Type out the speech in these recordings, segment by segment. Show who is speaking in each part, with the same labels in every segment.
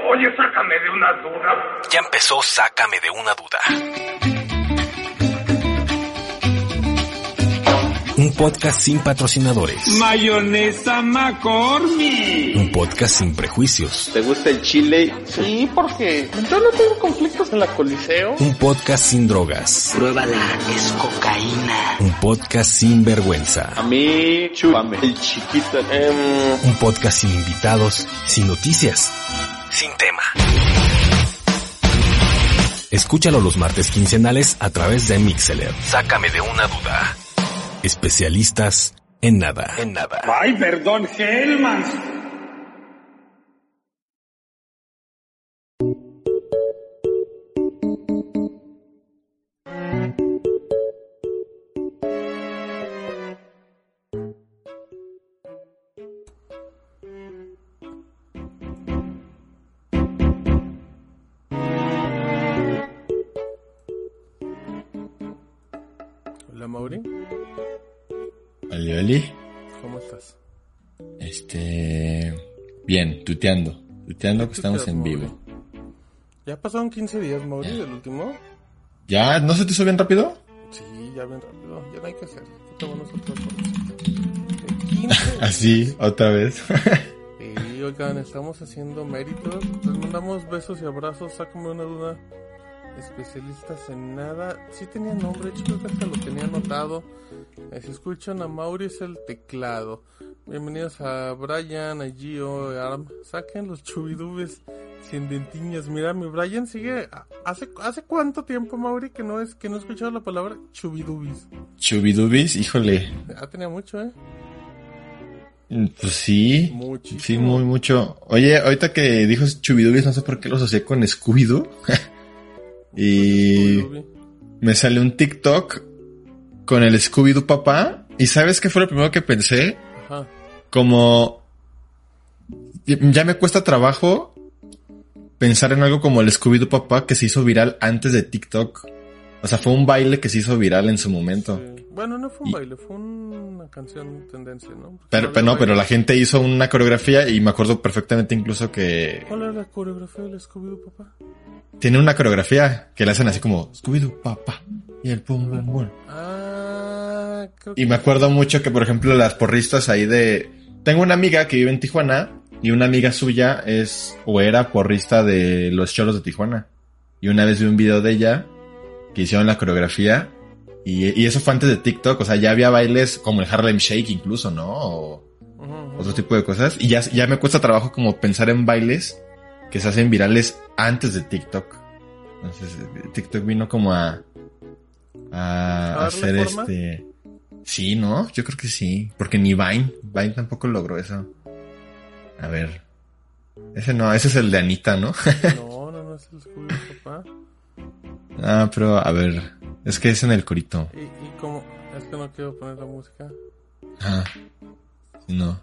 Speaker 1: Oye, sácame de una duda.
Speaker 2: Ya empezó Sácame de una duda. Un podcast sin patrocinadores.
Speaker 3: Mayonesa McCormick.
Speaker 2: Un podcast sin prejuicios.
Speaker 4: ¿Te gusta el chile?
Speaker 5: Sí, porque yo no tengo conflictos en la coliseo.
Speaker 2: Un podcast sin drogas.
Speaker 6: Pruébala, es cocaína.
Speaker 2: Un podcast sin vergüenza.
Speaker 4: A mí, chúpame el chiquito.
Speaker 2: Em. Un podcast sin invitados, sin noticias, sin tema. Escúchalo los martes quincenales a través de Mixeler. Sácame de una duda. Especialistas en nada. En nada.
Speaker 3: Ay, perdón, Helmans.
Speaker 5: Hola, Mauri.
Speaker 7: Oli, oli.
Speaker 5: ¿Cómo estás?
Speaker 7: Este. Bien, tuteando. Tuteando que estamos en vivo.
Speaker 5: Ya pasaron 15 días, Mauri, del último.
Speaker 7: ¿Ya? ¿No se te hizo bien rápido?
Speaker 5: Sí, ya bien rápido. Ya no hay que hacer. Qué bueno es otra cosa. 15.
Speaker 7: Así, otra vez.
Speaker 5: Y oigan, estamos haciendo méritos. Les mandamos besos y abrazos. Sácame una duda. Especialistas en nada. Sí tenía nombre, yo creo que hasta lo tenía anotado. Eh, si escuchan a Mauri es el teclado. Bienvenidos a Brian, a Gio, a Arm. Saquen los chubidubes sin dentiñas. Mira, mi Brian sigue. ¿Hace, hace cuánto tiempo, Mauri, que no es que no he escuchado la palabra chubidubis?
Speaker 7: Chubidubis, híjole.
Speaker 5: Ah, tenía mucho, ¿eh?
Speaker 7: Pues sí.
Speaker 5: Muchísimo.
Speaker 7: Sí, muy mucho. Oye, ahorita que dijo chubidubis, no sé por qué lo asocié con Scooby-Doo. y
Speaker 5: Chubidubi.
Speaker 7: me sale un TikTok con el Scooby-Doo papá. ¿Y sabes qué fue lo primero que pensé?
Speaker 5: Ajá.
Speaker 7: como ya me cuesta trabajo pensar en algo como el Scooby-Doo Papá que se hizo viral antes de TikTok. O sea, fue un baile que se hizo viral en su momento.
Speaker 5: Sí. Bueno, no fue un
Speaker 7: Y-
Speaker 5: baile, fue una canción tendencia, ¿no? Porque
Speaker 7: Pero,
Speaker 5: había
Speaker 7: pero no, pero
Speaker 5: baile.
Speaker 7: la gente hizo una coreografía y me acuerdo perfectamente incluso que
Speaker 5: ¿Cuál era la coreografía del Scooby-Doo, papá?
Speaker 7: tiene una coreografía que la hacen así como Scooby-Doo Papá y el pum pum pum.
Speaker 5: Ah, creo que...
Speaker 7: Y me acuerdo mucho que, por ejemplo, las porristas ahí de... Tengo una amiga que vive en Tijuana y una amiga suya es o era porrista de los cholos de Tijuana. Y una vez vi un video de ella que hicieron la coreografía y, y eso fue antes de TikTok. O sea, ya había bailes como el Harlem Shake incluso, ¿no? O
Speaker 5: Ujú, ujú.
Speaker 7: otro tipo de cosas. Y ya, ya me cuesta trabajo como pensar en bailes que se hacen virales antes de TikTok. Entonces, eh, TikTok vino como a,
Speaker 5: ¿A
Speaker 7: a
Speaker 5: darle
Speaker 7: hacer
Speaker 5: forma?
Speaker 7: este. Sí, ¿no? Yo creo que sí. Porque ni Vine, Vine tampoco logró eso. A ver. Ese no, ese es el de Anita, ¿no?
Speaker 5: No, no, no es el Scooby-Doo, papá.
Speaker 7: ah, pero a ver. Es que es en el corito.
Speaker 5: Y, y como... Es que no quiero poner la música.
Speaker 7: Ah. No.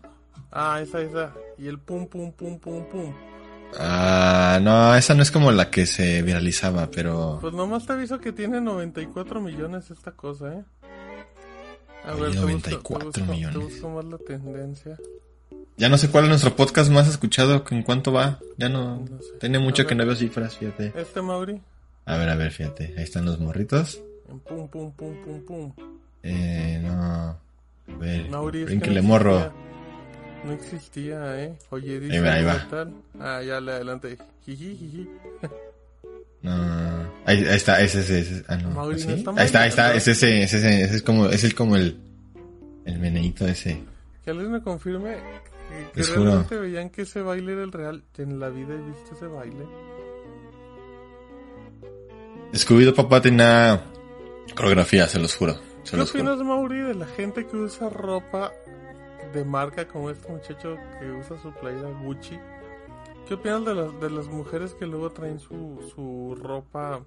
Speaker 5: Ah, esa, esa. Y el pum, pum, pum, pum, pum.
Speaker 7: Ah, no, esa no es como la que se viralizaba, pero.
Speaker 5: Pues nomás te aviso que tiene 94 millones esta cosa, ¿eh? A te
Speaker 7: Oye,
Speaker 5: busco- te
Speaker 7: 94
Speaker 5: busco-
Speaker 7: millones.
Speaker 5: Te busco más la tendencia.
Speaker 7: Ya no sé cuál es nuestro podcast más escuchado, en cuánto va. Ya no...
Speaker 5: No sé.
Speaker 7: Tiene
Speaker 5: A
Speaker 7: mucho
Speaker 5: ver.
Speaker 7: que no veo cifras, fíjate.
Speaker 5: Este Mauri.
Speaker 7: A ver, a ver, fíjate. Ahí están los morritos.
Speaker 5: En pum, pum, pum, pum, pum.
Speaker 7: Eh, no. A ver,
Speaker 5: Mauri, es que
Speaker 7: brínquele
Speaker 5: no
Speaker 7: morro.
Speaker 5: existía. No existía, ¿eh? Oye, dice
Speaker 7: Ahí va, ahí va.
Speaker 5: ¿qué tal? Ah, ya le adelante. Jiji, jiji.
Speaker 7: No. Ahí, ahí está, ese, ese, ese. Ah, no.
Speaker 5: Mauri,
Speaker 7: ¿sí?
Speaker 5: no está
Speaker 7: Ahí está, ahí
Speaker 5: mal,
Speaker 7: está.
Speaker 5: ¿no?
Speaker 7: Es ese, es ese. ese es como, es el, como el, el meneíto ese.
Speaker 5: Que alguien me confirme que, que
Speaker 7: Les juro.
Speaker 5: realmente veían que ese baile era el real. En la vida he visto ese baile.
Speaker 7: Scooby-Doo papá tenía coreografía, se los juro. Se
Speaker 5: ¿Qué
Speaker 7: los juro.
Speaker 5: opinas, Mauri, de la gente que usa ropa de marca como este muchacho que usa su playera Gucci? ¿Qué opinas de las, de las mujeres que luego traen su, su ropa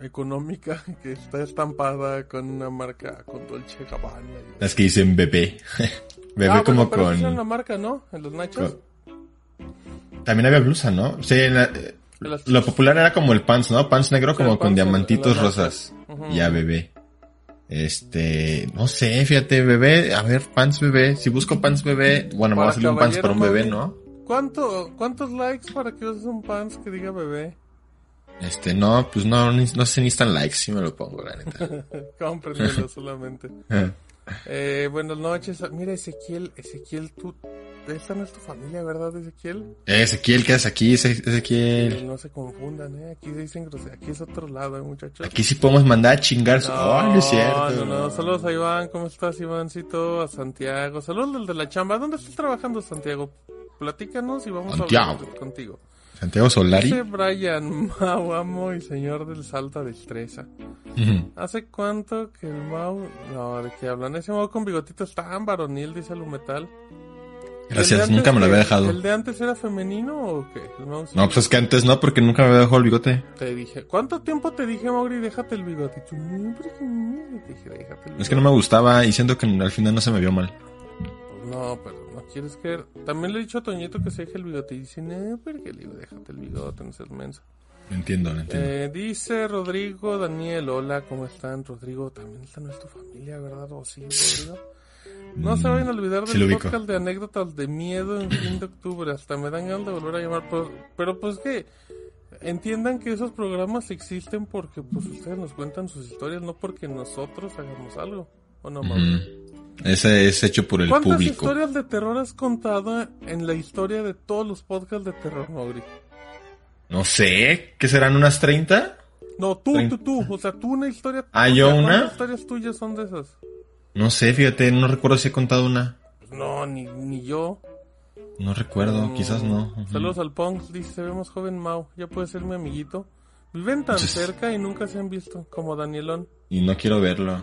Speaker 5: económica que está estampada con una marca con Dolce Gabbana? y-
Speaker 7: Las que dicen bebé. bebé
Speaker 5: Ah,
Speaker 7: como
Speaker 5: bueno, pero sí
Speaker 7: con...
Speaker 5: es una marca, ¿no? En los nachos.
Speaker 7: con- También había blusa, ¿no? Sí, en la- eh,
Speaker 5: En las-
Speaker 7: lo popular era como el pants, ¿no? Pants negro
Speaker 5: Sí,
Speaker 7: como
Speaker 5: el
Speaker 7: con
Speaker 5: pants en
Speaker 7: diamantitos
Speaker 5: la-
Speaker 7: rosas.
Speaker 5: Ujú.
Speaker 7: Ya, bebé. Este, no sé, fíjate, bebé, a ver, pants bebé. Si busco pants bebé, bueno, me va a
Speaker 5: Para
Speaker 7: salir un pants
Speaker 5: caballero,
Speaker 7: para un bebé,
Speaker 5: mami.
Speaker 7: ¿no?
Speaker 5: ¿Cuánto, ¿Cuántos likes para que uses un pants que diga bebé?
Speaker 7: Este, no, pues no, ni- no se necesitan likes, si me lo pongo, la neta. Ah.
Speaker 5: Cómprenselo solamente. Eh, buenas noches. Mira, Ezequiel, Ezequiel, tú. Esta no es tu familia, ¿verdad, Ezequiel?
Speaker 7: Ezequiel, ¿qué haces aquí? Eze- Ezequiel.
Speaker 5: No se confundan, ¿eh? Aquí se dicen groserías. Aquí es otro lado, ¿eh, muchachos?
Speaker 7: Aquí sí podemos mandar a chingar. su- Oh, no es
Speaker 5: No,
Speaker 7: cierto.
Speaker 5: no, saludos a Iván, ¿cómo estás Ivancito? A Santiago, saludos del de la chamba. ¿Dónde estás trabajando, Santiago? Platícanos y vamos a hablar
Speaker 7: Santiago.
Speaker 5: contigo.
Speaker 7: Santiago Solari.
Speaker 5: Dice Brian, Mau, amo y señor del Salta Destreza.
Speaker 7: Ujú.
Speaker 5: ¿Hace cuánto que el Mau... No, ¿de qué hablan? Ese Mau con bigotito es tan varonil, dice Lumetal.
Speaker 7: Gracias, nunca me lo había dejado.
Speaker 5: ¿El de antes era femenino o qué? El Mau sí.
Speaker 7: No, pues es que antes no, porque nunca me había dejado el bigote.
Speaker 5: Te dije, ¿cuánto tiempo te dije, Mauri, déjate el bigotito? No, pero que no, te dije, déjate el bigote.
Speaker 7: Es que no me gustaba y siento que al final no se me vio mal.
Speaker 5: Pues No, pero no quieres creer. También le he dicho a Toñito que se deje el bigote. Y dice, no, pero que le digo, déjate el bigote, no seas menso.
Speaker 7: Lo entiendo, lo entiendo.
Speaker 5: Eh, dice Rodrigo, Daniel, hola, ¿cómo están? Rodrigo, también está nuestra familia, ¿verdad? O sí, Rodrigo. No se vayan a olvidar
Speaker 7: Mm, sí
Speaker 5: del
Speaker 7: lo ubico.
Speaker 5: podcast de anécdotas de miedo en fin de octubre. Hasta me dan ganas de volver a llamar. Pero, pero pues que entiendan que esos programas existen porque pues ustedes nos cuentan sus historias, no porque nosotros hagamos algo. ¿O no, Mauro?
Speaker 7: Ujú. Ese es hecho por Mm, el
Speaker 5: ¿Cuántas
Speaker 7: público.
Speaker 5: historias de terror has contado en la historia de todos los podcasts de terror, Mauri?
Speaker 7: No sé, ¿qué serán unas 30?
Speaker 5: No, tú,
Speaker 7: Trein-
Speaker 5: tú, tú. O sea, tú una historia.
Speaker 7: Ah,
Speaker 5: tuya,
Speaker 7: ¿yo una?
Speaker 5: ¿Cuántas historias tuyas son de esas?
Speaker 7: No sé, fíjate, no recuerdo si he contado una.
Speaker 5: Pues no, ni, ni yo.
Speaker 7: No recuerdo,
Speaker 5: Mm.
Speaker 7: quizás no. Ujú.
Speaker 5: Saludos al Pong. Dice, se ve más joven Mau. Ya puede ser mi amiguito. Viven tan
Speaker 7: Sí.
Speaker 5: cerca y nunca se han visto, como Danielón.
Speaker 7: Y no quiero verlo.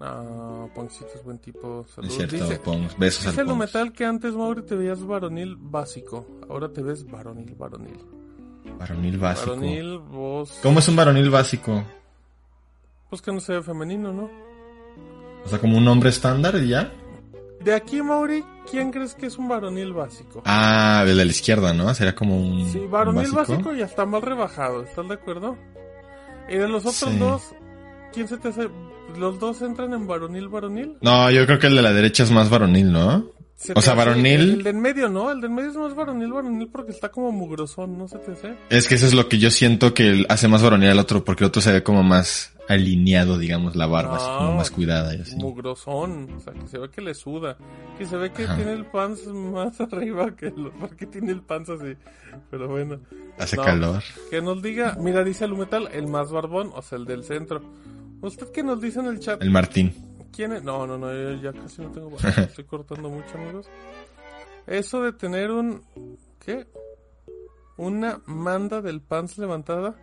Speaker 5: Ah, Pongcito es buen tipo.
Speaker 7: No Es
Speaker 5: Saludos.
Speaker 7: cierto,
Speaker 5: dice,
Speaker 7: Pons. Besos
Speaker 5: dice
Speaker 7: al
Speaker 5: lo
Speaker 7: Pons.
Speaker 5: metal que antes, Mauri, te veías varonil básico. Ahora te ves varonil, varonil.
Speaker 7: Varonil básico.
Speaker 5: Varonil, vos.
Speaker 7: ¿Cómo es un varonil básico?
Speaker 5: Pues que no se ve femenino, ¿no?
Speaker 7: O sea, como un hombre estándar y ya.
Speaker 5: De aquí, Mauri, ¿quién crees que es un varonil básico?
Speaker 7: Ah, el de la izquierda, ¿no? Sería como un.
Speaker 5: sí, varonil
Speaker 7: un
Speaker 5: básico? ya está mal rebajado, ¿estás de acuerdo? Y de los otros
Speaker 7: Sí.
Speaker 5: dos, ¿quién se te hace? ¿Los dos entran en varonil, varonil?
Speaker 7: No, yo creo que el de la derecha es más varonil, ¿no?
Speaker 5: ¿Se
Speaker 7: O
Speaker 5: te
Speaker 7: sea,
Speaker 5: hace-
Speaker 7: varonil-
Speaker 5: El, de en medio, ¿no? El de en medio es más varonil, varonil porque está como mugrosón, ¿no se te hace?
Speaker 7: Es que eso es lo que yo siento que el- hace más varonil al otro, porque el otro se ve como más alineado, digamos, la barba, así como
Speaker 5: No.
Speaker 7: más cuidada y así.
Speaker 5: Mugrosón, o sea, que se ve que le suda, que se ve que
Speaker 7: Ajá.
Speaker 5: tiene el pants más arriba que lo, porque tiene el pants así, pero bueno.
Speaker 7: Hace
Speaker 5: No.
Speaker 7: calor.
Speaker 5: Que nos diga, mira, dice Lumetal, el más barbón, o sea, el del centro. ¿Usted que nos dice en el chat?
Speaker 7: El Martín.
Speaker 5: ¿Quién es? No, no, no, yo ya casi no tengo barba, estoy cortando mucho, amigos. Eso de tener un... ¿Qué? Una manda del pants levantada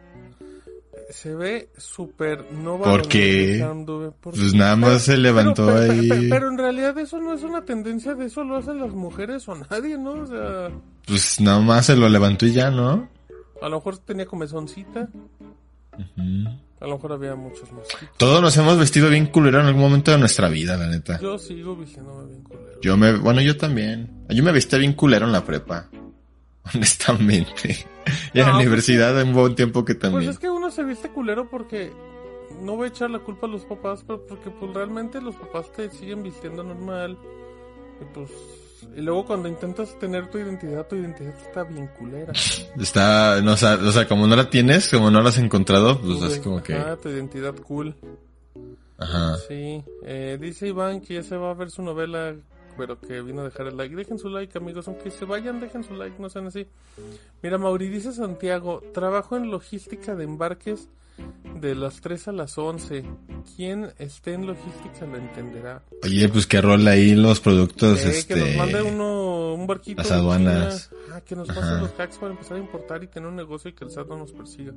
Speaker 5: eh, se ve súper no
Speaker 7: ¿Por qué?
Speaker 5: varonilizando, ¿eh? ¿Por
Speaker 7: Pues
Speaker 5: qué?
Speaker 7: nada más se levantó
Speaker 5: pero, pero-
Speaker 7: ahí.
Speaker 5: pero- pero en realidad eso no es una tendencia, de eso lo hacen las mujeres o nadie, ¿no? O sea,
Speaker 7: Pues nada más se lo levantó y ya, ¿no?
Speaker 5: a lo mejor tenía comezoncita,
Speaker 7: Ujú.
Speaker 5: a lo mejor había muchos mosquitos.
Speaker 7: Todos nos hemos vestido bien culero en algún momento de nuestra vida, la neta.
Speaker 5: Yo sigo vistiéndome bien culero.
Speaker 7: Yo me, bueno, yo también. Yo me vestí bien culero en la prepa. Honestamente. Y en
Speaker 5: No,
Speaker 7: la
Speaker 5: pues
Speaker 7: universidad en buen tiempo que
Speaker 5: Pues
Speaker 7: también.
Speaker 5: es que uno se viste culero porque no voy a echar la culpa a los papás, pero porque pues realmente los papás te siguen vistiendo normal. Y pues y luego cuando intentas tener tu identidad, tu identidad está bien culera.
Speaker 7: Está, no, o sea, o sea, como no la tienes, como no la has encontrado, pues así como que,
Speaker 5: Ah, tu identidad cool.
Speaker 7: ajá.
Speaker 5: Sí, eh, dice Iván que ya se va a ver su novela, pero que vino a dejar el like. Dejen su like, amigos, aunque se vayan, dejen su like, no sean así. Mira, Mauri dice Santiago, trabajo en logística de embarques de las 3 a las 11. Quien esté en logística lo entenderá.
Speaker 7: Oye, pues que rola ahí los productos,
Speaker 5: Eh,
Speaker 7: este.
Speaker 5: Que nos mande uno, un barquito.
Speaker 7: las
Speaker 5: de
Speaker 7: aduanas.
Speaker 5: China. Ah, que nos pasen
Speaker 7: Ajá.
Speaker 5: los hacks para empezar a importar y tener un negocio y que el SAT no nos persiga.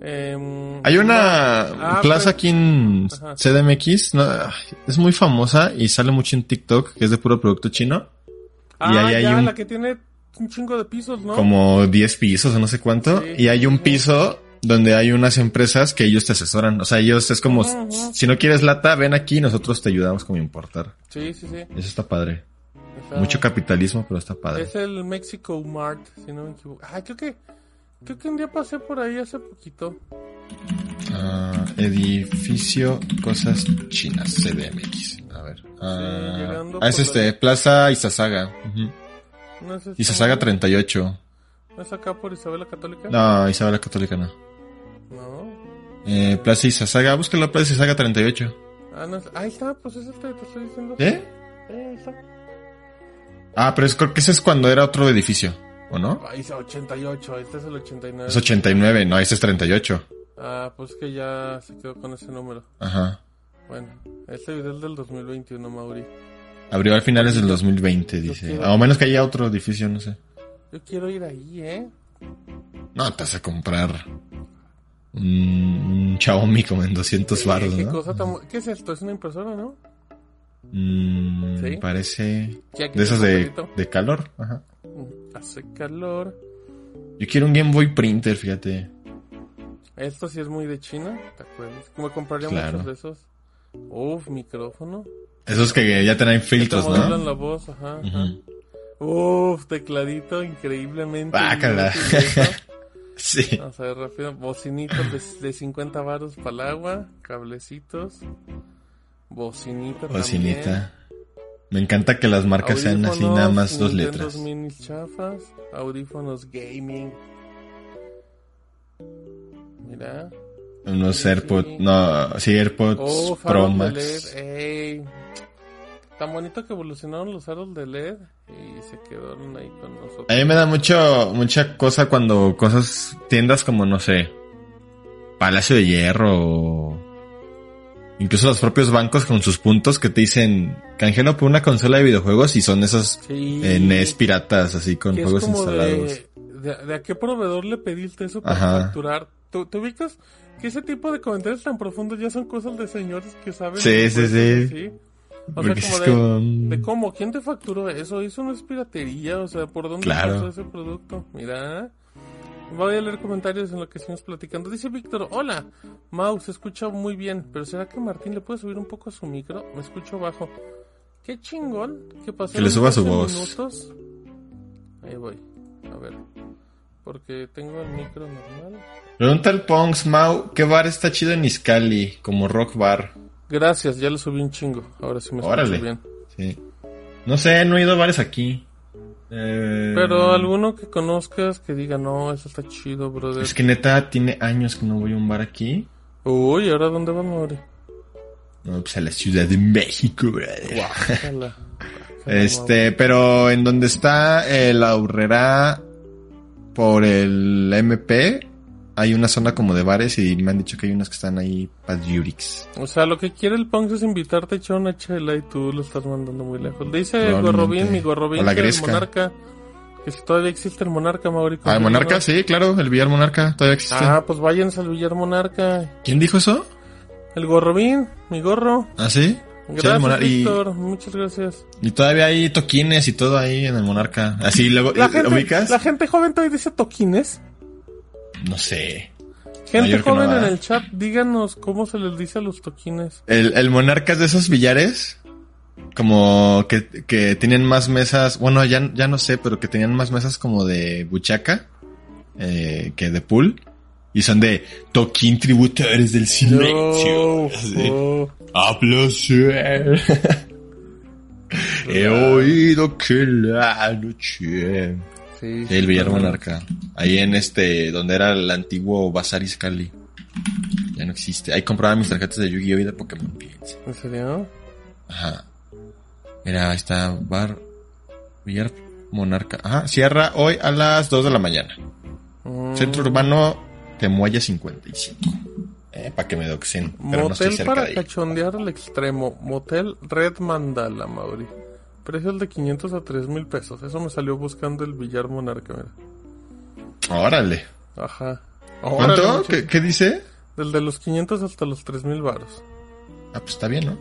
Speaker 5: Em,
Speaker 7: Hay una
Speaker 5: Ah,
Speaker 7: plaza
Speaker 5: pero-
Speaker 7: aquí en
Speaker 5: Ajá.
Speaker 7: CDMX, no, ay, es muy famosa y sale mucho en TikTok, que es de puro producto chino,
Speaker 5: Ah,
Speaker 7: y ahí hay
Speaker 5: ya,
Speaker 7: un-
Speaker 5: la que tiene un chingo de pisos, ¿no?
Speaker 7: como 10 pisos o no sé cuánto,
Speaker 5: Sí.
Speaker 7: y hay un piso donde hay unas empresas que ellos te asesoran, o sea, ellos es como,
Speaker 5: Ajá, ajá.
Speaker 7: si no quieres lata, ven aquí, nosotros te ayudamos como a importar.
Speaker 5: Sí, sí, sí.
Speaker 7: Eso está padre.
Speaker 5: Está-
Speaker 7: Mucho capitalismo, pero está padre.
Speaker 5: Es el Mexico Mart, si no me equivoco. Ah, creo que. Creo que un día pasé por ahí hace poquito.
Speaker 7: Ah, edificio Cosas Chinas, CDMX. A ver. Ah,
Speaker 5: llegando
Speaker 7: ah, es
Speaker 5: por
Speaker 7: este, Plaza Izazaga. Ujú.
Speaker 5: No es
Speaker 7: Y
Speaker 5: esta-
Speaker 7: se saga 38.
Speaker 5: ¿No es acá por Isabel la Católica?
Speaker 7: No, Isabel la Católica no.
Speaker 5: No.
Speaker 7: Eh, Plaza Isasaga, búscalo Plaza Isasaga 38.
Speaker 5: Ah, no es- Ahí está, pues eso te, te estoy diciendo.
Speaker 7: ¿Eh?
Speaker 5: Eh, ahí está.
Speaker 7: Ah, pero es, creo que ese es cuando era otro edificio, ¿o no?
Speaker 5: Ahí está 88, este es el 89.
Speaker 7: Es 89, no, ese es 38.
Speaker 5: Ah, pues que ya se quedó con ese número.
Speaker 7: Ajá.
Speaker 5: Bueno, este video es del 2021, Mauri.
Speaker 7: Abrió al finales del 2020, dice. A o menos que haya otro edificio, no sé.
Speaker 5: Yo quiero ir ahí, ¿eh?
Speaker 7: No, te vas a comprar un, un Xiaomi como en 200 baros,
Speaker 5: ¿Qué,
Speaker 7: ¿no?
Speaker 5: cosa tan bu- ¿Qué es esto? ¿Es una impresora, no?
Speaker 7: Mm,
Speaker 5: ¿Sí?
Speaker 7: Parece...
Speaker 5: Ya que
Speaker 7: De esas
Speaker 5: tengo
Speaker 7: de,
Speaker 5: un perrito.
Speaker 7: de calor. Ajá.
Speaker 5: Mm, Hace calor.
Speaker 7: Yo quiero un Game Boy Printer, fíjate.
Speaker 5: Esto sí es muy de China, ¿te acuerdas? Como compraría
Speaker 7: Claro.
Speaker 5: muchos de esos. Uf, micrófono.
Speaker 7: Esos que ya tienen filtros,
Speaker 5: Que te modulan
Speaker 7: ¿no?
Speaker 5: la voz, ajá. ajá.
Speaker 7: Ujú.
Speaker 5: Uf, tecladito increíblemente.
Speaker 7: Guácala.
Speaker 5: inútil eso.
Speaker 7: Sí.
Speaker 5: Vamos a ver rápido. Bocinitas de, de 50 varos para el agua. Cablecitos. Bocinita. Ah, también.
Speaker 7: Bocinita. Oh, Me encanta que las marcas sean así,
Speaker 5: Audífonos,
Speaker 7: nada más dos
Speaker 5: Nintendos
Speaker 7: letras.
Speaker 5: mini chafas. Audífonos gaming. Mira.
Speaker 7: Unos
Speaker 5: Sí.
Speaker 7: AirPods, no, sí, AirPods
Speaker 5: Oh,
Speaker 7: Pro
Speaker 5: faros de
Speaker 7: Max.
Speaker 5: LED. ey. Tan bonito que evolucionaron los faros de LED. Y se quedaron ahí con nosotros.
Speaker 7: A mí me da mucho, mucha cosa cuando cosas, tiendas como, no sé, Palacio de Hierro o incluso los propios bancos con sus puntos que te dicen, canjelo por una consola de videojuegos y son esos
Speaker 5: Sí.
Speaker 7: eh, NES piratas así con
Speaker 5: que es
Speaker 7: juegos
Speaker 5: como
Speaker 7: instalados.
Speaker 5: De, de- de a qué proveedor le pediste eso para
Speaker 7: Ajá.
Speaker 5: facturar? ¿Tú, ¿Te ubicas que ese tipo de comentarios tan profundos ya son cosas de señores que saben?
Speaker 7: Sí,
Speaker 5: de
Speaker 7: sí,
Speaker 5: cosas
Speaker 7: sí.
Speaker 5: así? O sea,
Speaker 7: Porque
Speaker 5: como
Speaker 7: es
Speaker 5: de,
Speaker 7: como, mm,
Speaker 5: de cómo, ¿quién te facturó eso? ¿Eso no es piratería? O sea, ¿por dónde
Speaker 7: Claro.
Speaker 5: pasó ese producto? Mira. Voy a leer comentarios en lo que estamos platicando. Dice Víctor, hola, Mau, se escucha muy bien, pero ¿será que Martín le puede subir un poco su micro? Me escucho bajo. Qué chingón, ¿qué pasó?
Speaker 7: Que le
Speaker 5: en
Speaker 7: suba su
Speaker 5: 12
Speaker 7: voz.
Speaker 5: minutos? Ahí voy, a ver, porque tengo el micro normal.
Speaker 7: Pregunta al Pongs Mau, ¿qué bar está chido en Iscali? Como rock bar.
Speaker 5: Gracias, ya le subí un chingo, ahora sí me escucho
Speaker 7: Órale.
Speaker 5: bien.
Speaker 7: Sí. No sé, no he ido a bares aquí. Eh,
Speaker 5: Pero alguno que conozcas que diga, no, eso está chido, brother.
Speaker 7: Es que neta tiene años que no voy a un bar aquí.
Speaker 5: Uy, ¿ahora dónde vamos, Mauri?
Speaker 7: No, pues a la Ciudad de México, brother.
Speaker 5: Guácala.
Speaker 7: Este, pero en donde está eh, la Urrera por el MP, hay una zona como de bares y me han dicho que hay unas que están ahí para Yurix.
Speaker 5: O sea, lo que quiere el Ponks es invitarte a echar una chela y tú lo estás mandando muy lejos. Dice
Speaker 7: Probablemente.
Speaker 5: Gorrobín, mi
Speaker 7: O
Speaker 5: Gorrobín,
Speaker 7: la
Speaker 5: que el
Speaker 7: Gresca.
Speaker 5: monarca. Que si todavía existe el monarca, Mauri.
Speaker 7: Ah, el
Speaker 5: ¿no?
Speaker 7: Monarca, sí, claro, el Villar Monarca todavía existe.
Speaker 5: Ah, pues váyanse al Villar Monarca.
Speaker 7: ¿Quién dijo eso?
Speaker 5: El Gorrobín, mi gorro.
Speaker 7: ¿Ah, sí? Sí, el
Speaker 5: Gracias,
Speaker 7: Monar- y- Eh,
Speaker 5: Víctor. Muchas gracias.
Speaker 7: Y todavía hay toquines y todo ahí en el Monarca. Así luego
Speaker 5: La
Speaker 7: ¿lo
Speaker 5: gente,
Speaker 7: ubicas.
Speaker 5: la gente joven todavía dice toquines.
Speaker 7: No sé.
Speaker 5: Gente
Speaker 7: Mayor que
Speaker 5: joven
Speaker 7: no,
Speaker 5: en
Speaker 7: ¿verdad?
Speaker 5: el chat, díganos cómo se les dice a los toquines.
Speaker 7: El, el Monarca es de esos billares. Como que, que tienen más mesas. Bueno, ya, ya no sé, pero que tenían más mesas como de buchaca. eh, que de pool. Y son de toquín tributarios del
Speaker 5: Yo,
Speaker 7: silencio. Así.
Speaker 5: oh.
Speaker 7: Aplaudir. He oído que la noche.
Speaker 5: Sí,
Speaker 7: Sí, el Villar
Speaker 5: claro.
Speaker 7: Monarca. Ahí en este, donde era el antiguo Bazar Iscali. Ya no existe. Ahí compraba mis tarjetas de Yu-Gi-Oh! y de Pokémon, fíjense.
Speaker 5: ¿En serio?
Speaker 7: Ajá. Era, ahí está, Bar Villar Monarca. Ajá, cierra hoy a las 2 de la mañana.
Speaker 5: Mm.
Speaker 7: Centro Urbano Temuaya 55. Eh, para que me doxen. Pero no estoy
Speaker 5: Motel
Speaker 7: cerca
Speaker 5: para
Speaker 7: de ahí.
Speaker 5: cachondear al extremo. Motel Red Mandala, Mauri. Precios de 500 a 3 mil pesos. Eso me salió buscando el billar monarca, mira.
Speaker 7: Órale.
Speaker 5: Ajá. Órale,
Speaker 7: ¿Cuánto?
Speaker 5: muchacho.
Speaker 7: ¿Qué, qué dice?
Speaker 5: Del de los 500 hasta los 3 mil baros.
Speaker 7: Ah, pues está bien, ¿no?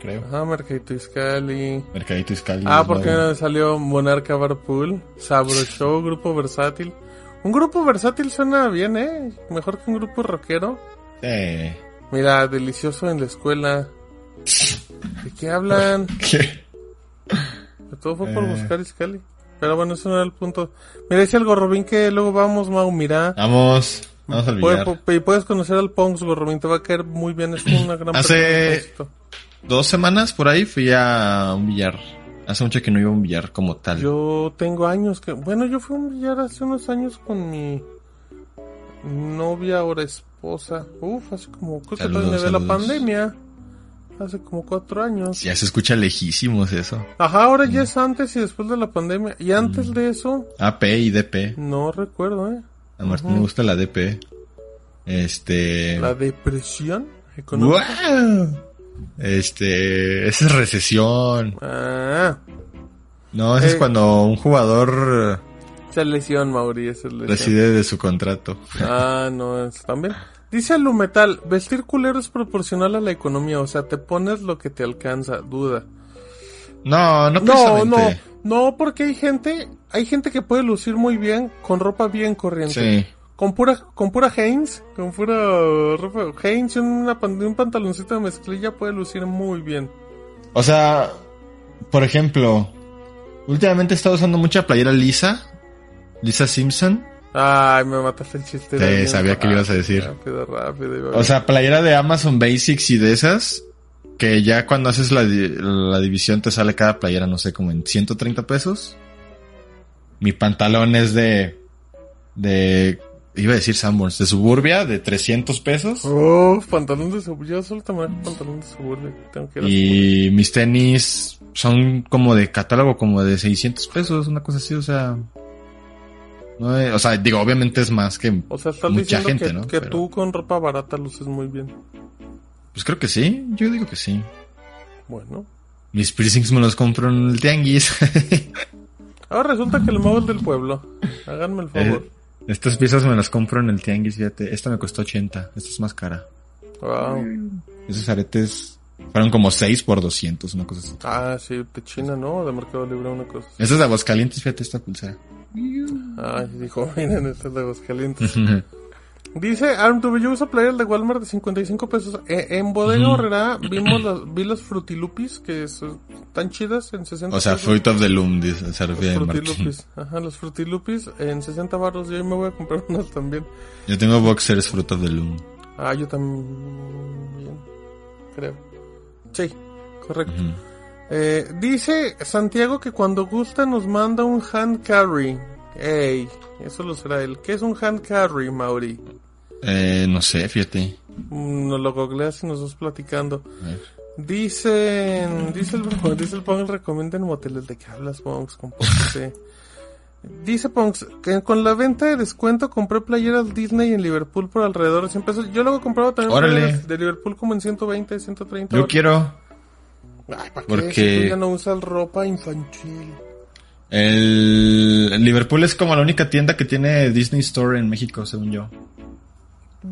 Speaker 7: Creo.
Speaker 5: Ajá, Mercadito Iscali.
Speaker 7: Mercadito Iscali.
Speaker 5: Ah,
Speaker 7: es
Speaker 5: porque
Speaker 7: nuevo.
Speaker 5: me salió Monarca Barpool, Sabro Show, Grupo Versátil. Un grupo versátil suena bien, ¿eh? Mejor que un grupo rockero.
Speaker 7: Eh.
Speaker 5: Mira, delicioso en la escuela. ¿De qué hablan?
Speaker 7: ¿Qué?
Speaker 5: Pero Todo fue por
Speaker 7: Eh.
Speaker 5: buscar Iscali. Pero bueno, eso no era el punto. Mira, dice el Gorrobín que luego vamos, Mau, mira.
Speaker 7: Ah, Vamos. Vamos al
Speaker 5: Puede-
Speaker 7: billar.
Speaker 5: pu- y puedes conocer al Pongs, Gorrobín, te va a caer muy bien, es una gran
Speaker 7: Hace-
Speaker 5: persona, por supuesto.
Speaker 7: dos semanas por ahí fui a un billar. Hace mucho que no iba a un billar como tal.
Speaker 5: Yo tengo años que. Bueno, yo fui a un billar hace unos años con mi novia, ahora esposa. Uf, hace como. Creo que
Speaker 7: Saludos,
Speaker 5: todavía de la
Speaker 7: saludos.
Speaker 5: pandemia. Hace como cuatro años.
Speaker 7: Ya se escucha lejísimos eso.
Speaker 5: Ajá, ahora ya es antes y después de la pandemia. Y antes
Speaker 7: Mm.
Speaker 5: de eso,
Speaker 7: AP y DP.
Speaker 5: no recuerdo, ¿eh?
Speaker 7: A Martín le gusta la DP. Este.
Speaker 5: La depresión económica.
Speaker 7: ¡Wow! Este. Esa es recesión.
Speaker 5: Ah,
Speaker 7: No, esa es
Speaker 5: Eh.
Speaker 7: cuando un jugador
Speaker 5: esa lesión, Mauri, esa
Speaker 7: eh,
Speaker 5: lesión.
Speaker 7: decide de su contrato.
Speaker 5: Ah, no, es también. Dice Alumetal, vestir culero es proporcional a la economía, o sea, te pones lo que te alcanza, duda.
Speaker 7: No,
Speaker 5: No,
Speaker 7: no
Speaker 5: no,
Speaker 7: precisamente.
Speaker 5: no, porque hay gente, hay gente que puede lucir muy bien con ropa bien corriente.
Speaker 7: Sí.
Speaker 5: Con pura, con pura Hanes, con pura ropa Hanes y una pan- un pantaloncito de mezclilla puede lucir muy bien.
Speaker 7: O sea, por ejemplo, últimamente he estado usando mucha playera lisa. Lisa Simpson.
Speaker 5: Ay, me mataste el chiste.
Speaker 7: Sí,
Speaker 5: era bien
Speaker 7: sabía que lo ibas a decir.
Speaker 5: Rápido, rápido. iba
Speaker 7: O sea, playera de Amazon Basics y de esas. Que ya cuando haces la, di- la división te sale cada playera, no sé, como en 130 pesos. Mi pantalón es de. de. iba a decir Sanborns, de suburbia, de 300 pesos.
Speaker 5: Oh, Uf, pantalón de suburbia. Yo solo te manejo pantalón de suburbia. Tengo que ir a
Speaker 7: Y mis tenis son como de catálogo, como de 600 pesos, una cosa así, o sea. no es- o sea, digo, obviamente es más que.
Speaker 5: O sea, estás
Speaker 7: Mucha
Speaker 5: diciendo
Speaker 7: gente,
Speaker 5: que,
Speaker 7: ¿no?
Speaker 5: que
Speaker 7: Pero-
Speaker 5: tú con ropa barata luces muy bien.
Speaker 7: Pues creo que sí, yo digo que sí.
Speaker 5: Bueno.
Speaker 7: Mis piercings me los compro en el tianguis.
Speaker 5: Ahora resulta que el mago es del pueblo. Háganme el favor.
Speaker 7: Eh, Estas piezas me las compro en el tianguis, fíjate. Esta me costó 80, esta es más cara.
Speaker 5: Wow.
Speaker 7: Esos aretes fueron como 6 por 200, una cosa así.
Speaker 5: Ah, sí, de China, ¿no? De Mercado Libre, una cosa.
Speaker 7: Esta es de Aguascalientes, fíjate esta pulsera.
Speaker 5: Ah, sí, dijo, miren, este es de Aguascalientes. Dice, ArmW yo uso player de Walmart de 55 pesos. Eh, en Bodega
Speaker 7: Ujú.
Speaker 5: Horrera vimos las, vi las frutilupis, que son tan chidas, en 60
Speaker 7: o sea,
Speaker 5: pesos.
Speaker 7: Fruit of the Loom, dice, se refiere
Speaker 5: Los
Speaker 7: Martín.
Speaker 5: frutilupis. Ajá, los frutilupis en 60 barros. Yo ahí me voy a comprar unas también.
Speaker 7: Yo tengo boxers Fruit of the Loom.
Speaker 5: Ah, yo también. Creo. Sí, correcto.
Speaker 7: Ujú.
Speaker 5: Eh, dice Santiago que cuando gusta nos manda un hand carry. Ey, eso lo será él. ¿Qué es un hand carry, Mauri?
Speaker 7: Eh, no sé, fíjate.
Speaker 5: Mm, Nos lo googleas y nos vas platicando.
Speaker 7: A ver.
Speaker 5: Dicen, dice el, dice el Pong, recomienden moteles de que hablas, Pongs, compórtate. Dice Pongs, que con la venta de descuento compré playeras Disney en Liverpool por alrededor de 100 pesos. Yo luego compraba también
Speaker 7: Órale.
Speaker 5: playeras de Liverpool como en 120, 130.
Speaker 7: Yo
Speaker 5: ahora-
Speaker 7: quiero
Speaker 5: Ay, ¿para qué?
Speaker 7: porque-
Speaker 5: Si tú ya no usas ropa infantil.
Speaker 7: el el Liverpool es como la única tienda que tiene Disney Store en México, según yo.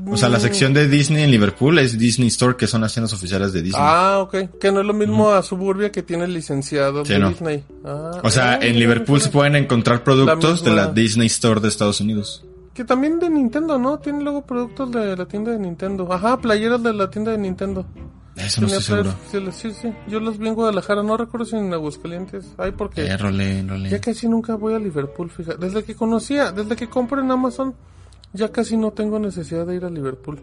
Speaker 7: O sea, la sección de Disney en Liverpool es Disney Store, que son las tiendas oficiales de Disney.
Speaker 5: Ah, ok. Que no es lo mismo a Suburbia que tiene licenciado
Speaker 7: Sí,
Speaker 5: de
Speaker 7: no.
Speaker 5: Disney. Ah,
Speaker 7: o sea,
Speaker 5: ah,
Speaker 7: en
Speaker 5: mira,
Speaker 7: Liverpool
Speaker 5: mira.
Speaker 7: se pueden encontrar productos
Speaker 5: La
Speaker 7: de
Speaker 5: misma-
Speaker 7: la Disney Store de Estados Unidos.
Speaker 5: Que también de Nintendo, ¿no? Tiene luego productos de la tienda de Nintendo. Ajá, playeras de la tienda de Nintendo.
Speaker 7: Eso no
Speaker 5: Tenía
Speaker 7: estoy seguro.
Speaker 5: playeras oficiales, Sí, sí. Yo los vi en Guadalajara, no recuerdo si en Aguascalientes. Ay, porque
Speaker 7: Eh, role, role.
Speaker 5: ya casi nunca voy a Liverpool, fija. Desde que conocía, desde que compro en Amazon, ya casi no tengo necesidad de ir a Liverpool.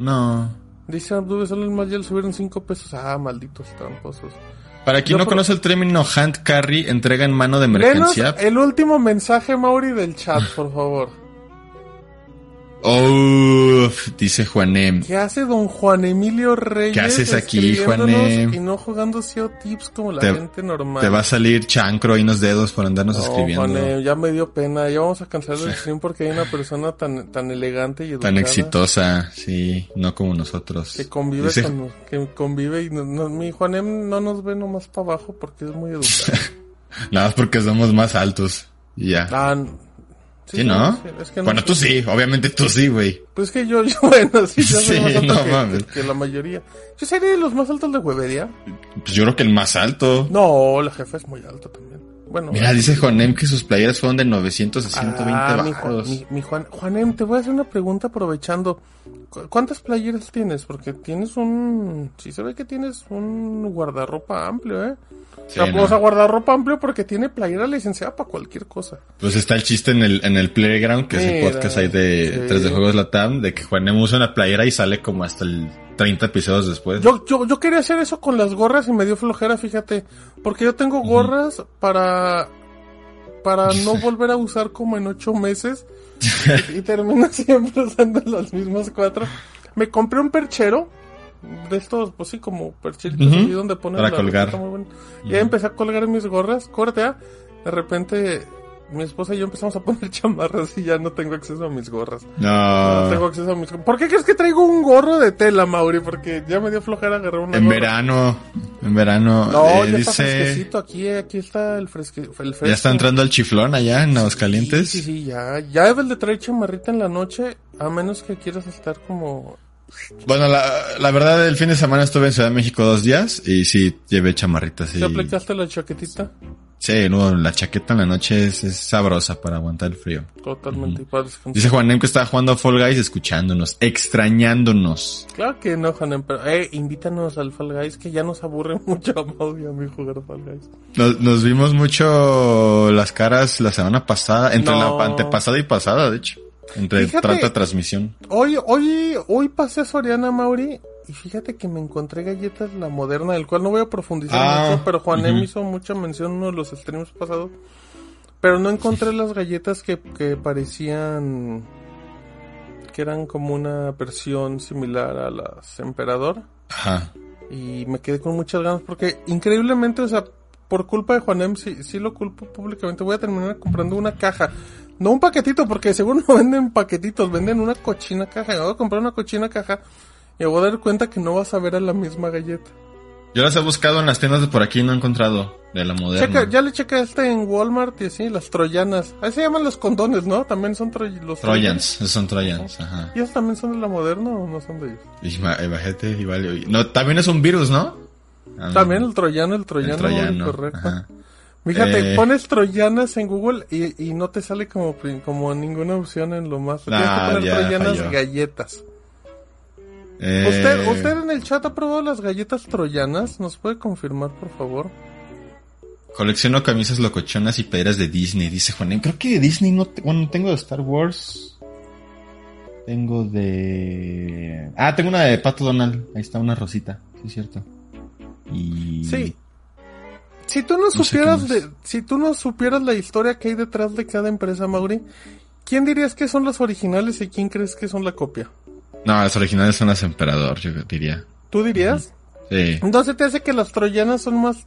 Speaker 7: No.
Speaker 5: Dice Abdul, solo el más ya le subieron 5 pesos. Ah, malditos tramposos.
Speaker 7: Para quien
Speaker 5: Yo
Speaker 7: no
Speaker 5: por-
Speaker 7: conoce el término hand carry, entrega en mano de
Speaker 5: Lenos
Speaker 7: emergencia.
Speaker 5: el último mensaje, Mauri, del chat, por favor.
Speaker 7: Uf, dice Juanem.
Speaker 5: ¿Qué hace don Juan Emilio Reyes?
Speaker 7: ¿Qué haces aquí,
Speaker 5: escribiéndonos
Speaker 7: Juanem?
Speaker 5: Y no jugando SEO tips como la
Speaker 7: Te-
Speaker 5: gente normal.
Speaker 7: Te va a salir chancro y unos dedos por andarnos
Speaker 5: No,
Speaker 7: escribiendo.
Speaker 5: Juanem, ya me dio pena. Ya vamos a cancelar el stream porque hay una persona tan, tan elegante y educada.
Speaker 7: Tan exitosa, sí, no como nosotros.
Speaker 5: Que convive,
Speaker 7: Dice-
Speaker 5: con, que convive y no- no- mi Juanem no nos ve nomás para abajo porque es muy educado.
Speaker 7: Nada más porque somos más altos. Y ya.
Speaker 5: Tan-
Speaker 7: sí, ¿no?
Speaker 5: Ah, sí, es que no-
Speaker 7: bueno, tú sí, obviamente tú sí, güey.
Speaker 5: Pues que yo, yo, bueno, sí, yo soy
Speaker 7: Sí,
Speaker 5: más alto
Speaker 7: no
Speaker 5: que-
Speaker 7: mames.
Speaker 5: que, la mayoría. Yo sería de los más altos de huevería.
Speaker 7: Pues yo creo que el más alto.
Speaker 5: No, la jefa es muy alta también. Bueno,
Speaker 7: Mira, dice Jonem que sus playeras fueron de 900 a 120
Speaker 5: ah, mi, Juan,
Speaker 7: baros.
Speaker 5: mi- mi Juan, Juanem, te voy a hacer una pregunta aprovechando. ¿Cu- ¿Cuántas playeras tienes? Porque tienes un... Sí se ve que tienes un guardarropa amplio, ¿eh?
Speaker 7: Sí,
Speaker 5: o sea,
Speaker 7: no.
Speaker 5: o sea, guardarropa amplio porque tiene playera licenciada para cualquier cosa.
Speaker 7: Pues está el chiste en el, en el Playground, que es el
Speaker 5: Mira,
Speaker 7: podcast ahí de
Speaker 5: sí.
Speaker 7: 3 de Juegos Latam, de que Juan Emo usa una playera y sale como hasta el 30 episodios después.
Speaker 5: Yo, yo, yo quería hacer eso con las gorras y me dio flojera, fíjate. Porque yo tengo gorras para... Para no volver a usar como en ocho meses. y, y termino siempre usando las mismas cuatro. Me compré un perchero. De estos, pues sí, como percheritos
Speaker 7: Ujú.
Speaker 5: así donde ponen
Speaker 7: Para colgar.
Speaker 5: ropita muy buena. Y ahí empecé a colgar mis gorras. Corte, ah, De repente... Mi esposa y yo empezamos a poner chamarras y ya no tengo acceso a mis gorras. No tengo
Speaker 7: no,
Speaker 5: acceso a mis... ¿Por qué crees que traigo un gorro de tela, Mauri? Porque ya me dio flojera agarrar una
Speaker 7: en
Speaker 5: gorra.
Speaker 7: verano, en verano,
Speaker 5: No,
Speaker 7: eh,
Speaker 5: ya está
Speaker 7: dice,
Speaker 5: fresquecito aquí, eh, aquí está el fresque, el fresco.
Speaker 7: ya está entrando el chiflón allá en Aguascalientes.
Speaker 5: Sí, sí, sí, ya, ya debes de traer chamarrita en la noche, a menos que quieras estar como...
Speaker 7: Bueno, la, la verdad, el fin de semana estuve en Ciudad de México dos días y sí, llevé chamarritas.
Speaker 5: ¿Te
Speaker 7: Y,
Speaker 5: aplicaste la chaquetita?
Speaker 7: sí, no, la chaqueta en la noche es, es sabrosa para aguantar el frío.
Speaker 5: Totalmente, y para descansar.
Speaker 7: Dice Juan Em que estaba jugando a Fall Guys escuchándonos, extrañándonos.
Speaker 5: Claro que no, Hanem, pero eh, invítanos al Fall Guys, que ya nos aburre mucho a Mauri y a mí jugar Fall Guys.
Speaker 7: Nos, nos vimos mucho las caras la semana pasada, entre
Speaker 5: No.
Speaker 7: la antepasada y pasada, de hecho. Entre
Speaker 5: Fíjate.
Speaker 7: trata transmisión.
Speaker 5: Hoy, hoy, hoy pasé a Soriana, Mauri, y fíjate que me encontré galletas La Moderna, del cual no voy a profundizar
Speaker 7: Ah,
Speaker 5: mucho, pero Juanem
Speaker 7: ujú.
Speaker 5: hizo mucha mención en uno de los streams pasados. Pero no encontré las galletas que, que parecían... que eran como una versión similar a las Emperador.
Speaker 7: Ajá.
Speaker 5: Y me quedé con muchas ganas porque increíblemente, o sea, por culpa de Juanem, sí, sí lo culpo públicamente, voy a terminar comprando una caja. No un paquetito, porque seguro no venden paquetitos, venden una cochina caja. Yo voy a comprar una cochina caja y me voy a dar cuenta que no vas a ver a la misma galleta.
Speaker 7: Yo las he buscado en las tiendas de por aquí y no he encontrado de la moderna.
Speaker 5: Checa, ya le checa este en Walmart y así, las troyanas. Ahí se llaman los condones, ¿no? También son tro- los
Speaker 7: Trojans, esos son Trojans, ajá.
Speaker 5: ¿Y esos también son de la moderna o no son de ellos?
Speaker 7: Y ma- eh, bajete, igual. y- No, también es un virus, ¿no? Ah,
Speaker 5: También el troyano, el troyano,
Speaker 7: el troyano,
Speaker 5: correcto.
Speaker 7: ajá.
Speaker 5: Fíjate,
Speaker 7: Eh.
Speaker 5: pones troyanas en Google y, y no te sale como, pri- como ninguna opción en lo más. Tienes
Speaker 7: Ah,
Speaker 5: que poner
Speaker 7: ya,
Speaker 5: troyanas
Speaker 7: falló.
Speaker 5: galletas.
Speaker 7: Eh,
Speaker 5: ¿Usted, ¿Usted en el chat ha probado las galletas troyanas? ¿Nos puede confirmar, por favor?
Speaker 7: Colecciono camisas locochonas y playeras de Disney, dice Juanem. Creo que de Disney no... te- Bueno, tengo de Star Wars. Tengo de... Ah, tengo una de Pato Donald. Ahí está, una rosita. Sí, es cierto. Y...
Speaker 5: Sí. Si tú no,
Speaker 7: sé qué
Speaker 5: supieras
Speaker 7: más.
Speaker 5: de, si tú no supieras la historia que hay detrás de cada empresa, Mauri, ¿quién dirías que son las originales y quién crees que son la copia?
Speaker 7: No, las originales son las Emperador, yo diría.
Speaker 5: ¿Tú dirías?
Speaker 7: Sí.
Speaker 5: Entonces te hace que las troyanas son más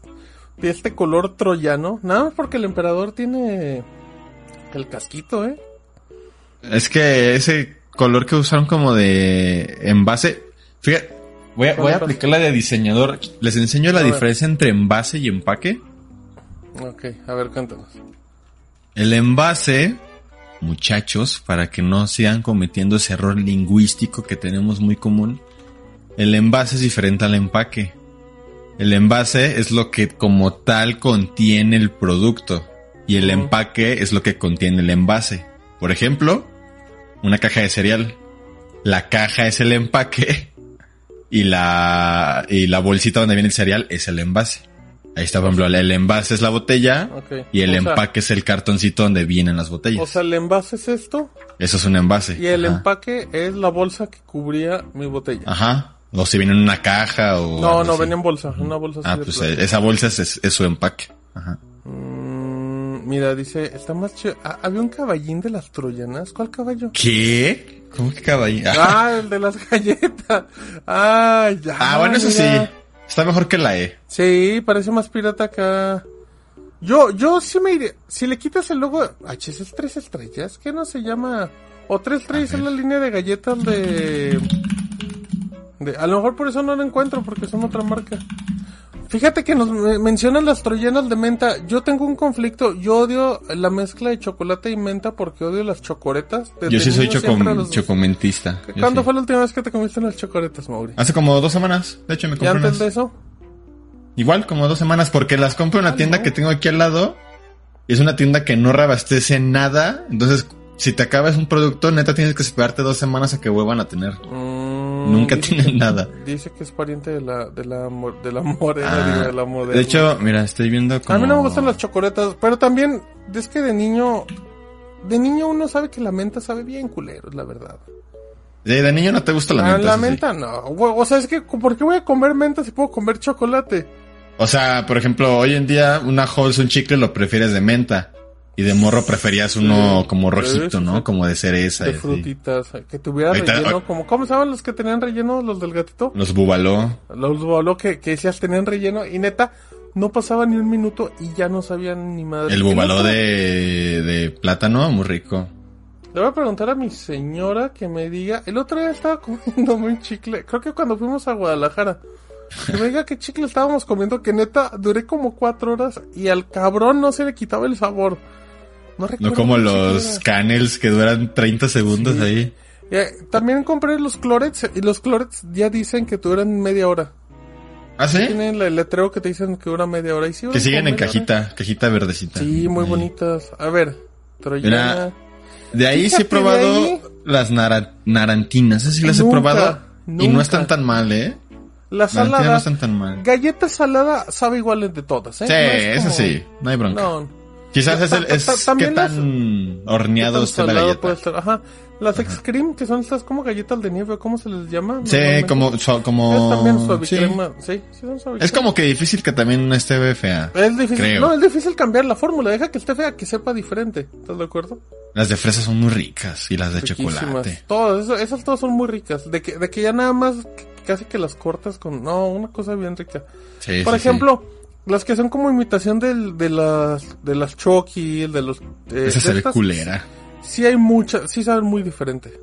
Speaker 5: de este color troyano. Nada más porque el emperador tiene el casquito, ¿eh?
Speaker 7: Es que ese color que usaron como de envase. Fíjate, voy a, voy a aplicar la de diseñador. Les enseño la
Speaker 5: A ver.
Speaker 7: diferencia entre envase y empaque.
Speaker 5: Ok, a ver, cuéntanos.
Speaker 7: El envase, muchachos, para que no sigan cometiendo ese error lingüístico que tenemos muy común, el envase es diferente al empaque. El envase es lo que como tal contiene el producto y el
Speaker 5: Ujú.
Speaker 7: empaque es lo que contiene el envase. Por ejemplo, una caja de cereal. La caja es el empaque y la, y la bolsita donde viene el cereal es el envase. Ahí está, por ejemplo, el envase es la botella
Speaker 5: Ok.
Speaker 7: y el
Speaker 5: O sea-
Speaker 7: empaque es el cartoncito donde vienen las botellas.
Speaker 5: O sea, el envase es esto
Speaker 7: Eso es un envase.
Speaker 5: y el
Speaker 7: Ajá. Ah,
Speaker 5: empaque es la bolsa que cubría mi botella.
Speaker 7: Ajá. O si viene en una caja o...
Speaker 5: no,
Speaker 7: algo
Speaker 5: no,
Speaker 7: así.
Speaker 5: venía en bolsa, una bolsa así
Speaker 7: Ah,
Speaker 5: de
Speaker 7: pues eh,
Speaker 5: plástico.
Speaker 7: esa bolsa es, es- es su empaque. Ajá.
Speaker 5: Mm, Mira, dice, está más chido. Ah, Había un caballín de las troyanas. ¿Cuál caballo?
Speaker 7: ¿Qué? ¿Cómo que caballito? Ah,
Speaker 5: Ah, el de las galletas. Ah, ya.
Speaker 7: bueno, eso sí.
Speaker 5: mira.
Speaker 7: Está mejor que la E.
Speaker 5: Sí, parece más pirata acá. Yo, yo sí me iré. Si le quitas el logo. H, es tres estrellas. ¿Qué no se llama? O tres estrellas es la línea de galletas de. de- a lo mejor por eso no lo encuentro, porque son otra marca. Fíjate que nos me- mencionan las troyanas de menta. Yo tengo un conflicto. Yo odio la mezcla de chocolate y menta porque odio las chocoretas. Desde
Speaker 7: Yo sí soy
Speaker 5: niño siempre
Speaker 7: chocom-
Speaker 5: los-
Speaker 7: chocomentista. Yo
Speaker 5: ¿Cuándo
Speaker 7: sí.
Speaker 5: fue la última vez que te comiste las chocoretas, Mauri?
Speaker 7: Hace como dos semanas. De hecho, me
Speaker 5: ¿Y
Speaker 7: compré
Speaker 5: antes
Speaker 7: unas.
Speaker 5: de eso?
Speaker 7: Igual, como dos semanas, porque las
Speaker 5: Ah,
Speaker 7: compro en una tienda que tengo aquí al lado. Y es una tienda que no reabastece nada. Entonces, si te acabas un producto, neta tienes que esperarte dos semanas a que vuelvan a tener.
Speaker 5: Mm,
Speaker 7: Nunca
Speaker 5: dice-
Speaker 7: tienen nada.
Speaker 5: Dice que es pariente de la, de la, mor- de la morena,
Speaker 7: Ah,
Speaker 5: digo, de la moderna.
Speaker 7: De hecho, mira, estoy viendo como...
Speaker 5: A mí no me gustan las chocoletas, pero también es que de niño, de niño uno sabe que la menta sabe bien culero, es la verdad.
Speaker 7: De, de niño no te gusta la
Speaker 5: Ah,
Speaker 7: menta.
Speaker 5: la
Speaker 7: eso sí.
Speaker 5: menta no. O o sea, es que, ¿por qué voy a comer menta si puedo comer chocolate?
Speaker 7: O sea, por ejemplo, hoy en día una Halls, un chicle lo prefieres de menta. Y de morro preferías uno
Speaker 5: Sí,
Speaker 7: como
Speaker 5: sí,
Speaker 7: rojito,
Speaker 5: sí,
Speaker 7: ¿no?
Speaker 5: sí.
Speaker 7: Como de cereza.
Speaker 5: de
Speaker 7: y así.
Speaker 5: frutitas, eh, que tuviera
Speaker 7: Ahorita-
Speaker 5: relleno, como, ¿cómo se llaman los que tenían relleno, los del gatito?
Speaker 7: Los bubaló.
Speaker 5: Los bolos que, que decías tenían relleno, y neta, no pasaba ni un minuto y ya no sabían ni madre.
Speaker 7: El
Speaker 5: ¿Qué
Speaker 7: bubaló
Speaker 5: neta?
Speaker 7: de, de plátano, muy rico.
Speaker 5: Le voy a preguntar a mi señora que me diga. El otro día estaba comiéndome un chicle. Creo que cuando fuimos a Guadalajara. Que me diga qué chicle estábamos comiendo. Que neta, duré como cuatro horas y al cabrón no se le quitaba el sabor. No recuerdo.
Speaker 7: No como
Speaker 5: qué
Speaker 7: los
Speaker 5: chicle
Speaker 7: canels que duran 30 segundos
Speaker 5: Sí.
Speaker 7: ahí.
Speaker 5: era. Eh, también compré los clorets y los clorets ya dicen que duran media hora.
Speaker 7: ¿Ah, sí?
Speaker 5: Tienen el letreo que te dicen que dura media hora. Y sí,
Speaker 7: Que
Speaker 5: duran
Speaker 7: siguen
Speaker 5: como
Speaker 7: en
Speaker 5: media hora.
Speaker 7: cajita, cajita verdecita.
Speaker 5: Sí, muy
Speaker 7: Ahí.
Speaker 5: bonitas. A ver, troyana.
Speaker 7: De ahí sí
Speaker 5: Fíjate,
Speaker 7: he probado
Speaker 5: de ahí.
Speaker 7: las nara- narantinas. Esas sí las he
Speaker 5: Nunca,
Speaker 7: probado. Y no
Speaker 5: nunca.
Speaker 7: están tan mal, ¿eh?
Speaker 5: La
Speaker 7: Las narantinas
Speaker 5: salada.
Speaker 7: no están tan mal.
Speaker 5: Galleta salada sabe igual de todas, ¿eh?
Speaker 7: Sí,
Speaker 5: No
Speaker 7: eso
Speaker 5: como-
Speaker 7: sí. No hay bronca.
Speaker 5: No,
Speaker 7: Quizás es, el,
Speaker 5: Ta- ta- ta-
Speaker 7: es qué
Speaker 5: también las-
Speaker 7: tan
Speaker 5: qué tan
Speaker 7: horneado esté la
Speaker 5: salado
Speaker 7: galleta.
Speaker 5: puede estar. pues, Ajá. Las ex cream, que son estas como galletas de nieve, ¿cómo se les llama?
Speaker 7: Sí,
Speaker 5: normalmente?
Speaker 7: como... so-
Speaker 5: Es también
Speaker 7: como sí.
Speaker 5: suavicrema. Sí, sí, son suavicrema.
Speaker 7: Es como que difícil que también esté fea.
Speaker 5: Es difícil,
Speaker 7: creo.
Speaker 5: no, es difícil cambiar la fórmula, deja que esté fea, que sepa diferente, ¿estás de acuerdo?
Speaker 7: Las de fresa son muy ricas y las de
Speaker 5: Riquísimas.
Speaker 7: chocolate.
Speaker 5: Todas, eso- esas todas son muy ricas, de que, de que ya nada más c- casi que las cortas con, no, una cosa bien rica.
Speaker 7: Sí,
Speaker 5: Por
Speaker 7: sí, sí.
Speaker 5: ejemplo, las que son como imitación del, de las, de las Chucky, de los... eh, de
Speaker 7: Esa se ve
Speaker 5: estas-
Speaker 7: culera.
Speaker 5: sí hay muchas, sí saben muy diferente.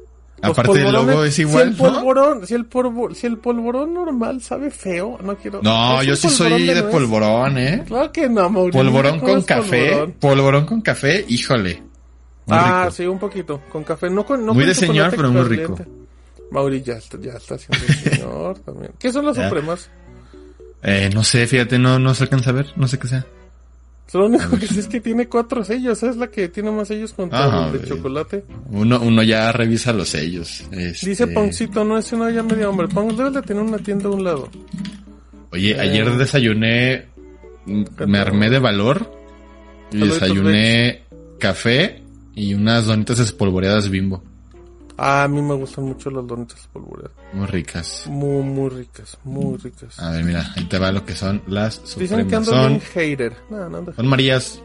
Speaker 5: Los
Speaker 7: Aparte el
Speaker 5: polvorones,
Speaker 7: logo es igual,
Speaker 5: Si el
Speaker 7: ¿no?
Speaker 5: polvorón, si el polvo- si el polvorón normal sabe feo, no quiero.
Speaker 7: No,
Speaker 5: ¿Es un
Speaker 7: yo sí
Speaker 5: polvorón
Speaker 7: soy de
Speaker 5: nuez?
Speaker 7: polvorón, ¿eh?
Speaker 5: Claro que no, Mauricio.
Speaker 7: Polvorón
Speaker 5: ¿Cómo
Speaker 7: con
Speaker 5: es
Speaker 7: café.
Speaker 5: polvorón?
Speaker 7: Polvorón con café, híjole. Muy
Speaker 5: ah,
Speaker 7: rico.
Speaker 5: sí, un poquito, con café, no con no
Speaker 7: Muy
Speaker 5: con
Speaker 7: de señor,
Speaker 5: chocolate
Speaker 7: pero muy rico.
Speaker 5: caliente. Mauri ya está, ya está siendo un señor también. ¿Qué son las
Speaker 7: Ya.
Speaker 5: supremas?
Speaker 7: Eh, no sé, fíjate, no, no se alcanza a ver, no sé qué sea.
Speaker 5: Lo único que sé es que tiene cuatro sellos, es la que tiene más sellos con
Speaker 7: Ah,
Speaker 5: todo el de
Speaker 7: güey.
Speaker 5: chocolate.
Speaker 7: Uno, uno ya revisa los sellos. este-
Speaker 5: Dice Poncito, no es una olla media hombre. Pong debe de tener una tienda a un lado.
Speaker 7: Oye, ayer desayuné, m- me armé de valor y
Speaker 5: Saluditos,
Speaker 7: desayuné café y unas donitas espolvoreadas bimbo.
Speaker 5: Ah, a mí me gustan mucho las donitas polvoreadas.
Speaker 7: Muy ricas.
Speaker 5: Muy, muy ricas, muy ricas.
Speaker 7: A ver, mira, ahí te va lo que son las
Speaker 5: Dicen que
Speaker 7: supremas.
Speaker 5: ando
Speaker 7: Son,
Speaker 5: bien hater. No, no ando hater.
Speaker 7: son marías,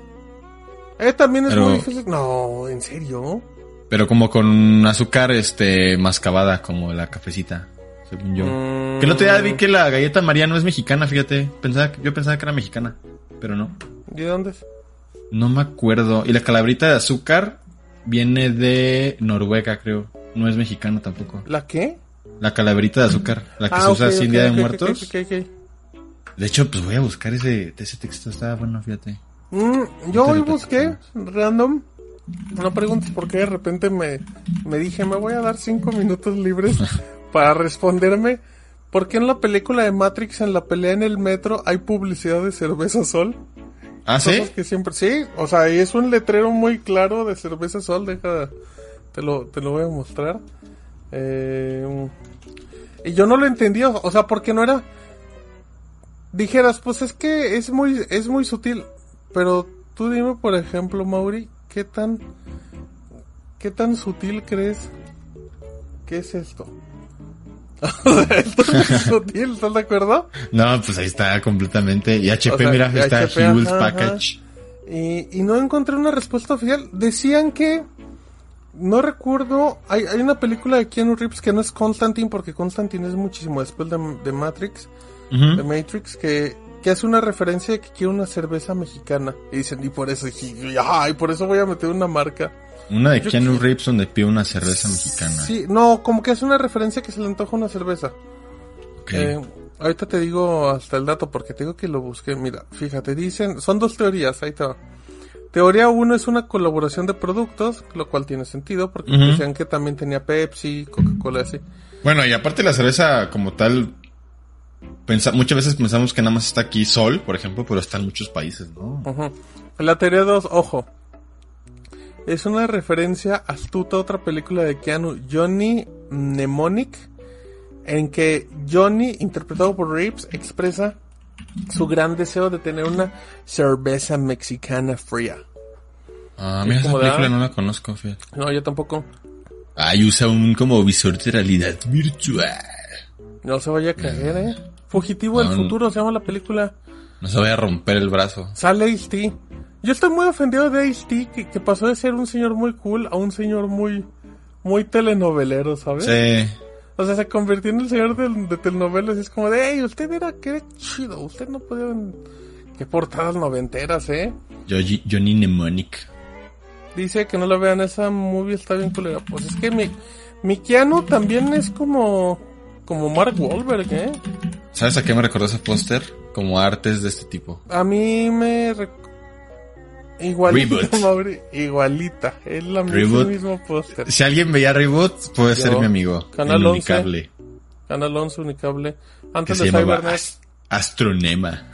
Speaker 5: Eh, también es
Speaker 7: Pero-
Speaker 5: muy difícil. No, ¿en serio?
Speaker 7: pero como con azúcar este mascabada, como la cafecita, según yo.
Speaker 5: Mm.
Speaker 7: Que el otro día vi que la galleta María no es mexicana, fíjate. Pensaba que- yo pensaba que era mexicana, pero no.
Speaker 5: ¿De dónde es?
Speaker 7: No me acuerdo. Y la calabrita de azúcar viene de Noruega, creo. No es mexicana tampoco.
Speaker 5: ¿La qué?
Speaker 7: La calabrita de azúcar, la que se
Speaker 5: Ah, ok,
Speaker 7: usa así en
Speaker 5: ok,
Speaker 7: Día de
Speaker 5: ok, ok,
Speaker 7: Muertos.
Speaker 5: ok, ok.
Speaker 7: De hecho, pues voy a buscar ese, ese texto. Está bueno, fíjate.
Speaker 5: Mm, yo hoy
Speaker 7: Interesante.
Speaker 5: busqué random. No preguntes por qué de repente me, me dije, me voy a dar cinco minutos libres para responderme. ¿Por qué en la película de Matrix, en la pelea en el metro, hay publicidad de cerveza sol?
Speaker 7: Ah, ¿sí?
Speaker 5: Cosas que siempre, sí, o sea, y es un letrero muy claro de cerveza sol, deja, te lo, te lo voy a mostrar. Eh, y yo no lo entendía, o sea, porque no era, dijeras, pues es que es muy, es muy sutil, pero tú dime, por ejemplo, Mauri, ¿qué tan, qué tan sutil crees que es esto? O sea, esto no es sutil, ¿estás de acuerdo?
Speaker 7: No, pues ahí está completamente. Y HP,
Speaker 5: O sea,
Speaker 7: mira,
Speaker 5: y
Speaker 7: está
Speaker 5: HP,
Speaker 7: Huge
Speaker 5: ajá, ajá.
Speaker 7: Package.
Speaker 5: y, y no encontré una respuesta oficial. Decían que no recuerdo, hay, hay una película de Keanu Reeves que no es Constantine porque Constantine es muchísimo después de, de Matrix,
Speaker 7: Ujú.
Speaker 5: de Matrix que, que hace una referencia de que quiere una cerveza mexicana y dicen y por eso y, y- ajá, y por eso voy a meter una marca.
Speaker 7: Una de
Speaker 5: Yo
Speaker 7: Keanu
Speaker 5: quiero-
Speaker 7: Reeves donde pide una cerveza mexicana.
Speaker 5: Sí, no, como que hace una referencia que se le antoja una cerveza.
Speaker 7: Ok.
Speaker 5: Eh, ahorita te digo hasta el dato porque tengo que lo busqué. Mira, fíjate, dicen, son dos teorías, ahí te va. Teoría 1 es una colaboración de productos, lo cual tiene sentido porque
Speaker 7: Ujú.
Speaker 5: decían que también tenía Pepsi, Coca-Cola, así.
Speaker 7: Bueno, y aparte la cerveza como tal, pensa- muchas veces pensamos que nada más está aquí Sol, por ejemplo, pero está en muchos países, ¿no?
Speaker 5: Ujú. La teoría 2, ojo. Es una referencia astuta a otra película de Keanu, Johnny Mnemonic, en que Johnny, interpretado por Reeves, expresa su gran deseo de tener una cerveza mexicana fría.
Speaker 7: Ah, mira, esa
Speaker 5: ¿Cómo
Speaker 7: película
Speaker 5: da?
Speaker 7: no la conozco, fíjate.
Speaker 5: No, yo tampoco.
Speaker 7: Ay, usa un como visor de realidad virtual.
Speaker 5: No se vaya a caer, eh. Fugitivo
Speaker 7: Mm. No,
Speaker 5: del
Speaker 7: no.
Speaker 5: futuro se llama la película.
Speaker 7: No se vaya a romper el brazo.
Speaker 5: Sale Ice-T. Yo estoy muy ofendido de Ice-T, que, que pasó de ser un señor muy cool a un señor muy, muy telenovelero, ¿sabes?
Speaker 7: Sí.
Speaker 5: O sea, se convirtió en el señor del- de, telenovelas. y Es como de, hey, usted era que era chido. Usted no podía. ven- Qué portadas noventeras, ¿eh?
Speaker 7: Yo- Johnny Mnemonic.
Speaker 5: Dice que no la vean. Esa movie está bien culera. Pues es que mi, mi Keanu también es como. Como Mark Wahlberg, ¿eh?
Speaker 7: ¿Sabes a qué me recordó ese póster? Como artes de este tipo.
Speaker 5: A mí me. rec- Igualita,
Speaker 7: Reboot.
Speaker 5: Mauri, igualita. Es la mis-
Speaker 7: Reboot.
Speaker 5: el mismo póster.
Speaker 7: Si alguien veía Reboot, puede
Speaker 5: Yo.
Speaker 7: ser mi amigo.
Speaker 5: Canal
Speaker 7: el
Speaker 5: 11.
Speaker 7: Unicable,
Speaker 5: Canal 11 Unicable.
Speaker 7: que
Speaker 5: Antes
Speaker 7: se
Speaker 5: de
Speaker 7: llamaba
Speaker 5: Cybernet.
Speaker 7: As- Astronema.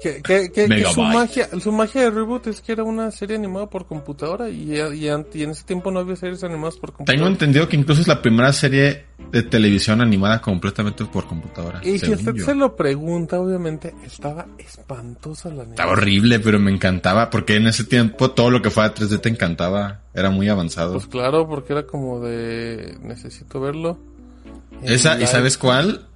Speaker 5: Que, que- que- que su,
Speaker 7: Megabyte.
Speaker 5: magia, su magia de reboot es que era una serie animada por computadora y, y an- y en ese tiempo no había series animadas por
Speaker 7: Tengo
Speaker 5: computadora.
Speaker 7: entendido que incluso es la primera serie de televisión animada completamente por computadora.
Speaker 5: y si
Speaker 7: según
Speaker 5: usted
Speaker 7: yo.
Speaker 5: se lo pregunta, obviamente estaba espantosa la animación.
Speaker 7: Estaba horrible, pero me encantaba porque en ese tiempo todo lo que fuera 3D te encantaba. Era muy avanzado.
Speaker 5: Pues claro, porque era como de necesito verlo. Pues,
Speaker 7: Esa, ¿y sabes cuál?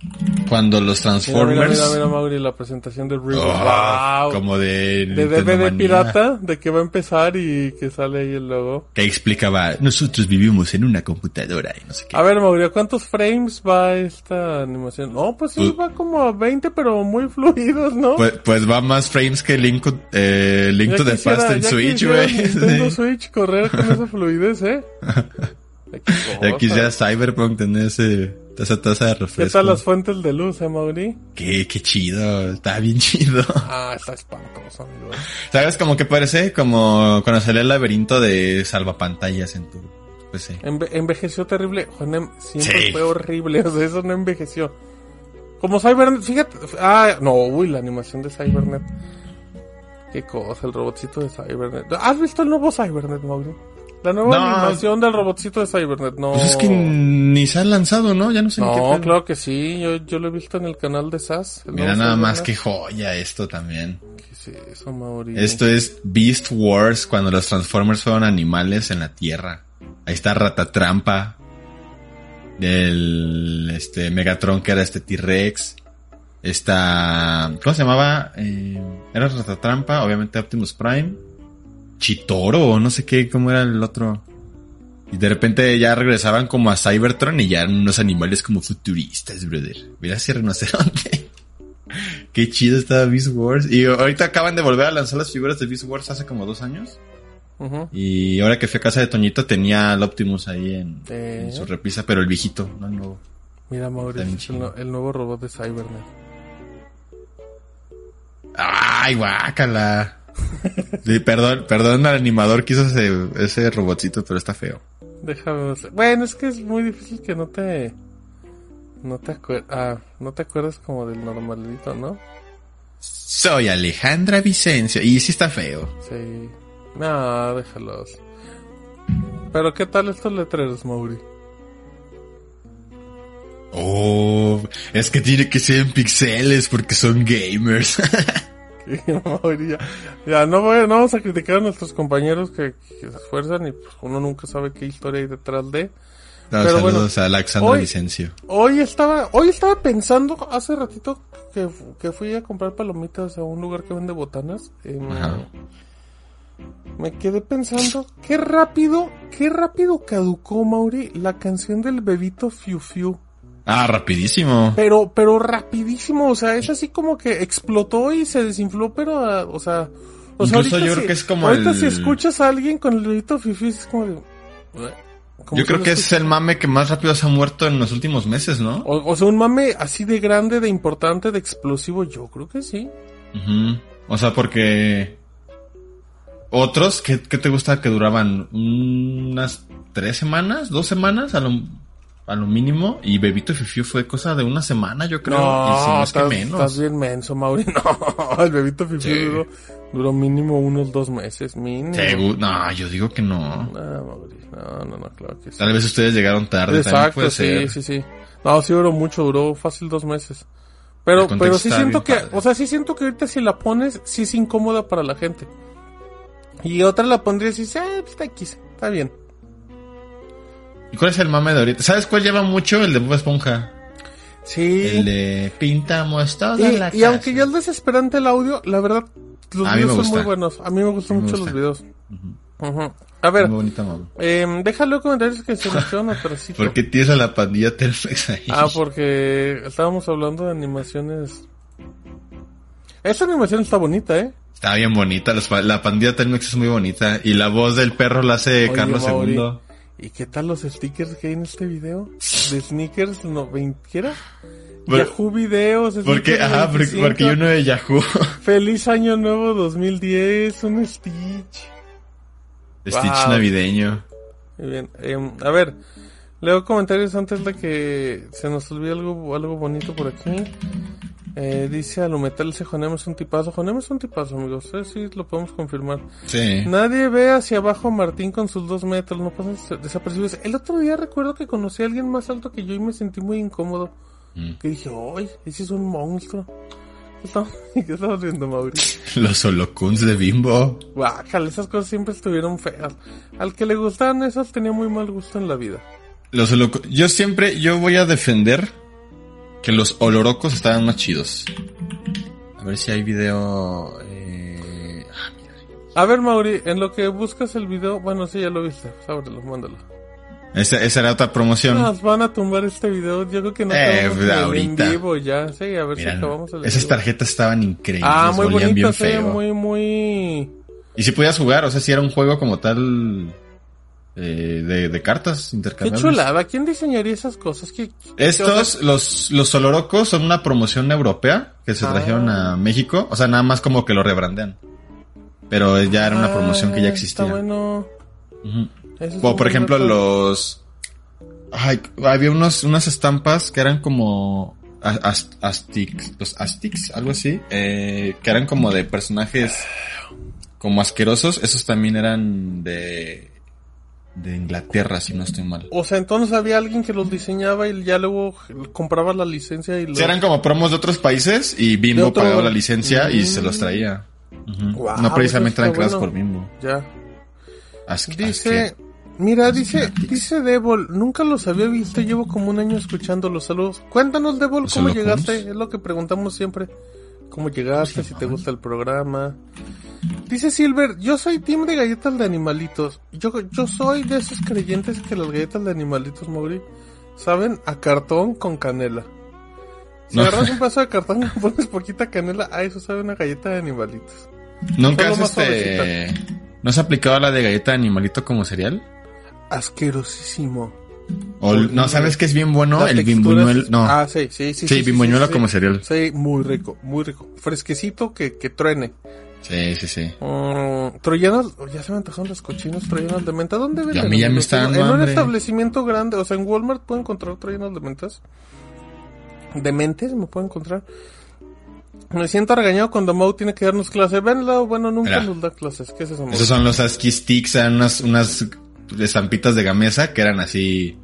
Speaker 7: Cuando los
Speaker 5: Mira, mira,
Speaker 7: Transformers.
Speaker 5: mira, mira, Mauri, la presentación de Reboot.
Speaker 7: Oh,
Speaker 5: Wow.
Speaker 7: Como de.
Speaker 5: De
Speaker 7: Nintendo
Speaker 5: DVD
Speaker 7: Manía,
Speaker 5: pirata, de que va a empezar y que sale ahí el logo.
Speaker 7: Que explicaba, nosotros vivimos en una computadora y no sé qué.
Speaker 5: A ver, Mauricio, ¿cuántos frames va esta animación? No, pues sí,
Speaker 7: Pues-
Speaker 5: va como a 20, pero muy fluidos, ¿no?
Speaker 7: Pues, pues va más frames que Link, eh, Link
Speaker 5: Ya
Speaker 7: to the
Speaker 5: quisiera-
Speaker 7: Past en
Speaker 5: ya
Speaker 7: Switch,
Speaker 5: quisiera
Speaker 7: güey.
Speaker 5: Nintendo
Speaker 7: Sí.
Speaker 5: Switch correr con esa fluidez, ¿eh? Qué cosa.
Speaker 7: Ya quisiera Cyberpunk tener ese, esa taza de
Speaker 5: ¿Qué
Speaker 7: refresco.
Speaker 5: tal las fuentes de luz, eh, Mauri?
Speaker 7: Qué, qué chido, está bien chido.
Speaker 5: Ah, está espantoso, amigo.
Speaker 7: ¿Sabes como que parece? Como cuando sale el laberinto de salvapantallas en tu PC.
Speaker 5: Enve- envejeció terrible. Juanem siempre
Speaker 7: Sí.
Speaker 5: fue horrible. O sea, eso no envejeció. Como Cybernet, fíjate. Ah, no, uy, la animación de Cybernet. Qué cosa, el robotcito de Cybernet. ¿Has visto el nuevo Cybernet, Mauri? La nueva
Speaker 7: No.
Speaker 5: animación del robotcito de Cybernet, no.
Speaker 7: Pues es que ni se ha lanzado, ¿no? Ya no sé en qué
Speaker 5: No,
Speaker 7: pedo.
Speaker 5: claro que sí. Yo, yo lo he visto en el canal de SAS. el
Speaker 7: Mira
Speaker 5: nuevo
Speaker 7: nada más que
Speaker 5: Cybernet.
Speaker 7: joya esto también.
Speaker 5: ¿Qué es eso, Mauri?
Speaker 7: Esto es Beast Wars cuando los Transformers fueron animales en la Tierra. Ahí está Ratatrampa. Del este Megatron que era este T-Rex. Está. ¿Cómo se llamaba? Eh, era Ratatrampa, obviamente Optimus Prime. Chitoro, o no sé qué, cómo era el otro. Y de repente ya regresaban como a Cybertron y ya eran unos animales como futuristas, brother. Mira ese rinoceronte. Qué chido estaba Beast Wars. Y ahorita acaban de volver a lanzar las figuras de Beast Wars hace como dos años.
Speaker 5: Ujú.
Speaker 7: Y ahora que fui a casa de Toñito tenía al Optimus ahí en,
Speaker 5: Eh.
Speaker 7: en su repisa, pero el viejito, no el nuevo.
Speaker 5: Mira, Mauri,
Speaker 7: Está bien
Speaker 5: es el, no- el nuevo robot de Cybernet.
Speaker 7: ¡Ay, guácala! Sí, perdón, perdón al animador que hizo ese, ese robotcito, pero está feo.
Speaker 5: Déjame ver. Bueno, es que es muy difícil que no te. No te acuerdas. Ah, no te acuerdas como del normalito, ¿no?
Speaker 7: Soy Alejandra Vicencio. Y sí está feo.
Speaker 5: Sí. No, déjalos. Pero, ¿qué tal estos letreros, Mauri?
Speaker 7: Oh, es que tiene que ser en pixeles porque son gamers.
Speaker 5: Que, Mauri, ya, ya, no, voy- no vamos a criticar a nuestros compañeros que, que se esfuerzan y pues, uno nunca sabe qué historia hay detrás de.
Speaker 7: No,
Speaker 5: Pero bueno,
Speaker 7: saludos a Alexandra
Speaker 5: hoy-
Speaker 7: Vicencio.
Speaker 5: Hoy estaba, hoy estaba pensando hace ratito que, que fui a comprar palomitas a un lugar que vende botanas. em,
Speaker 7: Ajá.
Speaker 5: Me quedé pensando, qué rápido, qué rápido caducó, Mauri, la canción del bebito Fiu Fiu.
Speaker 7: Ah, rapidísimo.
Speaker 5: Pero, pero rapidísimo, o sea, es así como que explotó y se desinfló, pero, ah, o sea... O sea,
Speaker 7: Incluso
Speaker 5: ahorita
Speaker 7: yo creo
Speaker 5: si-
Speaker 7: que es como
Speaker 5: Ahorita
Speaker 7: el-
Speaker 5: si escuchas a alguien con el bebito Fiu Fiu, es como de... ¿cómo
Speaker 7: Yo
Speaker 5: se
Speaker 7: creo
Speaker 5: lo escucha?
Speaker 7: que es el mame que más rápido se ha muerto en los últimos meses, ¿no?
Speaker 5: O, o sea, un mame así de grande, de importante, de explosivo, yo creo que sí.
Speaker 7: Ujú. O sea, porque otros que, te gusta que duraban unas tres semanas, dos semanas a lo, a lo mínimo, y Bebito y Fifiu fue cosa de una semana, yo creo, y si no es que
Speaker 5: estás,
Speaker 7: menos.
Speaker 5: estás bien menso, Mauri. No, el bebito Fifi
Speaker 7: Sí.
Speaker 5: duró Duró mínimo unos dos meses, mínimo.
Speaker 7: Segu- no, yo digo que no.
Speaker 5: No, Mauri, Ah, no, no, no, claro que sí.
Speaker 7: Tal vez ustedes llegaron tarde. también
Speaker 5: Exacto,
Speaker 7: puede
Speaker 5: sí,
Speaker 7: ser.
Speaker 5: sí, sí. No, sí duró mucho, duró fácil dos meses. Pero,
Speaker 7: El contexto
Speaker 5: pero sí
Speaker 7: está
Speaker 5: siento
Speaker 7: bien
Speaker 5: que,
Speaker 7: padre.
Speaker 5: o sea, sí siento que ahorita si la pones, sí es incómoda para la gente. Y otra la pondría así, ah, pues, está X, está bien.
Speaker 7: ¿Y cuál es el mame de ahorita? ¿Sabes cuál lleva mucho? El de Bob Esponja.
Speaker 5: Sí.
Speaker 7: El de pintamos toda
Speaker 5: Y,
Speaker 7: la
Speaker 5: y
Speaker 7: casa.
Speaker 5: aunque ya es desesperante el audio, la verdad, los
Speaker 7: A mí me
Speaker 5: videos son
Speaker 7: gusta.
Speaker 5: muy buenos. A mí me gustan
Speaker 7: A mí me
Speaker 5: mucho
Speaker 7: gusta.
Speaker 5: los videos. Ujú. A ver,
Speaker 7: Muy bonita mame.
Speaker 5: eh, déjalo en comentarios que se emociona, atrasito.
Speaker 7: ¿Por qué tienes a la pandilla Telmex ahí?
Speaker 5: Ah, porque estábamos hablando de animaciones. Esa animación está bonita, ¿eh?
Speaker 7: Está bien bonita. los pa- la pandilla Telmex es muy bonita. Y la voz del perro la hace
Speaker 5: Oye,
Speaker 7: Carlos
Speaker 5: Mauri.
Speaker 7: II.
Speaker 5: ¿Y qué tal los stickers que hay en este video? De sneakers no, 20, ¿qué era?
Speaker 7: Pero-
Speaker 5: Yahoo Videos.
Speaker 7: Porque,
Speaker 5: sneakers
Speaker 7: ajá, porque,
Speaker 5: 25.
Speaker 7: porque yo no de Yahoo.
Speaker 5: Feliz Año Nuevo 2010, un Stitch.
Speaker 7: Stitch navideño.
Speaker 5: Muy bien. em, a ver, leo comentarios antes de que se nos olvide algo, algo bonito por aquí. Eh, dice Alumetal, dice Jonema es un tipazo. Jonema es un tipazo, amigos. eh, sí, lo podemos confirmar.
Speaker 7: Sí.
Speaker 5: Nadie ve hacia abajo a Martín con sus dos metros, no pasan des- desapercibidos. El otro día recuerdo que conocí a alguien más alto que yo y me sentí muy incómodo.
Speaker 7: Mm.
Speaker 5: Que dije, ¡ay! Ese es un monstruo. ¿Qué estamos, qué estamos viendo, Mauri?
Speaker 7: Los holocuns de Bimbo.
Speaker 5: Guácala, esas cosas siempre estuvieron feas. Al que le gustaban esas tenía muy mal gusto en la vida.
Speaker 7: Los holocu- Yo siempre, yo voy a defender que los olorocos estaban más chidos. A ver si hay video. eh, ah,
Speaker 5: A ver, Mauri, en lo que buscas el video, bueno, sí, ya lo viste. Pues ábrelo, mándalo.
Speaker 7: Esa, esa era otra promoción.
Speaker 5: Nos van a tumbar este video. Yo creo que no
Speaker 7: Eh,
Speaker 5: acabamos ni- ni
Speaker 7: ahorita.
Speaker 5: en vivo ya. Sí, a ver
Speaker 7: Mira,
Speaker 5: si acabamos el
Speaker 7: esas
Speaker 5: vivo.
Speaker 7: tarjetas estaban increíbles.
Speaker 5: Ah, muy
Speaker 7: olían bien
Speaker 5: bonitas, eh,
Speaker 7: feo.
Speaker 5: muy, muy.
Speaker 7: Y si podías jugar, o sea, si era un juego como tal eh, de, de cartas
Speaker 5: Qué
Speaker 7: intercambiables.
Speaker 5: chulada, ¿quién diseñaría esas cosas? ¿Qué- qué-
Speaker 7: Estos, los, los olorocos son una promoción europea que se
Speaker 5: Ah.
Speaker 7: trajeron a México. O sea, nada más como que lo rebrandean. Pero ya era una promoción que ya
Speaker 5: Ah,
Speaker 7: existía.
Speaker 5: Está bueno.
Speaker 7: Ujú.
Speaker 5: Eso es
Speaker 7: Como
Speaker 5: un
Speaker 7: por
Speaker 5: buen
Speaker 7: ejemplo
Speaker 5: dato.
Speaker 7: los... Ay, había unos, unas estampas que eran como... a- as- Astics, los Astics, algo así, eh, que eran como de personajes como asquerosos, esos también eran de, de Inglaterra, si no estoy mal.
Speaker 5: O sea, entonces había alguien que los diseñaba y ya luego compraba la licencia y los...
Speaker 7: Sí, eran como promos de otros países y
Speaker 5: De
Speaker 7: Bimbo
Speaker 5: otro-
Speaker 7: pagaba la licencia y
Speaker 5: Mm.
Speaker 7: se los traía. Ujú.
Speaker 5: Guau,
Speaker 7: no
Speaker 5: eso
Speaker 7: precisamente eran
Speaker 5: está
Speaker 7: creadas
Speaker 5: bueno.
Speaker 7: por Bimbo.
Speaker 5: Ya.
Speaker 7: As-
Speaker 5: Dice...
Speaker 7: asque-
Speaker 5: Mira, dice, dice Devol, nunca los había visto, llevo como un año escuchando los saludos. Cuéntanos, Devol,
Speaker 7: ¿Los
Speaker 5: cómo
Speaker 7: saludos?
Speaker 5: llegaste, es lo que preguntamos siempre. ¿Cómo llegaste? Si te gusta el programa. Dice Silver, yo soy team de galletas de animalitos. Yo, yo soy de esos creyentes que las galletas de animalitos, Mauri, saben a cartón con canela. Si
Speaker 7: No.
Speaker 5: agarras un pedazo de cartón y le pones poquita canela, a eso sabe una galleta de animalitos.
Speaker 7: ¿Nunca has
Speaker 5: Solo más
Speaker 7: este... ¿No has aplicado la de galleta de animalito como cereal?
Speaker 5: Asquerosísimo.
Speaker 7: O el- no, ¿sabes qué es bien bueno?
Speaker 5: La
Speaker 7: el
Speaker 5: textura
Speaker 7: bimbuñuelo.
Speaker 5: es-
Speaker 7: No.
Speaker 5: Ah, sí, sí, sí.
Speaker 7: sí, bimbuñuelo como cereal.
Speaker 5: Sí, muy rico, muy rico. Fresquecito que, que truene.
Speaker 7: Sí, sí, sí.
Speaker 5: Mm, troyanos, oh, ya se me antojaron los cochinos troyanos de menta. ¿Dónde venden?
Speaker 7: mí ya me
Speaker 5: amigos?
Speaker 7: está dando
Speaker 5: En un
Speaker 7: hambre.
Speaker 5: establecimiento grande, o sea, en Walmart puedo encontrar troyanos de mentas. De mentes me puedo encontrar. Me siento regañado cuando Mau tiene que darnos clase. Ven, Lau, bueno, nunca
Speaker 7: Mira.
Speaker 5: nos da clases. ¿Qué es eso, Mau?
Speaker 7: Esos son los ASCII sticks, eran unas, unas estampitas de gamesa que eran así.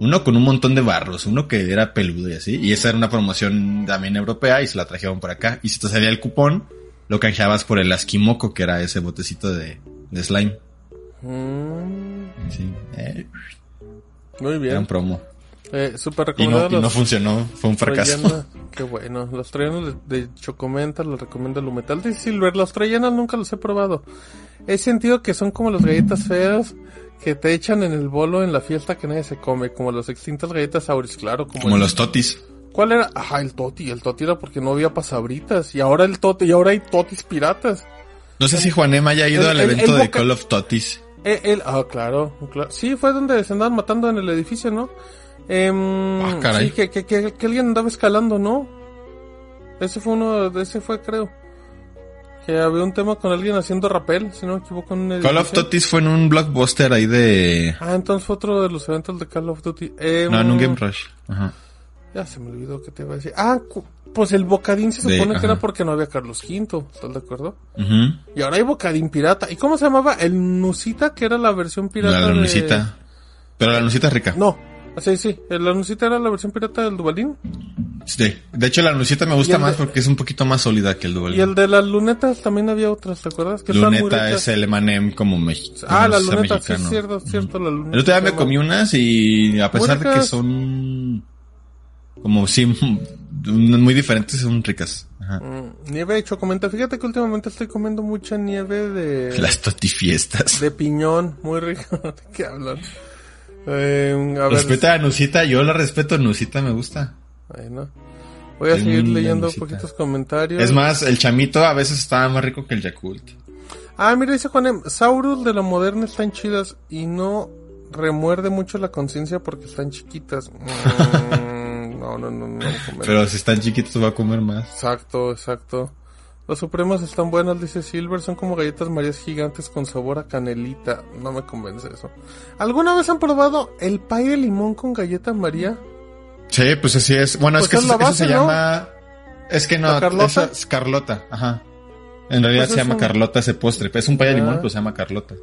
Speaker 7: Uno con un montón de barros, uno que era peludo y así. Y esa era una promoción también europea y se la trajeron por acá. Y si te salía el cupón, lo canjeabas por el asquimoco, que era ese botecito de, de slime.
Speaker 5: Mm,
Speaker 7: Sí. Eh,
Speaker 5: muy
Speaker 7: era un
Speaker 5: bien.
Speaker 7: promo.
Speaker 5: Eh, Súper
Speaker 7: Y no,
Speaker 5: recomendado.
Speaker 7: y no
Speaker 5: los-
Speaker 7: funcionó, fue un fracaso.
Speaker 5: Troyanas, qué bueno. Los troyanos de, de Chocomenta los recomienda Lumetal de Silver. Los troyanos nunca los he probado. He sentido que son como las galletas feas que te echan en el bolo en la fiesta que nadie se come, como las extintas galletas Auris, claro. Como,
Speaker 7: Como
Speaker 5: el-
Speaker 7: los totis.
Speaker 5: ¿Cuál era? Ajá, el toti. El toti era porque no había pasabritas. Y ahora el toti, y ahora hay totis piratas.
Speaker 7: No sé si Juanema haya ido
Speaker 5: El-
Speaker 7: al
Speaker 5: el- el
Speaker 7: evento de
Speaker 5: boca-
Speaker 7: Call of Totis.
Speaker 5: Eh, El, ah, claro, claro. Sí, fue donde se andaban matando en el edificio, ¿no? Em,
Speaker 7: Ah, caray.
Speaker 5: Sí, que, que, que, que alguien andaba escalando, ¿no? Ese fue uno, de- ese fue, creo. Que había un tema con alguien haciendo rappel, si no me equivoco, en un edificio.
Speaker 7: Call of Totis fue en un blockbuster ahí de...
Speaker 5: Ah, entonces fue otro de los eventos de Call of Duty. Em,
Speaker 7: No, en un Game Rush. Ajá.
Speaker 5: Ya se me olvidó que te iba a decir. Ah, cu- Pues el bocadín se
Speaker 7: De-
Speaker 5: supone que era
Speaker 7: ajá.
Speaker 5: porque no había Carlos V, ¿estás de acuerdo?
Speaker 7: Ujú.
Speaker 5: Y ahora hay bocadín pirata. ¿Y cómo se llamaba? El Nusita, que era la versión pirata.
Speaker 7: La
Speaker 5: de-
Speaker 7: nucita. Pero la nucita es rica.
Speaker 5: No, sí, sí. La Nusita era la versión pirata del Dubalín.
Speaker 7: Sí. De hecho, la nucita me
Speaker 5: ¿Y
Speaker 7: gusta
Speaker 5: el de-
Speaker 7: más porque es un poquito más sólida que el dual.
Speaker 5: Y el de las lunetas también había otras, ¿te acuerdas? Que estaban muy
Speaker 7: Luneta
Speaker 5: ricas.
Speaker 7: es el Emanem como mexicano.
Speaker 5: Ah, las lunetas, sí, es cierto, es cierto, las lunetas.
Speaker 7: El otro día me comí unas y a pesar de que
Speaker 5: ricas.
Speaker 7: son como sí muy diferentes, son ricas. Ajá.
Speaker 5: Mm, Nieve de chocomenta. Fíjate que últimamente estoy comiendo mucha nieve de...
Speaker 7: Las totifiestas.
Speaker 5: De piñón, muy rico. ¿De qué hablan? Eh, a ver.
Speaker 7: Respeta a Nusita, yo la respeto, Nusita me gusta.
Speaker 5: Bueno. Voy a
Speaker 7: Qué
Speaker 5: seguir
Speaker 7: linda
Speaker 5: leyendo
Speaker 7: musita.
Speaker 5: poquitos comentarios.
Speaker 7: Es más, el chamito a veces estaba más rico que el Yakult.
Speaker 5: Ah, mira, dice Juanem, Saurus de la moderna están chidas y no remuerde mucho la conciencia porque están chiquitas. Mm, no, no, no, no. comer.
Speaker 7: Pero si están chiquitos va a comer más.
Speaker 5: Exacto, exacto. Los supremos están buenos, dice Silver. Son como galletas marías gigantes con sabor a canelita. No me convence eso. ¿Alguna vez han probado el pay de limón con galleta maría?
Speaker 7: Sí, pues así es. Bueno,
Speaker 5: Pues
Speaker 7: es que
Speaker 5: es
Speaker 7: eso,
Speaker 5: la
Speaker 7: eso
Speaker 5: base,
Speaker 7: se
Speaker 5: ¿no?
Speaker 7: llama... Es que no,
Speaker 5: ¿La Carlota?
Speaker 7: esa es Carlota, ajá. En realidad
Speaker 5: Pues
Speaker 7: se
Speaker 5: es
Speaker 7: llama
Speaker 5: un-
Speaker 7: Carlota ese postre. Es un pay de limón,
Speaker 5: Ah.
Speaker 7: pero se llama Carlota.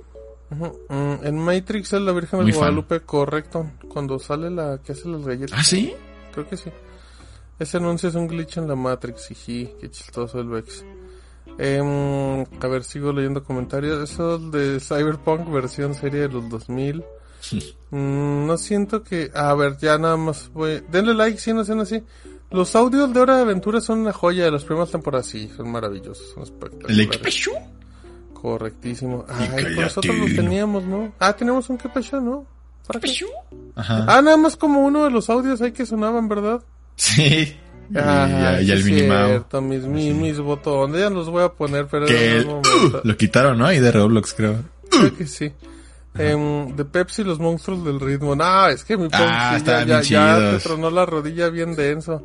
Speaker 5: Ujú, mm, En Matrix es la Virgen de
Speaker 7: Muy fan.
Speaker 5: Guadalupe, correcto. Cuando sale la que hace las galletas.
Speaker 7: ¿Ah, sí?
Speaker 5: Creo que sí. Ese anuncio es un glitch en la Matrix, jiji. Qué chistoso el Vex. Em, a ver, sigo leyendo comentarios. Eso es de Cyberpunk versión serie de los 2000. Mm, no siento que... A ver, ya nada más voy... Denle like si no sean así. Los audios de Hora de Aventura son una joya de las primeras temporadas. Sí, son maravillosos, son espectaculares.
Speaker 7: El equipacho.
Speaker 5: Correctísimo.
Speaker 7: Y
Speaker 5: Ay, con nosotros
Speaker 7: cállate.
Speaker 5: lo teníamos, ¿no? Ah, teníamos un quepecho, ¿no? ¿Para qué?
Speaker 7: Ajá.
Speaker 5: Ah, nada más como uno de los audios ahí que sonaban, ¿verdad?
Speaker 7: Sí. Y-
Speaker 5: Ah,
Speaker 7: y,
Speaker 5: sí
Speaker 7: el
Speaker 5: es
Speaker 7: minimao.
Speaker 5: cierto, mis, mi- mis botones, ya los voy a poner, pero
Speaker 7: Que
Speaker 5: en
Speaker 7: el-
Speaker 5: un momento.
Speaker 7: lo quitaron, ¿no? Y de Roblox, creo.
Speaker 5: Creo que sí. Em, de Pepsi, los monstruos del ritmo. No, es que mi Pepsi
Speaker 7: Ah,
Speaker 5: ya,
Speaker 7: estaban
Speaker 5: ya,
Speaker 7: bien
Speaker 5: ya te
Speaker 7: chidos.
Speaker 5: tronó la rodilla bien denso.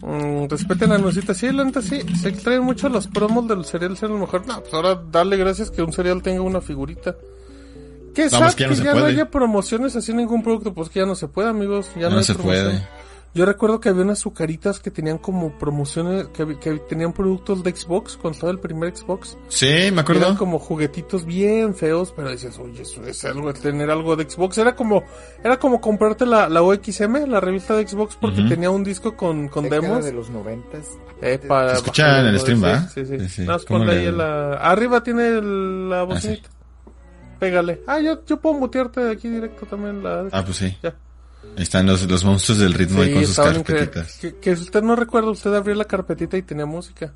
Speaker 5: Mm, respeten a Nusita. Sí, la neta sí. Se traen mucho los promos del cereal ser lo mejor. No, pues ahora dale gracias que un cereal tenga una figurita. Qué
Speaker 7: Vamos,
Speaker 5: sad
Speaker 7: que
Speaker 5: que ya,
Speaker 7: ya no
Speaker 5: no,
Speaker 7: se puede.
Speaker 5: haya promociones así en ningún producto. Pues que ya no se puede, amigos. Ya no,
Speaker 7: No
Speaker 5: hay
Speaker 7: se
Speaker 5: promoción.
Speaker 7: puede.
Speaker 5: Yo recuerdo que había unas azucaritas que tenían como promociones, que, que tenían productos de Xbox, cuando estaba el primer Xbox.
Speaker 7: Sí, me
Speaker 5: Eran
Speaker 7: acuerdo.
Speaker 5: como juguetitos bien feos, pero dices, oye, eso es algo, tener algo de Xbox. Era como, era como comprarte la, la OXM, la revista de Xbox, porque
Speaker 7: Ujú.
Speaker 5: tenía un disco con, con
Speaker 8: Década
Speaker 5: demos.
Speaker 8: de los noventas.
Speaker 5: Eh, para
Speaker 7: Se escucha en el
Speaker 5: bajarlo,
Speaker 7: stream,
Speaker 5: sí,
Speaker 7: ¿va?
Speaker 5: Sí, sí.
Speaker 7: Sí, sí.
Speaker 5: Nada más
Speaker 7: ¿Cómo
Speaker 5: ponle
Speaker 7: le- Ah,
Speaker 5: ahí la- Arriba tiene el- la bocinita. Pégale. Ah, yo, yo puedo mutearte de aquí directo también la...
Speaker 7: Ah, pues sí.
Speaker 5: Ya.
Speaker 7: Ahí están los, los monstruos del ritmo ahí con sus
Speaker 5: estaban increíbles.
Speaker 7: carpetitas.
Speaker 5: Que, que si usted no recuerda, usted abría la carpetita y tenía música.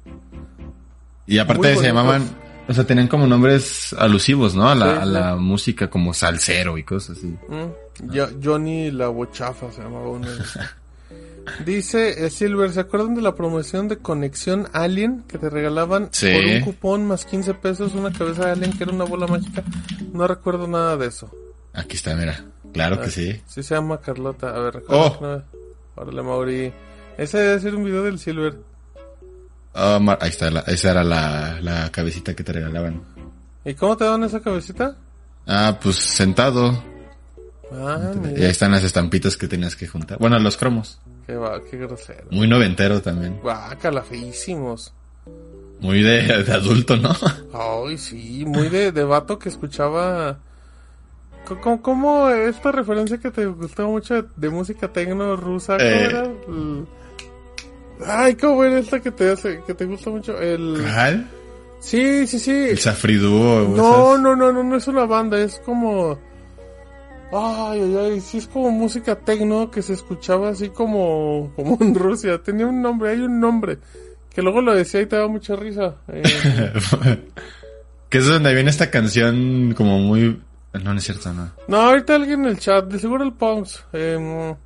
Speaker 7: Y aparte
Speaker 5: Muy
Speaker 7: se
Speaker 5: bonitos.
Speaker 7: llamaban... O sea, tenían como nombres alusivos, ¿no? A la,
Speaker 5: Sí,
Speaker 7: a
Speaker 5: sí.
Speaker 7: la música como salsero y cosas así.
Speaker 5: Mm, Yo- Johnny la Bochafa se llamaba uno. de esos. Dice eh, Silver, ¿se acuerdan de la promoción de Conexión Alien que te regalaban
Speaker 7: Sí.
Speaker 5: por un cupón más 15 pesos una cabeza de alien que era una bola mágica? No recuerdo nada de eso. Ah,
Speaker 7: Aquí está, mira. Claro que sí.
Speaker 5: Sí se llama Carlota. A ver, recuerda
Speaker 7: Oh.
Speaker 5: que no- Órale, Mauri. Ese debe ser un video del Silver.
Speaker 7: Ah, Mar- ahí está, la- esa era la, la cabecita que te regalaban.
Speaker 5: ¿Y cómo te dan esa cabecita?
Speaker 7: Ah, pues sentado.
Speaker 5: Ah,
Speaker 7: Y ahí
Speaker 5: mira.
Speaker 7: están las estampitas que tenías que juntar. Bueno, los cromos.
Speaker 5: Qué, va, qué grosero.
Speaker 7: Muy noventero también.
Speaker 5: Guácala, feísimos.
Speaker 7: Muy de, de adulto, ¿no?
Speaker 5: Ay, sí, muy de, de vato que escuchaba. Co- co- ¿Cómo esta referencia que te gustó mucho de, de música tecno rusa? ¿Cómo
Speaker 7: Eh.
Speaker 5: era? El- Ay, ¿cómo era esta que te hace, que te gusta mucho? El...
Speaker 7: ¿Cuál?
Speaker 5: Sí, sí, sí.
Speaker 7: El Safridúo.
Speaker 5: No, no, no, no, no es una banda, es como... Ay, ay, ay, sí es como música tecno que se escuchaba así como, como en Rusia. Tenía un nombre, hay un nombre. Que luego lo decía y te daba mucha risa. Eh,
Speaker 7: que es donde viene esta canción como muy... No, no es cierto, no.
Speaker 5: No, ahorita alguien en el chat, de seguro el Punks. em,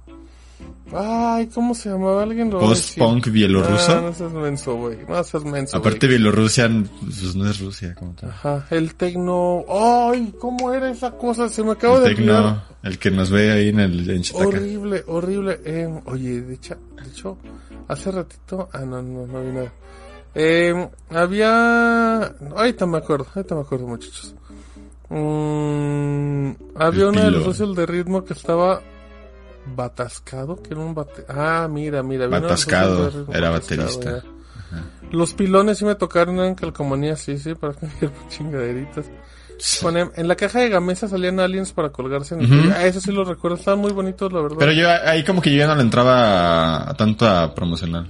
Speaker 5: ay, ¿cómo se llamaba alguien? lo va a decir.
Speaker 7: Post-punk
Speaker 5: Ah,
Speaker 7: bielorruso.
Speaker 5: no seas menso, güey. No seas menso.
Speaker 7: Aparte
Speaker 5: güey.
Speaker 7: Bielorrusia pues, no es Rusia como tal.
Speaker 5: Ajá, el tecno. Ay, ¿cómo era esa cosa? Se me acaba
Speaker 7: El
Speaker 5: de olvidar.
Speaker 7: tecno, el que nos ve ahí en el en Chitaca.
Speaker 5: Horrible, horrible. em, oye, de hecho, de hecho, hace ratito. Ah, no, no, no vi nada. Em, había. Ahorita me acuerdo, ahorita me acuerdo, muchachos. Mm, había
Speaker 7: El
Speaker 5: una de los
Speaker 7: pilón.
Speaker 5: socios de ritmo que estaba Batascado, que era un bate... Ah, mira, mira. vino
Speaker 7: Batascado,
Speaker 5: a resolver-
Speaker 7: era
Speaker 5: Batascado,
Speaker 7: baterista.
Speaker 5: ya. Los pilones sí me tocaron en calcomanías, sí, sí, para cambiar por chingaderitas. Con em- en la caja de Gamesa salían aliens para colgarse en el
Speaker 7: Ujú.
Speaker 5: cuello. Ah, eso sí lo recuerdo, estaban muy bonitos, la verdad.
Speaker 7: Pero yo ahí como que yo ya no le entraba a- a tanto a promocionar.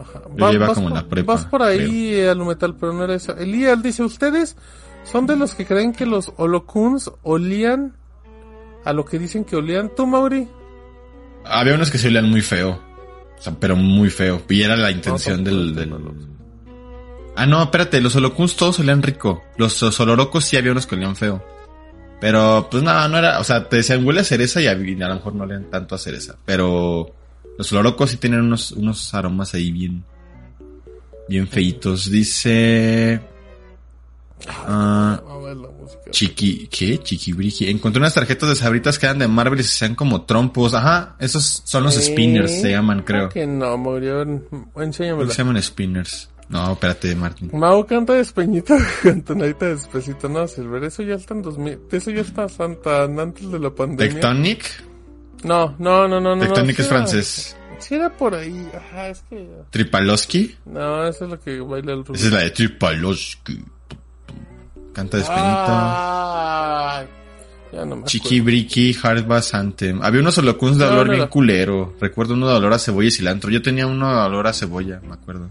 Speaker 5: Ajá.
Speaker 7: yo
Speaker 5: Va-
Speaker 7: lleva
Speaker 5: vas
Speaker 7: como en
Speaker 5: por-
Speaker 7: la prepa,
Speaker 5: Vas por ahí eh, a lo metal, pero no era eso. Elías dice, ustedes son de los que creen que los holocuns olían a lo que dicen que olían. Tú, Mauri,
Speaker 7: Había unos que se olían muy feo. O sea, pero muy feo. Y era la intención
Speaker 5: No,
Speaker 7: del,
Speaker 5: tampoco
Speaker 7: del-
Speaker 5: malos.
Speaker 7: Ah, no, espérate. Los holocuns todos olían rico. Los, los olorocos sí había unos que olían feo. Pero, pues nada, no era... O sea, te decían huele a cereza y a, y a lo mejor no olían tanto a cereza. Pero los olorocos sí tienen unos, unos aromas ahí bien... Bien feitos. Dice... Ah...
Speaker 5: a ver la música.
Speaker 7: Chiqui, ¿qué? Chiquibrigi. Encontré unas tarjetas de sabritas que eran de Marvel y se hacían como trompos. Ajá, esos son los
Speaker 5: ¿Eh?
Speaker 7: spinners, se llaman, creo.
Speaker 5: Ah, Que no, murió. Enséñamela.
Speaker 7: Creo que se llaman spinners. No, espérate, Martín.
Speaker 5: Mau canta despeñita con tonadita de despacito. No, Silver, eso ya está en 2000. Eso ya está tan, tan antes de la pandemia.
Speaker 7: Tectonic.
Speaker 5: No, no, no, no. no,
Speaker 7: Tectonic
Speaker 5: sí
Speaker 7: es
Speaker 5: era-
Speaker 7: francés.
Speaker 5: Sí era por ahí. Ajá, es que...
Speaker 7: Tripaloski.
Speaker 5: No, eso es lo que baila el rubio.
Speaker 7: Esa es la de Tripaloski. Canta despenita.
Speaker 5: Ah, ya no me
Speaker 7: Chiqui Briki, Hardbass Anthem. Había unos holocuns de
Speaker 5: No,
Speaker 7: olor
Speaker 5: no,
Speaker 7: bien
Speaker 5: no.
Speaker 7: culero. Recuerdo uno de olor a cebolla y cilantro. Yo tenía uno de olor a cebolla, me
Speaker 5: acuerdo.
Speaker 7: acuerdo.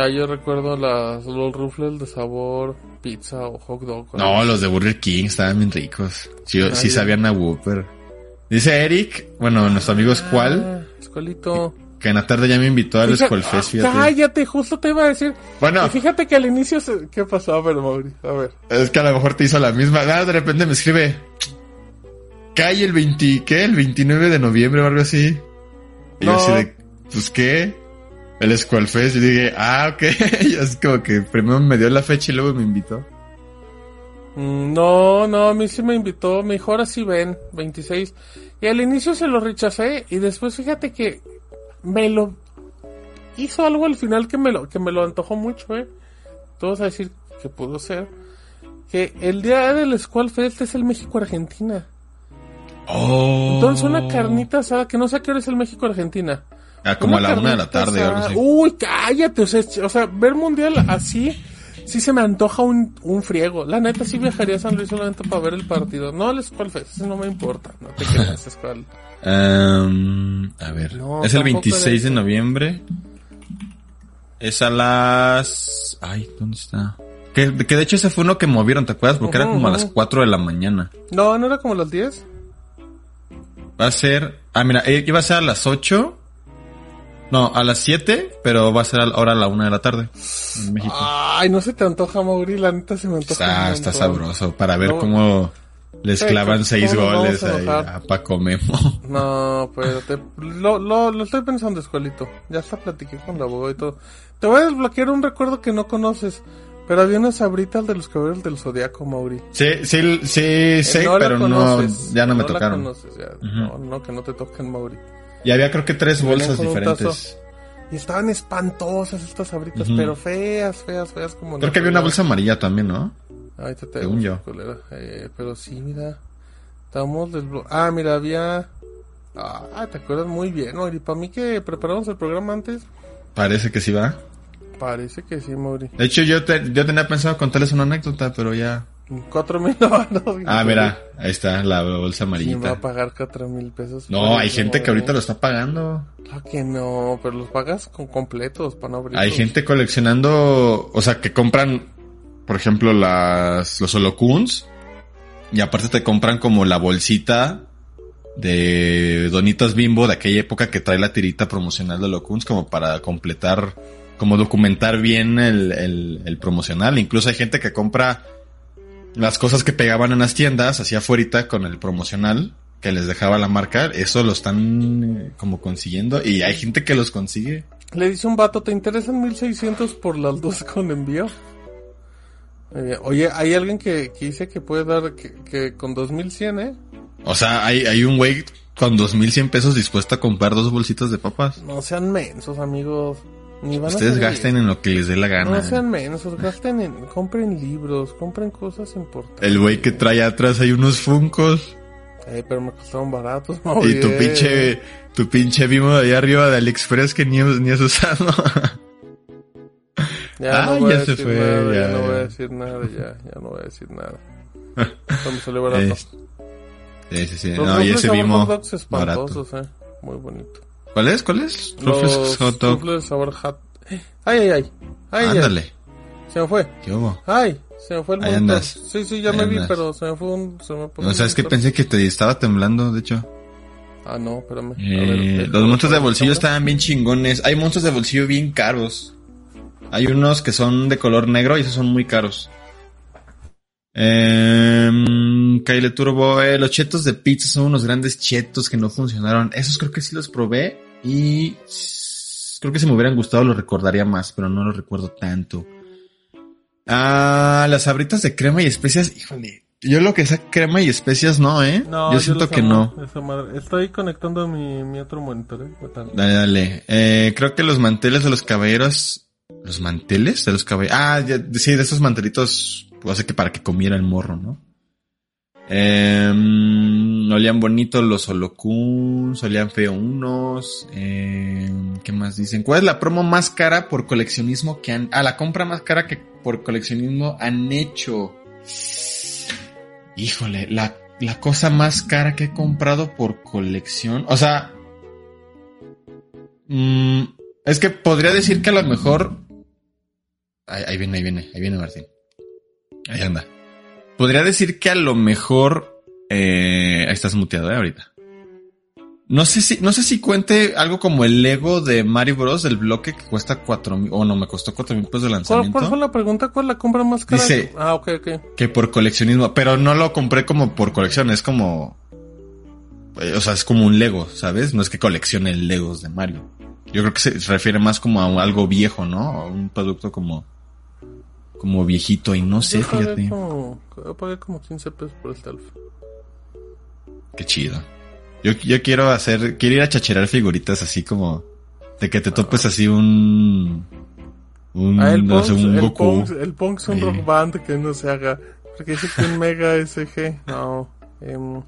Speaker 5: Ah, yo recuerdo las los rufles de sabor pizza o hot dog. o
Speaker 7: No, los de Burger King estaban bien ricos. Sí,
Speaker 5: Ah,
Speaker 7: sí
Speaker 5: ya.
Speaker 7: sabían a Whopper. Dice Eric, bueno, nuestro amigo Squall,
Speaker 5: Ah, Escuelito.
Speaker 7: que en la tarde ya me invitó al
Speaker 5: Fija-
Speaker 7: Squall Fest, fíjate.
Speaker 5: Cállate, justo te iba a decir.
Speaker 7: Bueno,
Speaker 5: Y fíjate que al inicio se- ¿Qué pasó? A ver, Mauri, a ver.
Speaker 7: es que a lo mejor te hizo la misma. Ah, de repente me escribe, cae el 20, ¿qué? El 29 de noviembre o algo así. Y yo
Speaker 5: No.
Speaker 7: así de, pues qué, el Squall Fest. Y dije, ah, ok. Y es como que primero me dio la fecha y luego me invitó.
Speaker 5: Mm, No, no, a mí sí me invitó, me dijo, ahora sí ven, 26. Y al inicio se lo rechacé y después fíjate que me lo hizo algo al final que me lo, que me lo antojó mucho, eh. Todos a decir que pudo ser. Que el día del Squall Fest es el México-Argentina.
Speaker 7: Oh.
Speaker 5: Entonces una carnita asada que no sé a qué hora es el México-Argentina.
Speaker 7: Ah, como a la una de la
Speaker 5: carnita
Speaker 7: tarde o algo
Speaker 5: asada.
Speaker 7: así.
Speaker 5: Uy, cállate, o sea, ch- o sea, ver mundial así, sí se me antoja un, un friego. La neta, sí viajaría a San Luis solamente para ver el partido. No, el Squall Fest, no me importa, no te creas, Squall.
Speaker 7: Em, a ver,
Speaker 5: No,
Speaker 7: es el
Speaker 5: tampoco
Speaker 7: 26 de
Speaker 5: era eso.
Speaker 7: noviembre. Es a las... Ay, ¿dónde está? Que, que de hecho ese fue uno que movieron, ¿te acuerdas? Porque era
Speaker 5: Ujú,
Speaker 7: como a
Speaker 5: ujú.
Speaker 7: las 4 de la mañana.
Speaker 5: No, ¿no era como las 10?
Speaker 7: Va a ser... Ah, mira, eh, iba a ser a las 8. No, a las 7, pero va a ser ahora a la 1 de la tarde. En México.
Speaker 5: Ay, no se te antoja, Mauri, la neta se me antoja.
Speaker 7: está,
Speaker 5: un
Speaker 7: está
Speaker 5: montón.
Speaker 7: sabroso para ver
Speaker 5: No.
Speaker 7: cómo les
Speaker 5: Sí,
Speaker 7: clavan
Speaker 5: ¿cómo
Speaker 7: 6
Speaker 5: nos vamos
Speaker 7: goles
Speaker 5: a
Speaker 7: ahí
Speaker 5: enojar?
Speaker 7: a Paco Memo.
Speaker 5: No, pero te, lo, lo, lo estoy pensando, escuelito. Ya hasta platiqué con la abogada y todo. Te voy a desbloquear un recuerdo que no conoces. Pero había unas abritas de los caballeros del zodiaco, Mauri.
Speaker 7: Sí, sí, sí, sí,
Speaker 5: Eh, no la
Speaker 7: pero
Speaker 5: conoces,
Speaker 7: no, ya no me
Speaker 5: la
Speaker 7: tocaron.
Speaker 5: conoces, ya. No, no, que no te toquen, Mauri.
Speaker 7: Y había creo que tres
Speaker 5: Venían
Speaker 7: bolsas
Speaker 5: con un
Speaker 7: diferentes.
Speaker 5: tazo. Y estaban espantosas estas abritas,
Speaker 7: Ujú.
Speaker 5: pero feas, feas, feas como...
Speaker 7: Creo que había una bolsa amarilla también, ¿no?
Speaker 5: Ahorita te
Speaker 7: según
Speaker 5: digo,
Speaker 7: yo.
Speaker 5: culera. Eh, pero sí, mira. Estamos desblo... Ah, mira, había... Ah, te acuerdas muy bien, Mauri. Para mí que preparamos el programa antes,
Speaker 7: Parece que sí va.
Speaker 5: parece que sí, Mauri.
Speaker 7: De hecho, yo, te- yo tenía pensado contarles una anécdota, pero ya...
Speaker 5: Cuatro mil dólares.
Speaker 7: Ah, mira, ahí está la bolsa
Speaker 5: ¿Quién va
Speaker 7: amarillita.
Speaker 5: a pagar cuatro mil pesos?
Speaker 7: No,
Speaker 5: por
Speaker 7: hay
Speaker 5: eso,
Speaker 7: gente que
Speaker 5: Mauri?
Speaker 7: ahorita lo está pagando.
Speaker 5: Claro que no, pero los pagas con completos para no abrir.
Speaker 7: Hay gente coleccionando, o sea, que compran, por ejemplo, las, los holocuns. Y aparte te compran como la bolsita de Donitas Bimbo de aquella época que trae la tirita promocional de holocuns como para completar, como documentar bien el, el, el promocional. Incluso hay gente que compra las cosas que pegaban en las tiendas hacia afuera con el promocional que les dejaba la marca. Eso lo están eh, como consiguiendo y hay gente que los consigue.
Speaker 5: Le dice un vato, ¿te interesan 1600 por las dos con envío? Muy bien. Oye, hay alguien que, que dice que puede dar que, que con 2100, ¿eh?
Speaker 7: O sea, hay, hay un güey con 2100 pesos dispuesto a comprar dos bolsitas de papas.
Speaker 5: No sean mensos, amigos. Ni van a
Speaker 7: Ustedes
Speaker 5: ser-
Speaker 7: gasten en lo que les dé la gana.
Speaker 5: No sean mensos, gasten en, compren libros, compren cosas importantes.
Speaker 7: El güey que trae atrás hay unos funcos.
Speaker 5: Eh, pero me costaron baratos,
Speaker 7: Y tu pinche, tu pinche Vimo de allá arriba de AliExpress que ni, ni has usado.
Speaker 5: Ya
Speaker 7: Ah,
Speaker 5: no voy
Speaker 7: ya
Speaker 5: a
Speaker 7: se
Speaker 5: decir
Speaker 7: fue,
Speaker 5: nada, ya,
Speaker 7: ya,
Speaker 5: no
Speaker 7: ya.
Speaker 5: voy a decir nada, ya, ya no voy a decir nada. Esto me salió barato.
Speaker 7: Es- sí, sí, sí.
Speaker 5: Los
Speaker 7: Este, No, y
Speaker 5: Ruffles
Speaker 7: ese
Speaker 5: sabor
Speaker 7: Vimo
Speaker 5: hot dogs
Speaker 7: barato.
Speaker 5: espantosos, eh. Muy bonito.
Speaker 7: ¿Cuál es? ¿Cuál es? Ruffles
Speaker 5: Los
Speaker 7: Hot Dog.
Speaker 5: Ruffles sabor hot. Eh, Ay, ay, ay. Ay, ay.
Speaker 7: Ándale.
Speaker 5: Se me fue.
Speaker 7: ¿Qué hubo?
Speaker 5: Ay, se me fue el
Speaker 7: Ahí
Speaker 5: monitor.
Speaker 7: andas.
Speaker 5: Sí, sí, ya
Speaker 7: Ahí
Speaker 5: me vi,
Speaker 7: andas.
Speaker 5: pero se me fue un... Se me puso
Speaker 7: O
Speaker 5: un
Speaker 7: sea, es que
Speaker 5: monitor.
Speaker 7: pensé que te estaba temblando, de hecho.
Speaker 5: Ah, no, espérame. A ver,
Speaker 7: Eh,
Speaker 5: eh,
Speaker 7: los monstruos
Speaker 5: ¿cómo
Speaker 7: de
Speaker 5: se
Speaker 7: bolsillo
Speaker 5: llama?
Speaker 7: estaban bien chingones. Hay monstruos de bolsillo bien caros. Hay unos que son de color negro y esos son muy caros. Eh, Kyle Turbo, eh, los chetos de pizza son unos grandes chetos que no funcionaron. Esos creo que sí los probé y s- creo que si me hubieran gustado los recordaría más, pero no los recuerdo tanto. Ah, las abritas de crema y especias, híjole. Yo lo que sea crema y especias no, ¿eh?
Speaker 5: No,
Speaker 7: yo siento
Speaker 5: los
Speaker 7: que no.
Speaker 5: amo, esa madre. Estoy conectando mi, mi otro monitor, eh. ¿Qué tal?
Speaker 7: Dale, dale. Eh, creo que los manteles de los caballeros. ¿Los manteles de los caballeros? Ah, ya, sí, de esos mantelitos. Pues hace que para que comiera el morro, ¿no? Eh, olían bonito los holocuns, olían feo unos. Eh, ¿Qué más dicen? ¿Cuál es la promo más cara por coleccionismo que han... Ah, la compra más cara que por coleccionismo han hecho. Híjole, la, la cosa más cara que he comprado por colección. O sea... mm, es que podría decir que a lo mejor... Ahí, ahí viene, ahí viene, ahí viene Martín. Ahí anda. Podría decir que a lo mejor... eh, ahí estás muteado ¿eh? ahorita. No sé si, no sé si cuente algo como el Lego de Mario Bros. del bloque que cuesta cuatro mil, o no, me costó cuatro mil pesos de
Speaker 5: ¿Cuál,
Speaker 7: lanzamiento.
Speaker 5: cuál fue la pregunta? ¿Cuál es la compra más cara?
Speaker 7: Dice-
Speaker 5: Ah, ok, ok.
Speaker 7: Que por coleccionismo, pero no lo compré como por colección, es como... eh, O sea, es como un Lego, ¿sabes? No es que coleccione Legos de Mario. Yo creo que se refiere más como a algo viejo, ¿no? A un producto como... Como viejito y no sé,
Speaker 5: yo pagué
Speaker 7: fíjate.
Speaker 5: Como, yo pagué como 15 pesos por este alfa.
Speaker 7: Qué chido. Yo, yo quiero hacer... Quiero ir a chacherar figuritas así como... De que te topes así un... Un...
Speaker 5: Ah, el
Speaker 7: no
Speaker 5: Ponks,
Speaker 7: sé, Mm, un
Speaker 5: el
Speaker 7: Goku.
Speaker 5: Ponks, el Ponks es un
Speaker 7: Sí.
Speaker 5: rock band que no se haga. Porque dice que un Mega SG. No. em,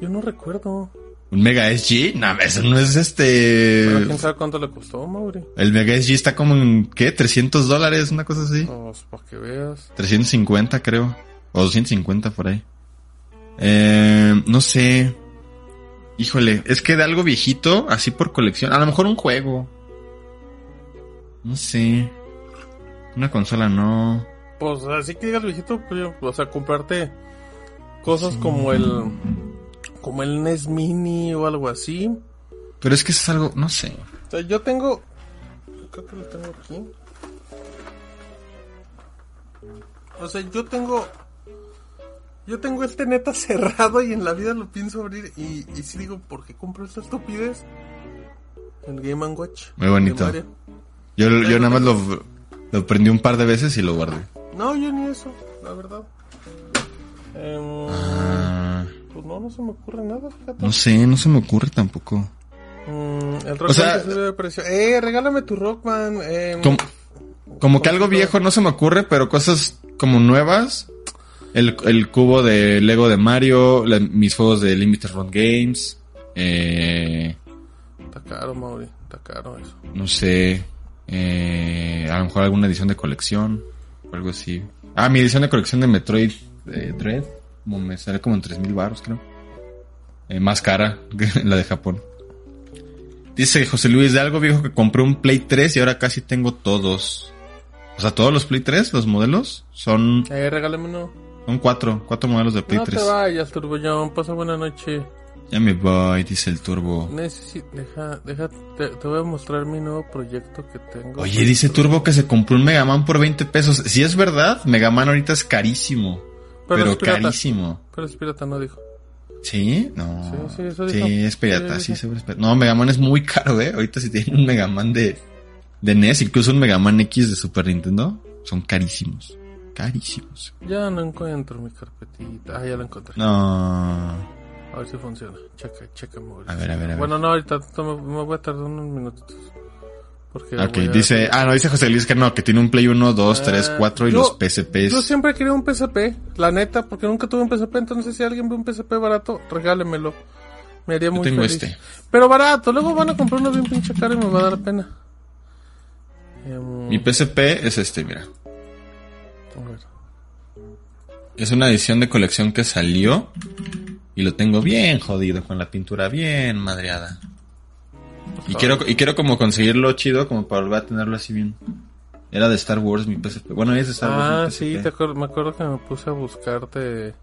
Speaker 5: yo no recuerdo.
Speaker 7: Un Mega SG. No, eso no es este...
Speaker 5: Pero quién sabe cuánto le costó, Mauri.
Speaker 7: El Mega SG está como en, ¿qué? 300 dólares, una cosa así.
Speaker 5: Pues, para que veas.
Speaker 7: 350 creo. O 250 por ahí. Eh, no sé. Híjole, es que de algo viejito, así por colección. A lo mejor un juego. No sé. Una consola no.
Speaker 5: Pues así que digas, viejito, pues, yo- o sea, comprarte cosas como el. Como el NES Mini o algo así.
Speaker 7: Pero es que eso es algo, no sé.
Speaker 5: O sea, yo tengo. Creo que lo tengo aquí. O sea, yo tengo. Yo tengo este neta cerrado y en la vida lo pienso abrir. Y, y sí digo, ¿por qué compro esta estupidez? El Game and Watch.
Speaker 7: Muy bonito.
Speaker 5: de Mario.
Speaker 7: Yo, yo nada más lo, lo prendí un par de veces y lo guardé.
Speaker 5: No, yo ni eso, la verdad. Em,
Speaker 7: Ah,
Speaker 5: Pues no, no se me ocurre nada, fíjate.
Speaker 7: no sé, no se me ocurre tampoco.
Speaker 5: Mm, el
Speaker 7: O
Speaker 5: Rock
Speaker 7: sea-
Speaker 5: Band que sube de precio. Eh, regálame tu Rockman. em,
Speaker 7: Como, como que algo
Speaker 5: Completo.
Speaker 7: viejo no se me ocurre, pero cosas como nuevas. El, el cubo de Lego de Mario, la- mis juegos de Limited Run Games. eh,
Speaker 5: Está caro, Mauri. Está caro eso.
Speaker 7: no sé. eh, a lo mejor alguna edición de colección. o algo así. Ah, mi edición de colección de Metroid eh, Dread. Como me sale como en 3000 baros, creo. Eh, más cara que la de Japón. Dice José Luis, de algo viejo que compré un Play 3 y ahora casi tengo todos. O sea, todos los Play 3, los modelos, son,
Speaker 5: Eh, regálame uno.
Speaker 7: son cuatro, cuatro modelos de Play
Speaker 5: no
Speaker 7: 3.
Speaker 5: te vayas, Turbollón. Pasa buena noche.
Speaker 7: Ya me voy, dice el turbo.
Speaker 5: Necesito. Deja, deja. Te, te voy a mostrar mi nuevo proyecto que tengo.
Speaker 7: Oye, dice Turbo que se compró un Mega Man por 20 pesos. Si es verdad, Mega Man ahorita es carísimo. Pero,
Speaker 5: es pirata.
Speaker 7: carísimo.
Speaker 5: Pero es pirata, no dijo.
Speaker 7: ¿Sí? No.
Speaker 5: Sí, sí, eso
Speaker 7: Sí,
Speaker 5: dijo.
Speaker 7: es
Speaker 5: Sí,
Speaker 7: pirata, sí,
Speaker 5: sí.
Speaker 7: seguro es pirata. No, Mega Man es muy caro, ¿eh? Ahorita si tienen un Mega Man de, de NES, incluso un Mega Man X de Super Nintendo, son carísimos. Carísimos.
Speaker 5: Ya no encuentro mi carpetita. Ah, ya la encontré.
Speaker 7: No.
Speaker 5: A ver si funciona. Checa, checa, Mauri.
Speaker 7: A ver, a ver, a ver.
Speaker 5: Bueno, no, ahorita. esto Me, me voy a tardar unos minutitos. Porque
Speaker 7: Ok,
Speaker 5: voy a-
Speaker 7: dice. Ah, no, dice José Luis que no, que tiene un Play 1, 2,
Speaker 5: Ah,
Speaker 7: 3, 4 y
Speaker 5: yo-
Speaker 7: los PSPs.
Speaker 5: Yo siempre quería un PSP, la neta, porque nunca tuve un PSP, entonces si alguien ve un PSP barato, regálemelo. Me haría muy
Speaker 7: tengo
Speaker 5: feliz.
Speaker 7: este.
Speaker 5: Pero barato, luego van a comprar uno bien pinche caro y me va a dar pena. Em,
Speaker 7: Mi PSP es este, mira.
Speaker 5: a ver.
Speaker 7: Es una edición de colección que salió. Y lo tengo bien jodido, con la pintura bien madreada. Y quiero, y quiero como conseguirlo chido, como para volver a tenerlo así bien. Era de Star Wars mi PSP. Bueno, es de Star
Speaker 5: Ah,
Speaker 7: Wars. mi
Speaker 5: sí,
Speaker 7: PSP.
Speaker 5: te acuer- me acuerdo que me puse a buscarte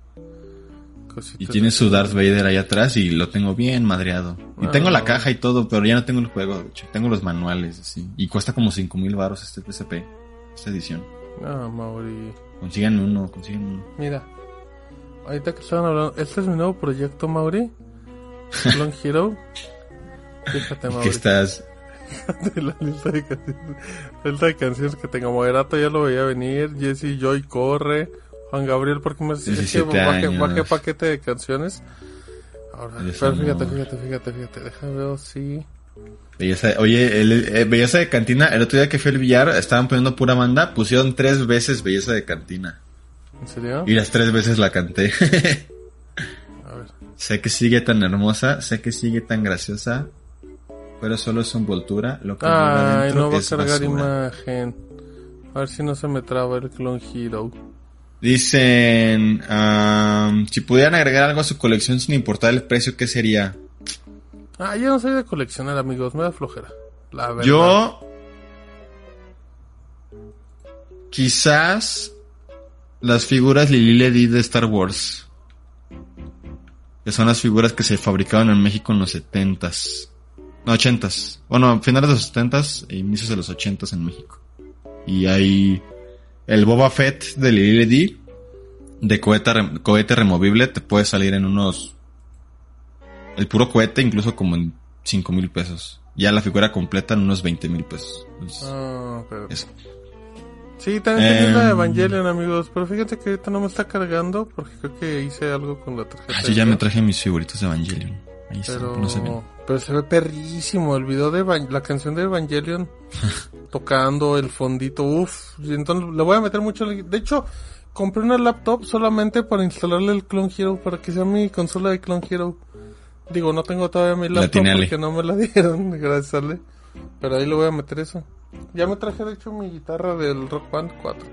Speaker 5: cositas.
Speaker 7: Y tiene su Darth Vader ahí atrás y lo tengo bien madreado. Y
Speaker 5: Ah.
Speaker 7: tengo la caja y todo, pero ya no tengo el juego, de hecho. Tengo los manuales, así. Y cuesta como 5 mil baros este PSP, esta edición.
Speaker 5: Ah, Mauri.
Speaker 7: Consigan uno, consigan uno.
Speaker 5: Mira, ahorita que estaban hablando, este es mi nuevo proyecto, Mauri. Long Hero. Fíjate, Mauri.
Speaker 7: Que estás...
Speaker 5: de la lista de canciones, la lista de canciones que tengo. Moderato ya lo veía venir. Jesse Joy corre. Juan Gabriel, porque me hace es que
Speaker 7: 17
Speaker 5: bajé,
Speaker 7: años.
Speaker 5: bajé paquete de canciones. Ahora,
Speaker 7: Eres
Speaker 5: pero fíjate,
Speaker 7: amor.
Speaker 5: fíjate, fíjate, fíjate. Déjame ver si.
Speaker 7: Belleza, oye, el, eh, Belleza de Cantina, el otro día que fui al billar, estaban poniendo pura banda, pusieron tres veces Belleza de Cantina.
Speaker 5: ¿En serio?
Speaker 7: Y las tres veces la canté.
Speaker 5: A ver.
Speaker 7: sé que sigue tan hermosa, sé que sigue tan graciosa, pero solo es su envoltura, lo que lleva
Speaker 5: Ay,
Speaker 7: dentro
Speaker 5: Ah, no va a
Speaker 7: es
Speaker 5: cargar
Speaker 7: basura.
Speaker 5: imagen. A ver si no se me traba el Clone Hero.
Speaker 7: Dicen, am, si pudieran agregar algo a su colección sin importar el precio, ¿qué sería?
Speaker 5: Ah, yo no soy de coleccionar, amigos. Me da flojera. La verdad.
Speaker 7: Yo, quizás las figuras Lili Ledi de Star Wars, que son las figuras que se fabricaban en México en los 70s, no 80s, bueno, finales de los 70s e inicios de los 80s en México. Y hay el Boba Fett de Lili Ledi, de cohete, rem- cohete removible, te puede salir en unos el puro cohete incluso como en 5 mil pesos. Ya la figura completa en unos 20 mil pesos. Entonces,
Speaker 5: Ah, pero-
Speaker 7: eso.
Speaker 5: Sí, también tenía
Speaker 7: Em.
Speaker 5: la de Evangelion, amigos. Pero fíjate que ahorita no me está cargando porque creo que hice algo con la tarjeta.
Speaker 7: Ah,
Speaker 5: de
Speaker 7: yo ya me
Speaker 5: video,
Speaker 7: traje mis figuritas de Evangelion. Ahí está,
Speaker 5: Pero,
Speaker 7: no se ven.
Speaker 5: pero se ve perrísimo el video de Evan- la canción de Evangelion tocando el fondito. Uf, y entonces le voy a meter mucho. De hecho, compré una laptop solamente para instalarle el Clone Hero para que sea mi consola de Clone Hero. Digo, no tengo todavía mi
Speaker 7: La
Speaker 5: laptop
Speaker 7: tiene Ale.
Speaker 5: porque no me la dieron, gracias Ale. Pero ahí le voy a meter eso. Ya me traje de hecho mi guitarra del Rock Band 4.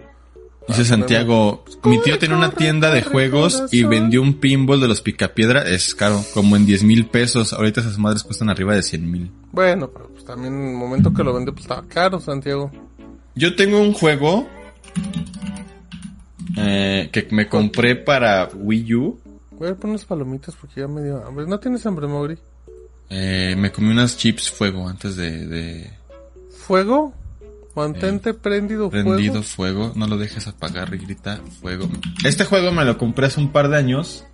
Speaker 7: Dice Santiago, mi tío tenía una tienda de
Speaker 5: corre,
Speaker 7: juegos y
Speaker 5: corazón.
Speaker 7: vendió un pinball de los picapiedra. Es caro, como en 10 mil pesos. Ahorita esas madres cuestan arriba de 100 mil.
Speaker 5: Bueno, pero pues también en el momento que lo vende pues estaba caro, Santiago.
Speaker 7: Yo tengo un juego eh, que me compré para Wii U.
Speaker 5: Voy a poner unas palomitas porque ya me dio hambre. ¿No tienes hambre, Mauri?
Speaker 7: Eh, me comí unas chips fuego antes de- de,
Speaker 5: ¿Fuego? Mantente prendido,
Speaker 7: Prendido
Speaker 5: fuego. Ah,
Speaker 7: fuego. no lo dejes apagar y grita fuego. Este juego me lo compré hace un par de años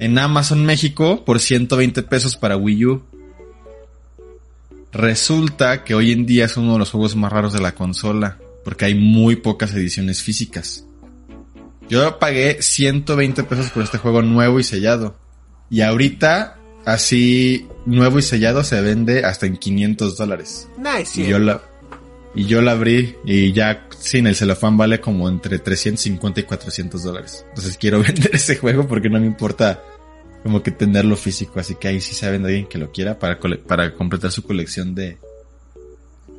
Speaker 7: en Amazon México por 120 pesos para Wii U. Resulta que hoy en día es uno de los juegos más raros de la consola porque hay muy pocas ediciones físicas. Yo pagué 120 pesos por este juego nuevo y sellado. Y ahorita, así, nuevo y sellado se vende hasta en 500 dólares.
Speaker 5: Nice.
Speaker 7: Y yo la, y yo la abrí y ya sin el celofán vale como entre 350 y 400 dólares. Entonces quiero vender ese juego porque no me importa como que tenerlo físico. Así que ahí sí saben de alguien que lo quiera para, cole- para completar su colección de,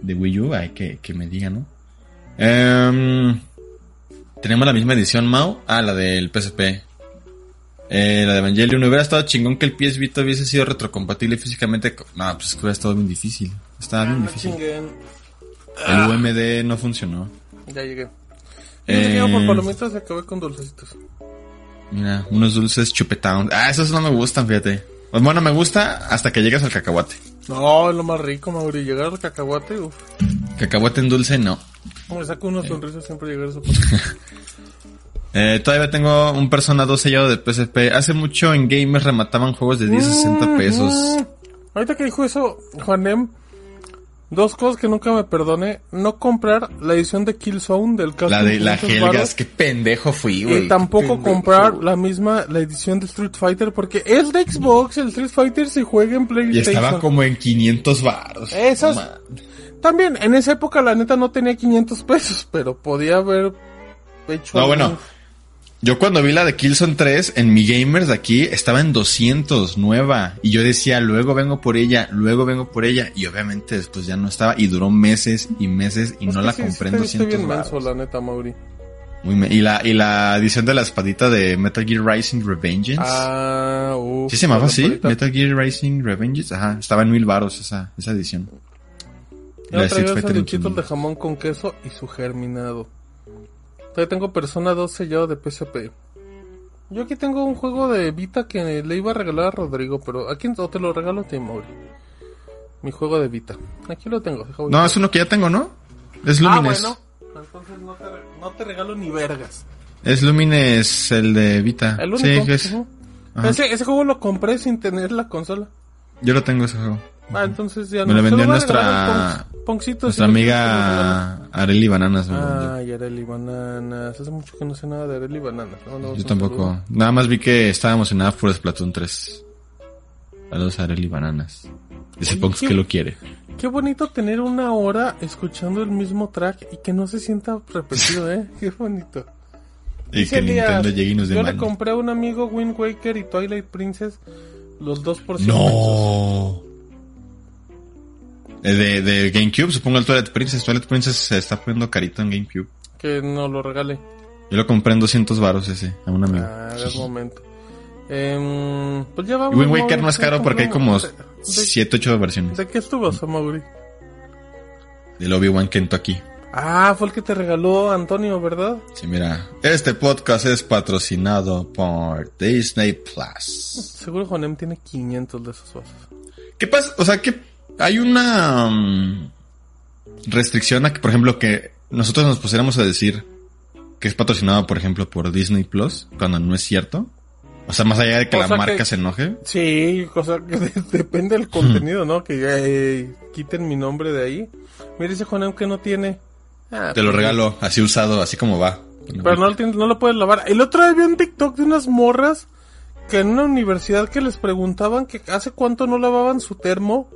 Speaker 7: de Wii U. Hay que, que me diga, ¿no? Em, Tenemos la misma edición, Mau. Ah, la del PSP. Eh, la de Evangelion. Hubiera estado chingón que el PS Vita hubiese sido retrocompatible físicamente. con- No, pues es que hubiera estado bien difícil. Estaba bien
Speaker 5: Ah, No
Speaker 7: difícil.
Speaker 5: chinguen.
Speaker 7: El UMD no funcionó.
Speaker 5: Ya llegué. Ah. Yo
Speaker 7: Eh.
Speaker 5: te llevo por palomitas y acabé con dulcecitos.
Speaker 7: Mira, unos dulces chupetown. Ah, esos no me gustan, fíjate. Pues Bueno, me gusta hasta que llegas al cacahuate.
Speaker 5: No, es lo más rico, Mauri. Llegar al cacahuate, uff.
Speaker 7: Cacahuate en dulce, no.
Speaker 5: Me saco una sonrisa siempre llegar a eso.
Speaker 7: Eh, todavía tengo un Persona 2 sellado de PSP. Hace mucho en gamers
Speaker 5: Mm,
Speaker 7: remataban juegos de 10 a 60 pesos.
Speaker 5: Ahorita que dijo eso, Juanem, Em, Dos cosas que nunca me perdoné. No comprar la edición de Killzone del caso.
Speaker 7: La de la Helgas, qué pendejo fui, güey.
Speaker 5: Y tampoco comprar la misma, la edición de Street Fighter, porque es de Xbox, el Street Fighter se juega en
Speaker 7: Y
Speaker 5: PlayStation.
Speaker 7: estaba como en 500 baros.
Speaker 5: Esas- También, en esa época la neta no tenía 500 pesos, pero podía haber hecho...
Speaker 7: No,
Speaker 5: algo.
Speaker 7: bueno. Yo cuando vi la de Killzone 3 en mi gamers de aquí estaba en 200 nueva y yo decía luego vengo por ella, luego vengo por ella y obviamente después ya no estaba y duró meses y meses y
Speaker 5: Es
Speaker 7: no
Speaker 5: que
Speaker 7: la
Speaker 5: sí,
Speaker 7: compré
Speaker 5: sí
Speaker 7: en
Speaker 5: te viste
Speaker 7: 200
Speaker 5: bien
Speaker 7: varos.
Speaker 5: manso, la neta, Mauri.
Speaker 7: Muy me- y la y la edición de la espadita de Metal Gear Rising Revengeance.
Speaker 5: Ah, uh,
Speaker 7: sí se llamaba así,
Speaker 5: ahorita-
Speaker 7: Metal Gear Rising Revengeance, ajá, estaba en mil varos esa esa edición.
Speaker 5: Yo
Speaker 7: Street
Speaker 5: traigo
Speaker 7: Fighter en
Speaker 5: sanduchitos
Speaker 7: 500.
Speaker 5: de jamón con queso y su germinado. Todavía tengo Persona 2 sellado de PSP. Yo aquí tengo un juego de Vita que le iba a regalar a Rodrigo, pero aquí no te lo regalo a ti, Mauri. Mi juego de Vita. Aquí lo tengo. deja voy.
Speaker 7: No, es uno que ya tengo, ¿no? Es
Speaker 5: Ah,
Speaker 7: Lumines.
Speaker 5: bueno. Entonces no te, re- no te regalo ni vergas.
Speaker 7: Es Lumines el de Vita.
Speaker 5: El
Speaker 7: Sí,
Speaker 5: único.
Speaker 7: que es-
Speaker 5: ujú.
Speaker 7: ajá.
Speaker 5: ese, ese juego lo compré sin tener la consola.
Speaker 7: Yo lo tengo ese juego.
Speaker 5: Ah, entonces ya
Speaker 7: Me lo
Speaker 5: Se
Speaker 7: vendió
Speaker 5: voy a
Speaker 7: nuestra-
Speaker 5: regalar al Ponks- Ponksito,
Speaker 7: Nuestra
Speaker 5: si lo quieres, te lo regalo.
Speaker 7: amiga Areli Bananas me lo vendió.
Speaker 5: Ay, Areli Bananas. Hace mucho que no sé nada de Areli Bananas. Le mandamos
Speaker 7: Yo
Speaker 5: un
Speaker 7: tampoco.
Speaker 5: saludo.
Speaker 7: Nada más vi que estaba emocionada por Splatoon 3. Saludos a Areli Bananas. Dice
Speaker 5: Oye,
Speaker 7: Ponks
Speaker 5: ¿qué-
Speaker 7: que lo quiere.
Speaker 5: Qué bonito tener una hora escuchando el mismo track y que no se sienta repetido, ¿eh? Qué bonito.
Speaker 7: Y
Speaker 5: Dice
Speaker 7: que
Speaker 5: Elías,
Speaker 7: Nintendo llegue y nos
Speaker 5: Yo le
Speaker 7: demande.
Speaker 5: compré a un amigo Wind Waker y Twilight Princess los dos por cinco pesos.
Speaker 7: No. Eh, De, de GameCube, supongo el Toilet Princess. Toilet Princess se está poniendo carito en GameCube.
Speaker 5: Que no lo regale.
Speaker 7: Yo lo compré en 200 varos ese, a un amigo.
Speaker 5: Ah, a ver, un momento. Em, pues ya vamos.
Speaker 7: y Wind Waker
Speaker 5: Mauri,
Speaker 7: no es
Speaker 5: ¿qué
Speaker 7: caro porque hay como
Speaker 5: compramos? ¿De,
Speaker 7: 7, 8
Speaker 5: de-
Speaker 7: versiones.
Speaker 5: de qué estuvo, Samaguri?
Speaker 7: Del Obi-Wan Kentucky.
Speaker 5: Ah, fue el que te regaló Antonio, ¿verdad?
Speaker 7: Sí, mira, este podcast es patrocinado por Disney Plus.
Speaker 5: Seguro Jonem tiene 500 de esos vasos.
Speaker 7: ¿Qué pasa? O sea, que hay una mm, restricción a que, por ejemplo, que nosotros nos pusiéramos a decir que es patrocinado, por ejemplo, por Disney Plus, cuando no es cierto. O sea, más allá de que
Speaker 5: O
Speaker 7: la
Speaker 5: sea
Speaker 7: marca
Speaker 5: que-
Speaker 7: se enoje.
Speaker 5: Sí, cosa que de- depende del contenido, ¿no? Que ya eh, quiten mi nombre de ahí. Mira dice Jonem que no tiene. Ah,
Speaker 7: Te lo
Speaker 5: pues,
Speaker 7: regalo, así usado, así como va.
Speaker 5: Pero no, lo tienes- no lo puedes lavar. El otro día vi un TikTok de unas morras que en una universidad que les preguntaban que hace cuánto no lavaban su termo.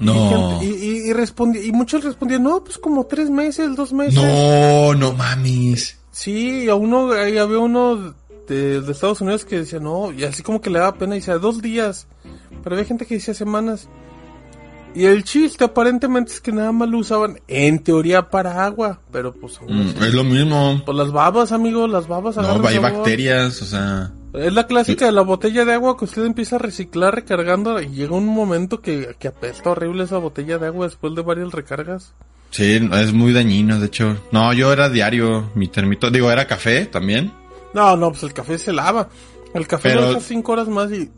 Speaker 5: Y,
Speaker 7: No.
Speaker 5: gente- y, y- y respondi- y muchos respondían, no, pues como tres meses, dos meses.
Speaker 7: No, no mames.
Speaker 5: Sí, y a uno, ahí había uno de, de Estados Unidos que decía, no, y así como que le daba pena, y decía, dos días. Pero había gente que decía semanas. Y el chiste aparentemente es que nada más lo usaban, en teoría, para agua. Pero pues, aún
Speaker 7: Mm,
Speaker 5: así.
Speaker 7: es lo mismo.
Speaker 5: Pues las babas, amigo, las babas
Speaker 7: No,
Speaker 5: agarran
Speaker 7: hay
Speaker 5: sabor.
Speaker 7: bacterias, o sea.
Speaker 5: Es la clásica de la botella de agua que usted empieza a reciclar recargando y llega un momento que, que apesta horrible esa botella de agua después de varias recargas.
Speaker 7: Sí, no, es muy dañino, de hecho. No, yo era diario, mi termito. Digo, era café también.
Speaker 5: No, no, pues el café se lava. El café
Speaker 7: Pero-
Speaker 5: lo deja cinco horas más y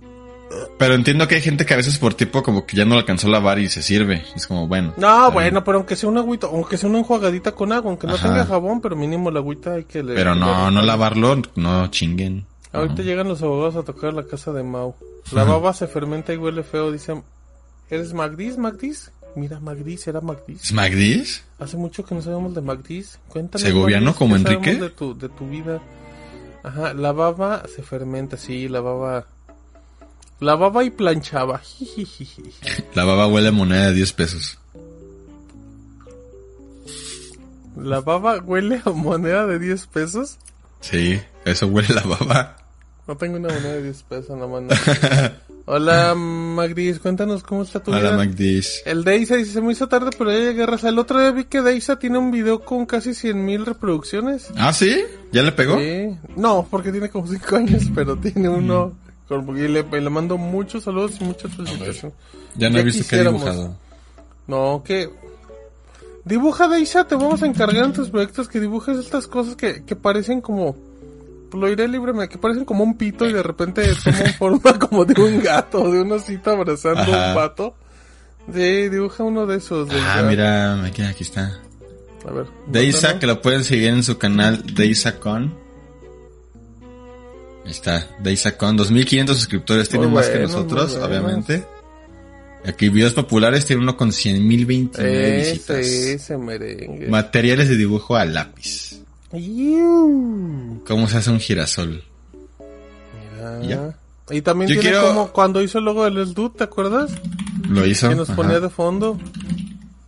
Speaker 7: Pero entiendo que hay gente que a veces por tipo como que ya no lo alcanzó a lavar y se sirve. Es como, bueno.
Speaker 5: No, bueno, pero aunque sea una agüita, aunque sea una enjuagadita con agua, aunque no
Speaker 7: Ah. Ajá.
Speaker 5: tenga jabón, pero mínimo la agüita hay que le.
Speaker 7: Pero
Speaker 5: que
Speaker 7: no,
Speaker 5: le-
Speaker 7: no lavarlo, no chinguen.
Speaker 5: Ahorita
Speaker 7: No.
Speaker 5: llegan los abogados a tocar la casa de Mau. La baba se fermenta y huele feo, dicen. ¿Eres Magdis, Magdis? Mira, Magdis, era Magdis.
Speaker 7: ¿Smagdis?
Speaker 5: Hace mucho que no sabemos de Magdis. Cuéntanos.
Speaker 7: ¿Segoviano
Speaker 5: Magdis,
Speaker 7: como
Speaker 5: ¿qué
Speaker 7: Enrique?
Speaker 5: sabemos De tu, de tu vida. Ajá, la baba se fermenta, sí, la baba. La baba y planchaba. jijijiji.
Speaker 7: La baba huele a moneda de 10 pesos.
Speaker 5: La baba huele a moneda de 10 pesos.
Speaker 7: Sí, eso huele la baba.
Speaker 5: No tengo una moneda de 10 pesos en la mano. Hola, Magdis, cuéntanos cómo está tu
Speaker 7: Hola,
Speaker 5: vida.
Speaker 7: Magdis.
Speaker 5: El Deisa dice, se me hizo tarde, pero ya llegué a raza. El otro día vi que Deisa tiene un video con casi 100.000 reproducciones.
Speaker 7: ¿Ah, sí? ¿Ya le pegó?
Speaker 5: Sí. No, porque tiene como 5 años, pero tiene uno. con- Y le, y le mando muchos saludos y muchas felicitaciones.
Speaker 7: Ya no
Speaker 5: Ya
Speaker 7: he visto que he
Speaker 5: quisiéramos.
Speaker 7: dibujado.
Speaker 5: No, que... Dibuja, Deisa, te vamos a encargar en tus proyectos que dibujes estas cosas que, que parecen como... Lo iré libre, que parecen como un pito y de repente toman forma como de un gato, de un osito abrazando
Speaker 7: Ajá.
Speaker 5: un pato. Sí, dibuja uno de esos.
Speaker 7: Ah,
Speaker 5: Deisa.
Speaker 7: mira, aquí, aquí está.
Speaker 5: A ver.
Speaker 7: Deisa,
Speaker 5: mándalo.
Speaker 7: que lo pueden seguir en su canal DeisaCon. Ahí está, DeisaCon. 2500 suscriptores, tiene
Speaker 5: Muy
Speaker 7: más que
Speaker 5: bueno,
Speaker 7: nosotros,
Speaker 5: muy bueno.
Speaker 7: obviamente. Aquí videos populares tiene uno con 100.029 visitas.
Speaker 5: Ese, ese merengue.
Speaker 7: Materiales de dibujo a lápiz.
Speaker 5: Iu.
Speaker 7: Cómo se hace un girasol.
Speaker 5: Mira.
Speaker 7: Ya.
Speaker 5: Y también
Speaker 7: Yo
Speaker 5: tiene
Speaker 7: quiero-
Speaker 5: como cuando hizo el logo del Les Dude, ¿te acuerdas?
Speaker 7: Lo hizo.
Speaker 5: Que nos
Speaker 7: Ajá.
Speaker 5: ponía de fondo.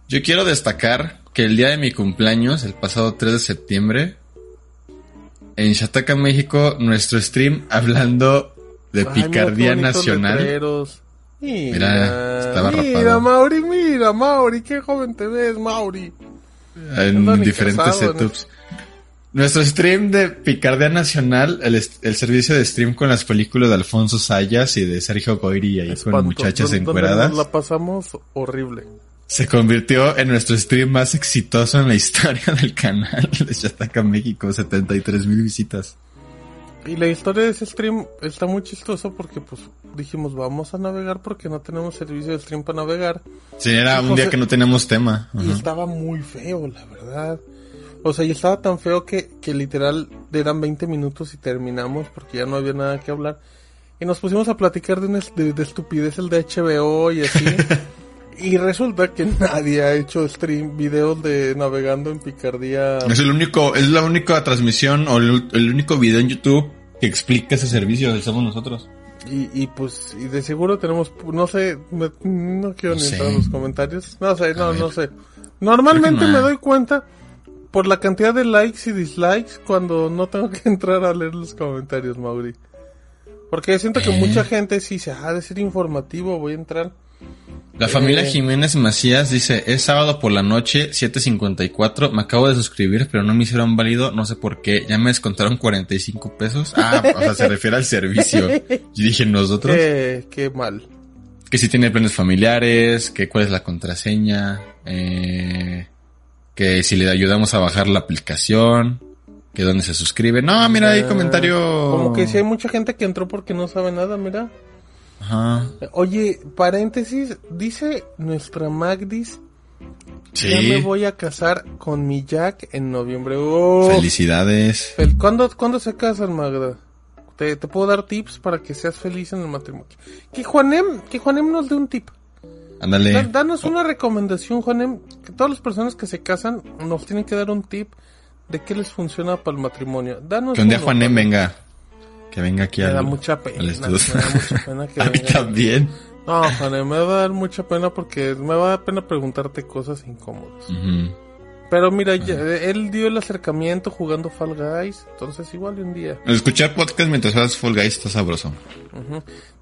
Speaker 7: Yo quiero destacar que el día de mi cumpleaños, el pasado 3 de septiembre, en Chataca, México, nuestro stream hablando de
Speaker 5: Ay, mira qué
Speaker 7: picardía
Speaker 5: bonitos
Speaker 7: nacional.
Speaker 5: letreros. Mira,
Speaker 7: Mira, estaba
Speaker 5: mira,
Speaker 7: rapado.
Speaker 5: Mauri, mira, Mauri, qué joven te ves, Mauri. Andan
Speaker 7: en diferentes
Speaker 5: encasados, ¿no?
Speaker 7: setups. Nuestro stream de Picardía Nacional, el, est- el servicio de stream con las películas de Alfonso Sayas y de Sergio Goyri ahí con
Speaker 5: Espanto.
Speaker 7: muchachas
Speaker 5: Donde- donde
Speaker 7: encueradas,
Speaker 5: nos la pasamos horrible.
Speaker 7: se convirtió en nuestro stream más exitoso en la historia del canal de Chataca México, 73 mil visitas.
Speaker 5: Y la historia de ese stream está muy chistoso porque pues dijimos vamos a navegar porque no tenemos servicio de stream para navegar.
Speaker 7: Sí, era un día que no teníamos tema.
Speaker 5: Y
Speaker 7: Ajá.
Speaker 5: estaba muy feo, la verdad. O sea, y estaba tan feo que, que literal eran 20 minutos y terminamos porque ya no había nada que hablar. Y nos pusimos a platicar de, una es- de, de estupidez el de HBO y así. y resulta que nadie ha hecho stream, videos de navegando en picardía.
Speaker 7: Es el único, es la única transmisión o el, el único video en YouTube que explica ese servicio, el somos nosotros.
Speaker 5: Y, y pues, y de seguro tenemos, pu- no sé, me- no quiero
Speaker 7: No
Speaker 5: ni
Speaker 7: sé.
Speaker 5: entrar en los comentarios. No sé, no,
Speaker 7: ver.
Speaker 5: no sé. Normalmente
Speaker 7: Creo que no.
Speaker 5: me doy cuenta por la cantidad de likes y dislikes cuando no tengo que entrar a leer los comentarios, Mauri. Porque siento que
Speaker 7: Eh.
Speaker 5: mucha gente sí se ha de ser informativo, voy a entrar.
Speaker 7: La familia
Speaker 5: Eh.
Speaker 7: Jiménez Macías dice, es sábado por la noche, 7.54, me acabo de suscribir, pero no me hicieron válido, no sé por qué, ya me descontaron 45 pesos. Ah, o sea, se refiere al servicio. Yo dije, nosotros,
Speaker 5: Eh, qué mal.
Speaker 7: que si tiene planes familiares, que cuál es la contraseña, eh, que si le ayudamos a bajar la aplicación, que dónde se suscribe. No, mira, hay
Speaker 5: Ah,
Speaker 7: comentario...
Speaker 5: Como que
Speaker 7: oh.
Speaker 5: sí hay mucha gente que entró porque no sabe nada, mira.
Speaker 7: Ajá.
Speaker 5: Oye, paréntesis, dice nuestra Magdis
Speaker 7: Sí.
Speaker 5: Ya me voy a casar con mi Jack en noviembre. Oh,
Speaker 7: Felicidades.
Speaker 5: fel- ¿Cuándo, cuándo se casan, Magda? Te, te puedo dar tips para que seas feliz en el matrimonio. Que Juanem, que Juanem nos dé un tip. Da-
Speaker 7: Ándale.
Speaker 5: danos una recomendación, Juanem. Que todas las personas que se casan nos tienen que dar un tip de qué les funciona para el matrimonio. Danos
Speaker 7: Que un día
Speaker 5: uno,
Speaker 7: Juanem
Speaker 5: Juanem.
Speaker 7: venga. Que venga aquí
Speaker 5: Me
Speaker 7: al,
Speaker 5: da mucha pena.
Speaker 7: al
Speaker 5: Me da
Speaker 7: estudio.
Speaker 5: mucha pena que
Speaker 7: a mí
Speaker 5: venga.
Speaker 7: también.
Speaker 5: No, Juanem, me va a dar mucha pena porque me va a dar pena preguntarte cosas incómodas.
Speaker 7: Ujú.
Speaker 5: Pero mira, ya, eh, él dio el acercamiento jugando Fall Guys, entonces igual y un día.
Speaker 7: Escuchar podcast mientras juegas Fall Guys está sabroso.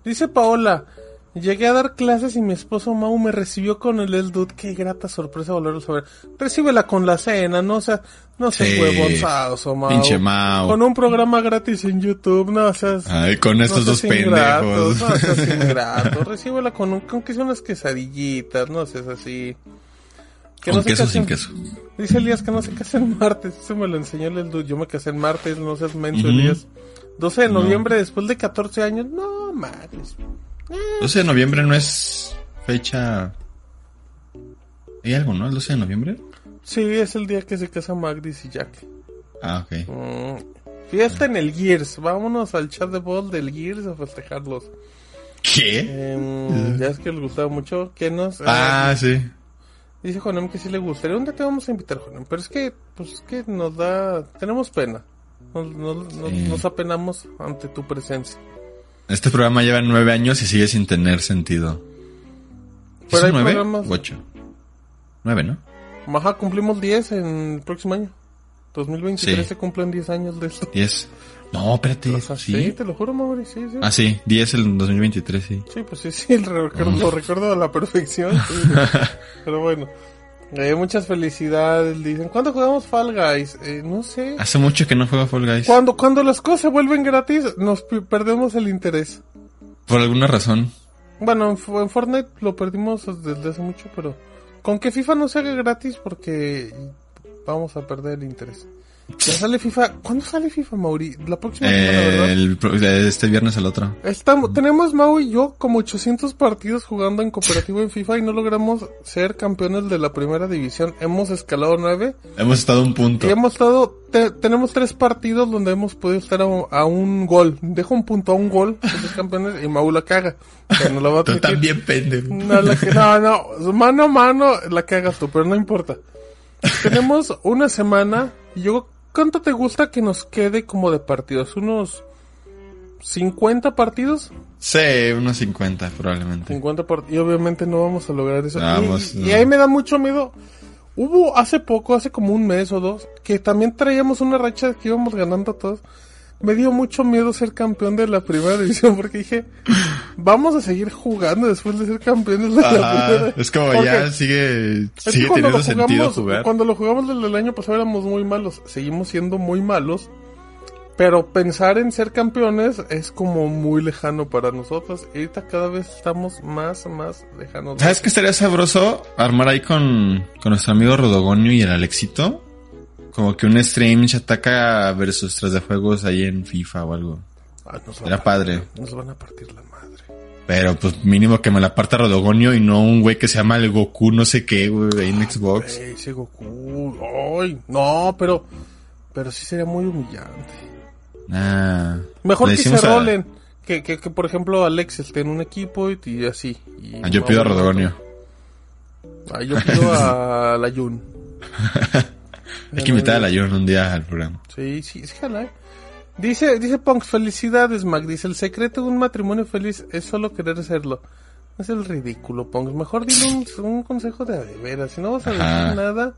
Speaker 5: Dice Paola, llegué a dar clases y mi esposo Mau me recibió con el El Dude. Qué grata sorpresa volverlo a ver. Recíbela con la cena, no seas, no seas
Speaker 7: Sí.
Speaker 5: huevonzazo, Mau.
Speaker 7: Pinche Mau.
Speaker 5: Con un programa gratis en YouTube, no seas...
Speaker 7: Ay, con estos
Speaker 5: no
Speaker 7: dos
Speaker 5: seas ingrato,
Speaker 7: pendejos.
Speaker 5: No seas ingrato, recíbela con, un, con que sean unas quesadillitas, no seas así. Que
Speaker 7: Con
Speaker 5: no se
Speaker 7: queso o sin
Speaker 5: casen-
Speaker 7: queso.
Speaker 5: Dice Elías que no se casa en martes. Eso me lo enseñó el dude. Yo me casé en martes, no seas menso,
Speaker 7: Ujú.
Speaker 5: Elías. 12 de
Speaker 7: No.
Speaker 5: noviembre, después de 14 años. No, madres.
Speaker 7: 12 de noviembre no es fecha... Hay algo, ¿no? ¿El 12 de noviembre?
Speaker 5: Sí, es el día que se casa Magdis y Jack.
Speaker 7: Ah, ok.
Speaker 5: Mm. Fiesta en el Gears. Vámonos al chat de bol del Gears a festejarlos.
Speaker 7: ¿Qué?
Speaker 5: Em, ya es que les gustaba mucho. Que nos.
Speaker 7: Mm.
Speaker 5: eh,
Speaker 7: Ah, sí.
Speaker 5: Dice Jonem que sí le gustaría. ¿Dónde te vamos a invitar, Jonem? Pero es que, pues es que nos da. Tenemos pena. Nos, nos- nos-
Speaker 7: Sí.
Speaker 5: nos apenamos ante tu presencia.
Speaker 7: Este programa lleva nueve años y sigue sin tener sentido.
Speaker 5: Pero hay
Speaker 7: ¿Es nueve
Speaker 5: programas-
Speaker 7: u ocho? Nueve, ¿no?
Speaker 5: Maja, cumplimos 10 en el próximo año. 2023
Speaker 7: Sí.
Speaker 5: se cumplen 10 años de esto.
Speaker 7: Diez. No, espérate.
Speaker 5: O sea,
Speaker 7: ¿sí?
Speaker 5: ¿sí? te lo juro, Mauri, sí, sí.
Speaker 7: Ah, sí. Diez el 2023, sí.
Speaker 5: Sí, pues sí, sí, el recuerdo, lo recuerdo a la perfección. sí. Pero bueno, Eh, muchas felicidades. Dicen, ¿cuándo jugamos Fall Guys? Eh, no sé.
Speaker 7: Hace mucho que no juega Fall Guys.
Speaker 5: Cuando, cuando las cosas se vuelven gratis, nos pi- perdemos el interés.
Speaker 7: Por alguna razón.
Speaker 5: Bueno, en, F- en Fortnite lo perdimos desde hace mucho, pero con que FIFA no se haga gratis porque vamos a perder el interés. Ya sale FIFA. ¿Cuándo sale FIFA, Mauri? La próxima semana,
Speaker 7: Eh,
Speaker 5: ¿verdad?
Speaker 7: el pro- este viernes el otro.
Speaker 5: Estamos, tenemos Mau y yo como 800 partidos jugando en cooperativo en FIFA y no logramos ser campeones de la primera división. Hemos escalado 9
Speaker 7: Hemos estado a un punto.
Speaker 5: y hemos estado, te- tenemos tres partidos donde hemos podido estar a, un- a un gol. Dejo un punto a un gol de ser campeones y Mau la caga. Que no la va a
Speaker 7: Tú
Speaker 5: admitir.
Speaker 7: también, pendejo.
Speaker 5: No, la que- no, no, mano a mano la cagas tú, pero no importa. Tenemos una semana y yo, ¿cuánto te gusta que nos quede como de partidos? ¿Unos 50 partidos?
Speaker 7: Sí, unos 50 probablemente.
Speaker 5: 50 partidos. Y obviamente no vamos a lograr eso. Y-
Speaker 7: Vamos,
Speaker 5: y,
Speaker 7: no.
Speaker 5: ahí me da mucho miedo. Hubo hace poco, hace como un mes o dos, que también traíamos una racha que íbamos ganando todos. Me dio mucho miedo ser campeón de la primera división porque dije, vamos a seguir jugando después de ser campeones de la
Speaker 7: Ajá,
Speaker 5: primera.
Speaker 7: es como
Speaker 5: Porque-
Speaker 7: ya sigue,
Speaker 5: es que
Speaker 7: sigue
Speaker 5: cuando
Speaker 7: teniendo
Speaker 5: lo
Speaker 7: sentido
Speaker 5: jugamos-
Speaker 7: jugar.
Speaker 5: Cuando lo jugamos el del año pasado éramos muy malos. Seguimos siendo muy malos. Pero pensar en ser campeones es como muy lejano para nosotros. Y ahorita cada vez estamos más, más lejanos. de-
Speaker 7: ¿Sabes qué estaría sabroso? Armar ahí con, con nuestro amigo Rodogonio y el Alexito. Como que un stream ataca versus tras de juegos ahí en FIFA o algo.
Speaker 5: Ah, nos, van
Speaker 7: Era
Speaker 5: a,
Speaker 7: padre.
Speaker 5: nos van a partir la madre.
Speaker 7: Pero pues mínimo que me la parta Rodogonio y no un güey que se llama el Goku no sé qué, güey, ahí en Xbox.
Speaker 5: Ey, ese Goku. Ay, no, pero... Pero sí sería muy humillante.
Speaker 7: Ah,
Speaker 5: Mejor
Speaker 7: le
Speaker 5: que se
Speaker 7: decimos a-
Speaker 5: rolen. Que, que, que, por ejemplo, Alex esté en un equipo y, y así. Y
Speaker 7: Ah, yo pido a
Speaker 5: Mauro-
Speaker 7: Rodogonio.
Speaker 5: Ah, yo pido a la Jun.
Speaker 7: Hay que invitar a la Jun un día al programa.
Speaker 5: Sí, sí, sí, jala, eh. Dice, dice Punks, felicidades, Mac. Dice, el secreto de un matrimonio feliz es solo querer serlo. Es el ridículo, Punks. Mejor dile un, un consejo de a de veras. Si no vas a decir
Speaker 7: Ajá.
Speaker 5: nada,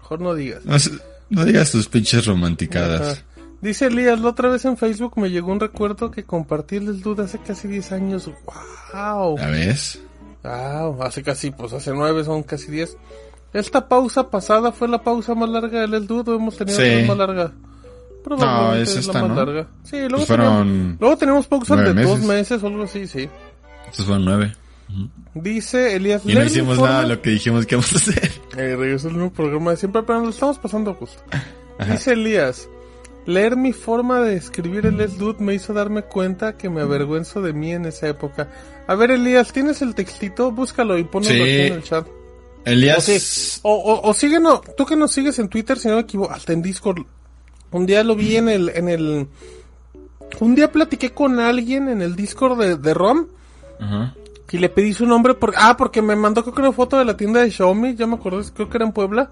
Speaker 5: mejor no digas.
Speaker 7: No, sé- no digas tus pinches romanticadas.
Speaker 5: Ajá. Dice Elías, la otra vez en Facebook me llegó un recuerdo que compartí el duda hace casi 10 años. ¡Wow!
Speaker 7: ¿La ves?
Speaker 5: Ah, hace casi, pues hace nueve, son casi diez. Esta pausa pasada fue la pausa más larga del El Dudo, hemos tenido
Speaker 7: Sí.
Speaker 5: otra más larga. Probablemente
Speaker 7: es
Speaker 5: la
Speaker 7: esta,
Speaker 5: más
Speaker 7: ¿no?
Speaker 5: larga. Sí, luego,
Speaker 7: Pues
Speaker 5: tenemos,
Speaker 7: fueron-
Speaker 5: luego tenemos pausas de
Speaker 7: nueve
Speaker 5: dos
Speaker 7: meses.
Speaker 5: meses o algo así, sí.
Speaker 7: Estos fueron nueve.
Speaker 5: Dice Elías
Speaker 7: Y
Speaker 5: "Leer
Speaker 7: no
Speaker 5: el
Speaker 7: hicimos
Speaker 5: informe".
Speaker 7: nada de lo que dijimos que íbamos a hacer.
Speaker 5: Eh, regresó el mismo programa de siempre, pero nos lo estamos pasando a gusto. Dice Elías, leer mi forma de escribir el Les Dude me hizo darme cuenta que me avergüenzo de mí en esa época. A ver, Elías, ¿tienes el textito? Búscalo y ponlo
Speaker 7: Sí.
Speaker 5: aquí en el chat. O,
Speaker 7: Elías.
Speaker 5: sí, o, o- o síguenos, tú que nos sigues en Twitter, si no me equivoco, hasta en Discord. Un día lo vi en el, en el, un día platiqué con alguien en el Discord de, de ROM
Speaker 7: Ajá.
Speaker 5: y le pedí su nombre por, ah, porque me mandó creo que una foto de la tienda de Xiaomi, ya me acordé, creo que era en Puebla.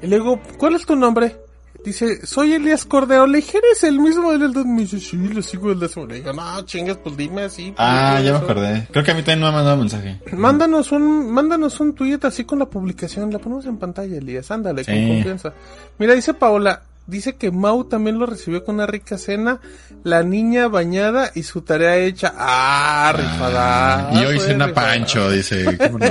Speaker 5: Y le digo, ¿cuál es tu nombre? Dice, soy Elías Cordero. Le dije, ¿eres el mismo del Elden? Me dice, sí, lo sigo del Elden. Le digo, no, chingas, pues dime así.
Speaker 7: Ah,
Speaker 5: pues,
Speaker 7: ya me
Speaker 5: eso".
Speaker 7: acordé. Creo que a mí también me ha mandado mensaje.
Speaker 5: Mándanos un, mándanos un tweet así con la publicación, la ponemos en pantalla, Elías, ándale, con
Speaker 7: Sí.
Speaker 5: confianza. Mira, dice Paola, dice que Mau también lo recibió con una rica cena, la niña bañada y su tarea hecha. Ah, eh, rifada.
Speaker 7: y hoy cena Pancho, dice. ¿cómo no?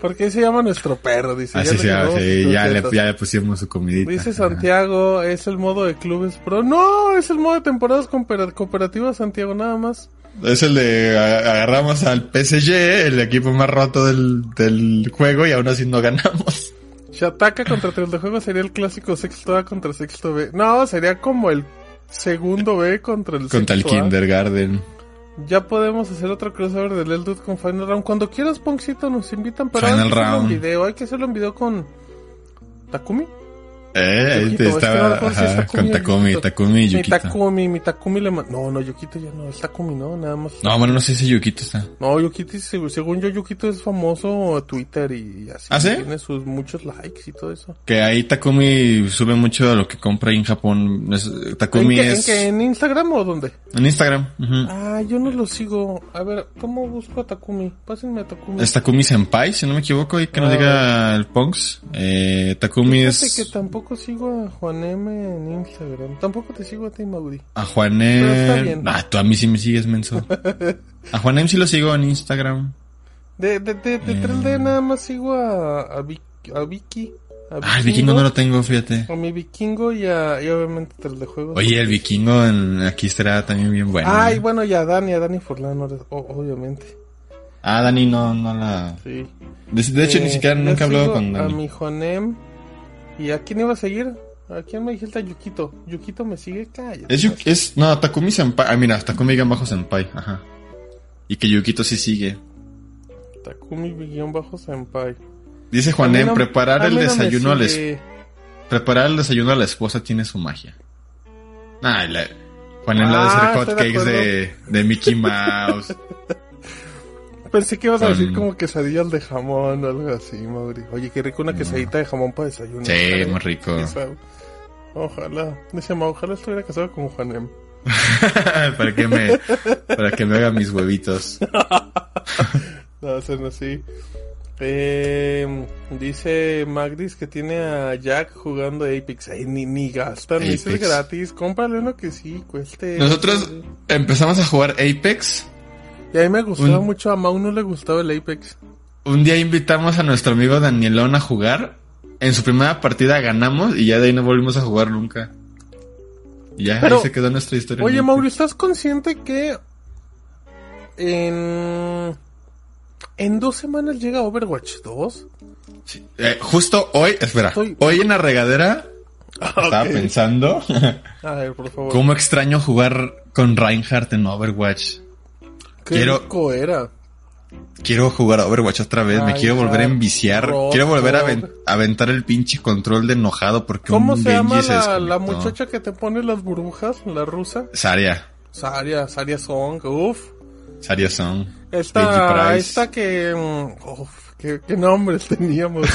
Speaker 5: Porque se llama nuestro perro, dice.
Speaker 7: Así
Speaker 5: le
Speaker 7: se llama,
Speaker 5: llamamos
Speaker 7: sí,
Speaker 5: sus
Speaker 7: ya le,
Speaker 5: recetas.
Speaker 7: ya le pusimos su comidita.
Speaker 5: Dice Santiago, es el modo de clubes pro. No, es el modo de temporadas cooper- cooperativas, Santiago, nada más.
Speaker 7: Es el de a- agarramos al PSG, el equipo más roto del, del juego, y aún así no ganamos.
Speaker 5: Shataka contra Juego sería el clásico sexto A contra sexto B. No, sería como el segundo B contra el
Speaker 7: Contra el
Speaker 5: sexto A.
Speaker 7: Kindergarten.
Speaker 5: Ya podemos hacer otro crossover del Eldut con Final Round. Cuando quieras, Ponxito, nos invitan, pero
Speaker 7: Final
Speaker 5: hay que hacerlo en
Speaker 7: Round.
Speaker 5: video. Hay que hacerlo en video con Takumi.
Speaker 7: Eh, ahí
Speaker 5: Yukito,
Speaker 7: te
Speaker 5: es que no
Speaker 7: estaba
Speaker 5: recuerdo si es
Speaker 7: ajá, con
Speaker 5: Takumi o Yukito.
Speaker 7: Takumi, Takumi y
Speaker 5: Mi
Speaker 7: Yukito.
Speaker 5: Takumi, mi Takumi le ma- No, no, Yukito ya no, es Takumi, no, nada más.
Speaker 7: No, bueno, no sé si Yukito está.
Speaker 5: No, Yukito, se- según yo, Yukito es famoso en Twitter y así.
Speaker 7: ¿Ah, sí?
Speaker 5: Tiene sus muchos likes y todo eso.
Speaker 7: Que ahí Takumi sube mucho de lo que compra ahí en Japón. Es-
Speaker 5: ¿En
Speaker 7: Takumi
Speaker 5: qué, en
Speaker 7: es
Speaker 5: qué, ¿En Instagram o dónde?
Speaker 7: en Instagram. ujú.
Speaker 5: Ah, yo no lo sigo. A ver, ¿cómo busco a Takumi? Pásenme a Takumi.
Speaker 7: Es Takumi Senpai, si no me equivoco, y que nos
Speaker 5: Ah.
Speaker 7: diga el Punks. Eh, Takumi
Speaker 5: Fíjate que
Speaker 7: es
Speaker 5: tampoco sigo a Juan M en Instagram. Tampoco te sigo a ti, Mauri.
Speaker 7: a Juan
Speaker 5: Pero está
Speaker 7: M.
Speaker 5: bien.
Speaker 7: Ah, tú a mí sí me sigues, menso. A Juan M sí lo sigo en Instagram.
Speaker 5: De, de, de,
Speaker 7: Eh.
Speaker 5: de 3D nada más sigo a, a, Vic- a Vicky. A
Speaker 7: Ah, el vikingo no lo tengo, fíjate.
Speaker 5: A mi vikingo y, a, y obviamente 3D juegos.
Speaker 7: Oye, el vikingo en, aquí estará también bien bueno.
Speaker 5: Ay,
Speaker 7: ¿eh?
Speaker 5: bueno, y a Dani, a Dani Forlán, ahora- o- obviamente.
Speaker 7: Ah, Dani no, no la.
Speaker 5: Sí.
Speaker 7: De, de hecho,
Speaker 5: Eh,
Speaker 7: ni siquiera
Speaker 5: yo
Speaker 7: nunca he hablado
Speaker 5: sigo
Speaker 7: con
Speaker 5: A
Speaker 7: Dani.
Speaker 5: mi Juanem. ¿Y a quién iba a seguir? ¿A quién me dijiste? A Yukito. Yukito me sigue, cállate.
Speaker 7: Es, Yu- es- no, Takumi Senpai. Ah, mira, Takumi Gan bajo Senpai. Ajá. Y que Yukito sí sigue.
Speaker 5: Takumi-senpai.
Speaker 7: Dice Juan
Speaker 5: A mí
Speaker 7: M,
Speaker 5: no-
Speaker 7: preparar
Speaker 5: a
Speaker 7: el
Speaker 5: mí no me
Speaker 7: desayuno a la es-
Speaker 5: sigue.
Speaker 7: preparar el desayuno a la esposa tiene su magia. Ah, la, Juan M la de
Speaker 5: Ah,
Speaker 7: hacer
Speaker 5: estoy de
Speaker 7: hotcakes de, de Mickey Mouse.
Speaker 5: Pensé que ibas a decir
Speaker 7: Con-
Speaker 5: como quesadillas de jamón o algo así, Mauri. Oye, qué rico una quesadita de jamón para desayunar.
Speaker 7: sí, muy rico.
Speaker 5: Esa- Ojalá. Dice Ma, ojalá estuviera casado con Juanem.
Speaker 7: para que me, para que me haga mis huevitos.
Speaker 5: No, eso no así. Eh, dice Magris que tiene a Jack jugando Apex. Ay, ni, ni gastan, ni es
Speaker 7: Apex.
Speaker 5: gratis. Cómprale uno que sí cueste.
Speaker 7: Nosotros empezamos a jugar Apex.
Speaker 5: Y a mí me gustaba
Speaker 7: Un-
Speaker 5: mucho, a Mau no le gustaba el Apex.
Speaker 7: Un día invitamos a nuestro amigo Danielón a jugar. En su primera partida ganamos y ya de ahí no volvimos a jugar nunca. Y ya
Speaker 5: Pero-
Speaker 7: ahí se quedó nuestra historia.
Speaker 5: Oye,
Speaker 7: en
Speaker 5: Mauri, ¿estás consciente que en. En dos semanas llega Overwatch 2?
Speaker 7: Sí. Eh, justo hoy, espera,
Speaker 5: Estoy- Ah,
Speaker 7: hoy en la regadera estaba
Speaker 5: ok.
Speaker 7: pensando
Speaker 5: A ver, por favor.
Speaker 7: cómo extraño jugar con Reinhardt en Overwatch.
Speaker 5: ¿Qué
Speaker 7: quiero-
Speaker 5: rico era?
Speaker 7: Quiero jugar a Overwatch otra vez, me quiero volver a
Speaker 5: Reinhardt,
Speaker 7: enviciar,
Speaker 5: Rotor.
Speaker 7: quiero volver a aven- aventar el pinche control de enojado porque
Speaker 5: ¿Cómo
Speaker 7: un
Speaker 5: se llama
Speaker 7: Genji
Speaker 5: la, la
Speaker 7: desconectó.
Speaker 5: muchacha que te pone las burbujas? La rusa.
Speaker 7: Saria,
Speaker 5: Saria, Saria Song. Uf.
Speaker 7: Saria Song. Benji
Speaker 5: Esta,
Speaker 7: Price.
Speaker 5: esta que. mm, Uf, qué, qué nombres teníamos.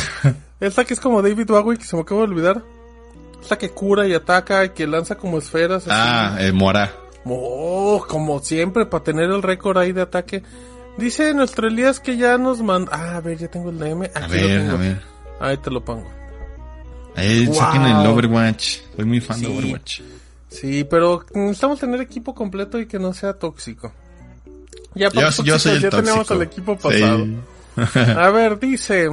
Speaker 5: esta que es como David Bowie, que se me acabo de olvidar. Esta que cura y ataca y que lanza como esferas. así.
Speaker 7: Ah, eh, Mora.
Speaker 5: Oh, como siempre, para tener el récord ahí de ataque. Dice nuestro Elías que ya nos manda. Ah, a ver, ya tengo el DM. Aquí
Speaker 7: A
Speaker 5: lo
Speaker 7: ver,
Speaker 5: tengo.
Speaker 7: a ver.
Speaker 5: Ahí te lo pongo.
Speaker 7: Ahí
Speaker 5: Wow.
Speaker 7: saquen el Overwatch. Soy muy fan
Speaker 5: Sí.
Speaker 7: de Overwatch.
Speaker 5: Sí, pero necesitamos tener equipo completo y que no sea tóxico. Ya,
Speaker 7: Yo,
Speaker 5: para
Speaker 7: yo
Speaker 5: tóxicos
Speaker 7: soy el
Speaker 5: ya
Speaker 7: tóxico.
Speaker 5: tenemos al equipo
Speaker 7: Sí.
Speaker 5: pasado. A ver, dice.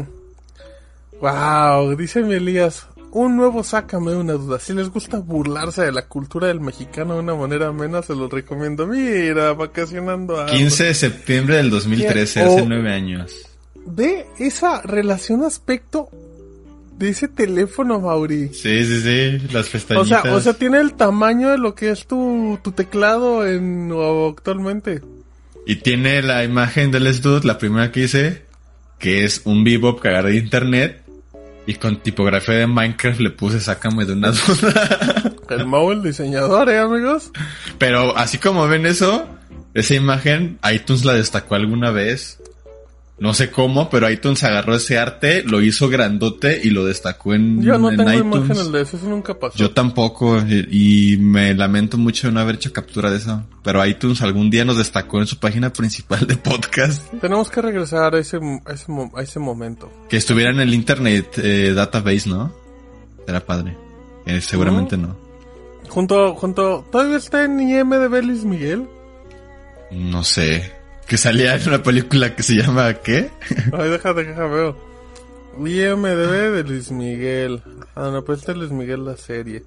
Speaker 5: Wow, dice mi Elías. Un nuevo sácame de una duda. Si les gusta burlarse de la cultura del mexicano de una manera amena, se los recomiendo. Mira, vacacionando a.
Speaker 7: 15 de septiembre del 2013,
Speaker 5: ¿Quién?
Speaker 7: hace
Speaker 5: O-
Speaker 7: nueve años.
Speaker 5: Ve esa relación aspecto de ese teléfono, Mauri.
Speaker 7: Sí, sí, sí, las
Speaker 5: O
Speaker 7: pestañitas.
Speaker 5: sea, o sea, tiene el tamaño de lo que es tu, tu teclado en o actualmente.
Speaker 7: Y tiene la imagen del Stud, la primera que hice, que es un bebop que agarré de internet. Y con tipografía de Minecraft le puse sácame de una duda.
Speaker 5: El Mau, el diseñador, ¿eh, amigos?
Speaker 7: Pero así como ven eso, esa imagen, iTunes la destacó alguna vez. No sé cómo, pero iTunes agarró ese arte, lo hizo grandote y lo destacó en,
Speaker 5: Yo no
Speaker 7: en
Speaker 5: tengo
Speaker 7: iTunes.
Speaker 5: imágenes de eso, eso nunca pasó.
Speaker 7: Yo tampoco, y, y me lamento mucho de no haber hecho captura de eso. Pero iTunes algún día nos destacó en su página principal de podcast
Speaker 5: Tenemos que regresar a ese, a ese, mo- a ese momento.
Speaker 7: que estuviera en el Internet eh, Database, ¿no? Era padre. Eh, seguramente no.
Speaker 5: Junto, junto, todavía está en IMDB Luis Miguel.
Speaker 7: No sé. Que salía en una película que se llama ¿qué?
Speaker 5: Ay, déjate que veo. IMDB de Luis Miguel. Ah, no, pues este es Luis Miguel la serie.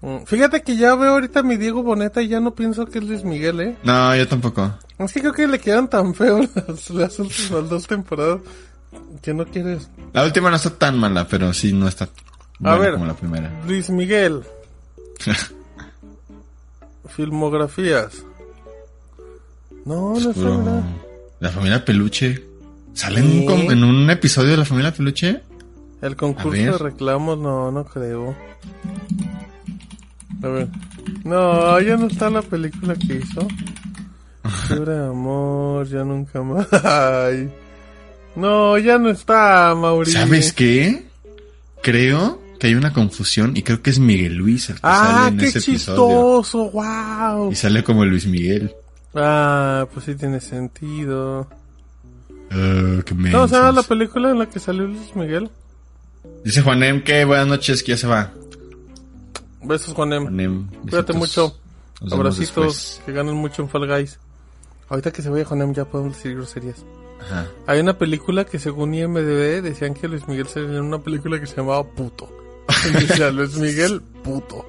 Speaker 5: Mm, Fíjate que ya veo ahorita a mi Diego Boneta y ya no pienso que es Luis Miguel, ¿eh?
Speaker 7: No, yo tampoco.
Speaker 5: Así creo que le quedan tan feos las, las últimas dos temporadas que no quieres.
Speaker 7: La última no está tan mala, pero sí no está buena
Speaker 5: ver.
Speaker 7: como la primera.
Speaker 5: Luis Miguel. Filmografías. No, no está
Speaker 7: Oscuro.
Speaker 5: verdad.
Speaker 7: La familia Peluche. ¿Sale en
Speaker 5: Sí.
Speaker 7: un, com- en un episodio de la familia Peluche?
Speaker 5: El concurso
Speaker 7: A ver.
Speaker 5: de reclamos, no, no creo. A ver. No, ya no está la película que hizo. Libre de amor, ya nunca más. Ay. No, ya no está, Mauricio.
Speaker 7: ¿Sabes qué? Creo que hay una confusión y creo que es Miguel Luis el que
Speaker 5: Ah,
Speaker 7: sale en
Speaker 5: qué
Speaker 7: ese episodio.
Speaker 5: chistoso, wow.
Speaker 7: Y sale como Luis Miguel.
Speaker 5: Ah, pues sí tiene sentido.
Speaker 7: Ah, qué
Speaker 5: No, ¿sabes la
Speaker 7: mensos.
Speaker 5: película en la que salió Luis Miguel?
Speaker 7: Dice Juanem que buenas noches, que ya se va.
Speaker 5: Besos, Juanem.
Speaker 7: Juanem.
Speaker 5: Cuídate
Speaker 7: besitos.
Speaker 5: mucho.
Speaker 7: Nos vemos
Speaker 5: Abracitos,
Speaker 7: después.
Speaker 5: que ganen mucho en Fall Guys. Ahorita que se vaya Juanem ya podemos decir groserías.
Speaker 7: Ajá.
Speaker 5: Hay una película que según IMDB decían que Luis Miguel salía en una película que se llamaba Puto. Y decía Luis Miguel, puto.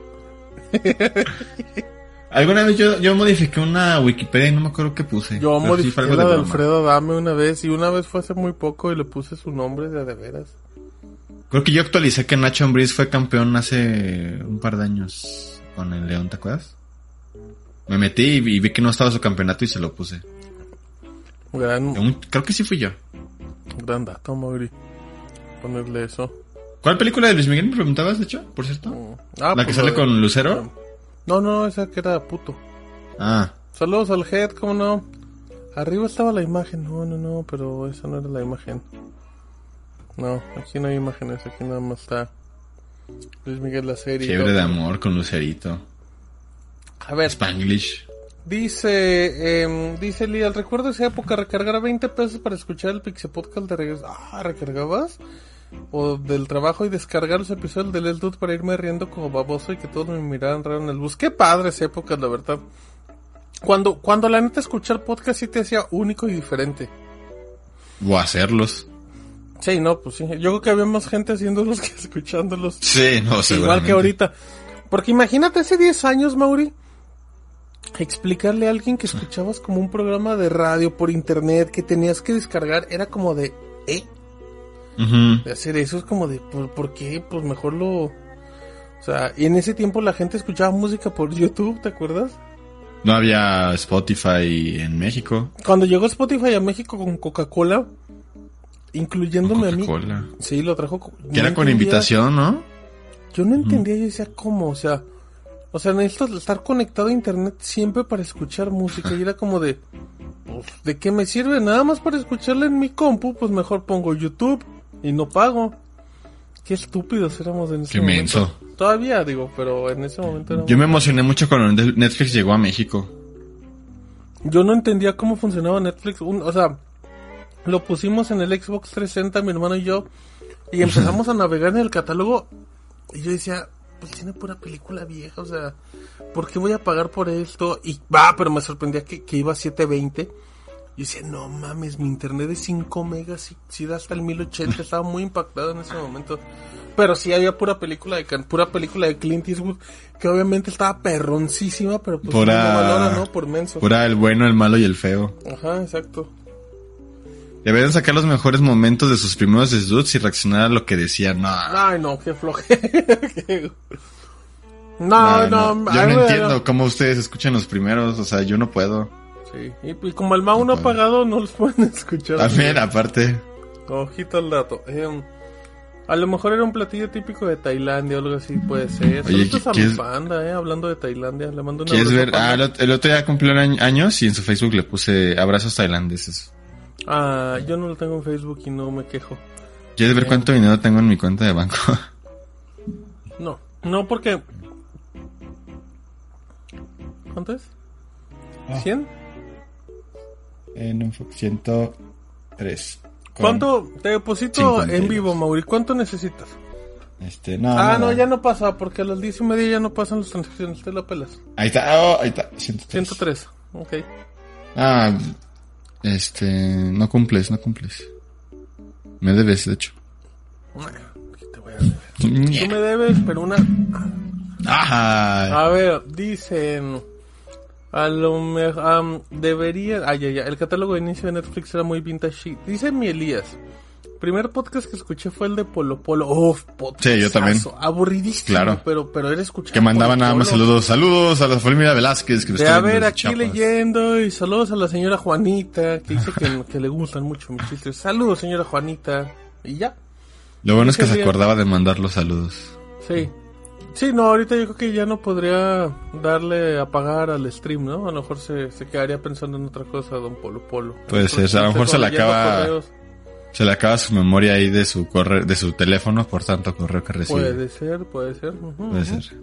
Speaker 7: Alguna vez yo, yo modifiqué una Wikipedia y no me acuerdo qué puse.
Speaker 5: Yo
Speaker 7: Pero sí
Speaker 5: modifiqué
Speaker 7: fue algo
Speaker 5: la de,
Speaker 7: broma.
Speaker 5: Alfredo Dame una vez y una vez fue hace muy poco y le puse su nombre de a de veras.
Speaker 7: Creo que yo actualicé que Nacho Ambriz fue campeón hace un par de años con el León, ¿te acuerdas? Me metí y vi y vi que no estaba su campeonato y se lo puse.
Speaker 5: Gran,
Speaker 7: Un- creo que sí fui yo.
Speaker 5: gran dato, Mauri. Ponerle eso.
Speaker 7: ¿Cuál película de Luis Miguel me preguntabas, de hecho, por cierto?
Speaker 5: Ah,
Speaker 7: ¿La que
Speaker 5: pues,
Speaker 7: sale
Speaker 5: de-
Speaker 7: con Lucero?
Speaker 5: No, no, esa que era puto.
Speaker 7: Ah,
Speaker 5: Saludos al head, ¿cómo no? Arriba estaba la imagen, no, no, no, pero esa no era la imagen. No, aquí no hay imágenes, aquí nada más está Luis Miguel la serie.
Speaker 7: Fiebre de amor con Lucerito.
Speaker 5: A ver,
Speaker 7: Spanglish.
Speaker 5: dice, em, dice Lial, recuerdo esa época, recargar 20 pesos para escuchar el Pixie Podcast de regreso. Ah, ¿recargabas? O del trabajo y descargar los episodios del El Dude para irme riendo como baboso y que todos me miraran raro en el bus. Qué padre esa época, la verdad. Cuando, cuando la neta escuchar podcast sí te hacía único y diferente.
Speaker 7: O hacerlos.
Speaker 5: Sí, no, pues sí. Yo creo que había más gente haciéndolos que escuchándolos.
Speaker 7: Sí, no,
Speaker 5: Igual
Speaker 7: seguramente.
Speaker 5: que ahorita. Porque imagínate hace 10 años, Mauri, explicarle a alguien que escuchabas como un programa de radio por internet que tenías que descargar, era como de, ¿eh?
Speaker 7: Ujú.
Speaker 5: De hacer eso es como de, ¿por, por qué? Pues mejor lo... O sea, y en ese tiempo la gente escuchaba música por YouTube, ¿te acuerdas?
Speaker 7: No había Spotify en México.
Speaker 5: Cuando llegó Spotify a México con Coca-Cola, incluyéndome a mí.
Speaker 7: Coca-Cola.
Speaker 5: Sí, lo trajo. co-
Speaker 7: Que
Speaker 5: no
Speaker 7: era con
Speaker 5: entendía-
Speaker 7: invitación, ¿no?
Speaker 5: Yo no entendía, yo decía, ¿cómo? O sea, o sea, necesitas estar conectado a internet siempre para escuchar música. Y era como de, pues, ¿de qué me sirve? Nada más para escucharla en mi compu, pues mejor pongo YouTube y no pago. Qué estúpidos éramos en ese
Speaker 7: Qué
Speaker 5: momento.
Speaker 7: menso.
Speaker 5: Todavía digo, pero en ese momento éramos-
Speaker 7: Yo me emocioné mucho cuando Netflix llegó a México.
Speaker 5: Yo no entendía cómo funcionaba Netflix. Un- o sea, lo pusimos en el Xbox 360, mi hermano y yo, y empezamos a navegar en el catálogo. Y yo decía, pues tiene pura película vieja, o sea, ¿por qué voy a pagar por esto? Y va, pero me sorprendía que, que iba a 720. Y decía, no mames, mi internet de 5 megas y si da hasta el 1080. Estaba muy impactado en ese momento. Pero sí había pura película de Can- pura película de Clint Eastwood, que obviamente estaba perroncísima, pero pues
Speaker 7: Pura-
Speaker 5: uno valora, ¿no? Por menso.
Speaker 7: Pues, Pura el bueno, el malo y el feo.
Speaker 5: Ajá, exacto.
Speaker 7: Deberían sacar los mejores momentos de sus primeros dudes y reaccionar a lo que decían. No,
Speaker 5: Ay, no, qué floje. Qué-
Speaker 7: no,
Speaker 5: no, no,
Speaker 7: no. ah,
Speaker 5: a
Speaker 7: Yo
Speaker 5: ver,
Speaker 7: no entiendo cómo ustedes escuchan los primeros. O sea, yo no puedo.
Speaker 5: Sí, y, y como el Mau no ha pagado, no los pueden escuchar.
Speaker 7: También, aparte.
Speaker 5: Ojito al dato. Em, a lo mejor era un platillo típico de Tailandia o algo así, puede ser.
Speaker 7: Oye,
Speaker 5: Saludos a mi
Speaker 7: ¿quieres-
Speaker 5: panda, eh, hablando de Tailandia. Le mando un abrazo
Speaker 7: ¿Quieres
Speaker 5: a
Speaker 7: ver? Ah,
Speaker 5: Panda.
Speaker 7: el ot- el otro día cumplió añ- años y en su Facebook le puse abrazos tailandeses.
Speaker 5: Ah, yo no lo tengo en Facebook y no me quejo.
Speaker 7: ¿Quieres ver cuánto dinero tengo en mi cuenta de banco?
Speaker 5: No, no porque... ¿Cuánto es? ¿100?
Speaker 7: En un 103.
Speaker 5: ¿Cuánto? Te deposito
Speaker 7: 52.
Speaker 5: en vivo, Mauri. ¿Cuánto necesitas?
Speaker 7: Este, no,
Speaker 5: Ah, no, ya no pasa, porque a las 10 y media ya no pasan las transacciones, te la pelas.
Speaker 7: Ahí está, oh, ahí está, 103.
Speaker 5: 103, ok.
Speaker 7: Ah, este, no cumples, no cumples. Me debes, de hecho.
Speaker 5: Aquí te voy a deber. Tú me debes, pero una...
Speaker 7: Ajá.
Speaker 5: A ver, dicen... A lo mejor... debería... Ay, ya, ya, el catálogo de inicio de Netflix era muy vintage. Dice mi Elías. Primer podcast que escuché fue el de Polo Polo. Uf, podcast.
Speaker 7: Sí, yo también.
Speaker 5: Aburridísimo,
Speaker 7: Claro.
Speaker 5: pero, pero era escuchar
Speaker 7: Que mandaban
Speaker 5: Polo
Speaker 7: nada más
Speaker 5: Polo.
Speaker 7: saludos. Saludos a la familia Velázquez que me
Speaker 5: De
Speaker 7: está
Speaker 5: a
Speaker 7: viendo
Speaker 5: ver,
Speaker 7: desde
Speaker 5: aquí
Speaker 7: Chiapas.
Speaker 5: leyendo y saludos a la señora Juanita, que dice que, que le gustan mucho mis chistes. Saludos, señora Juanita. Y ya.
Speaker 7: Lo bueno es que
Speaker 5: Qué
Speaker 7: se
Speaker 5: bien.
Speaker 7: acordaba de mandar los saludos.
Speaker 5: Sí. Sí, no, ahorita yo creo que ya no podría darle a pagar al stream, ¿no? A lo mejor se, se quedaría pensando en otra cosa, don Polo Polo.
Speaker 7: Puede ser, a lo mejor se le acaba- Se le acaba su memoria ahí de su correo, de su teléfono por tanto correo que recibe.
Speaker 5: Puede ser, puede ser. ujú,
Speaker 7: Puede
Speaker 5: ujú.
Speaker 7: ser.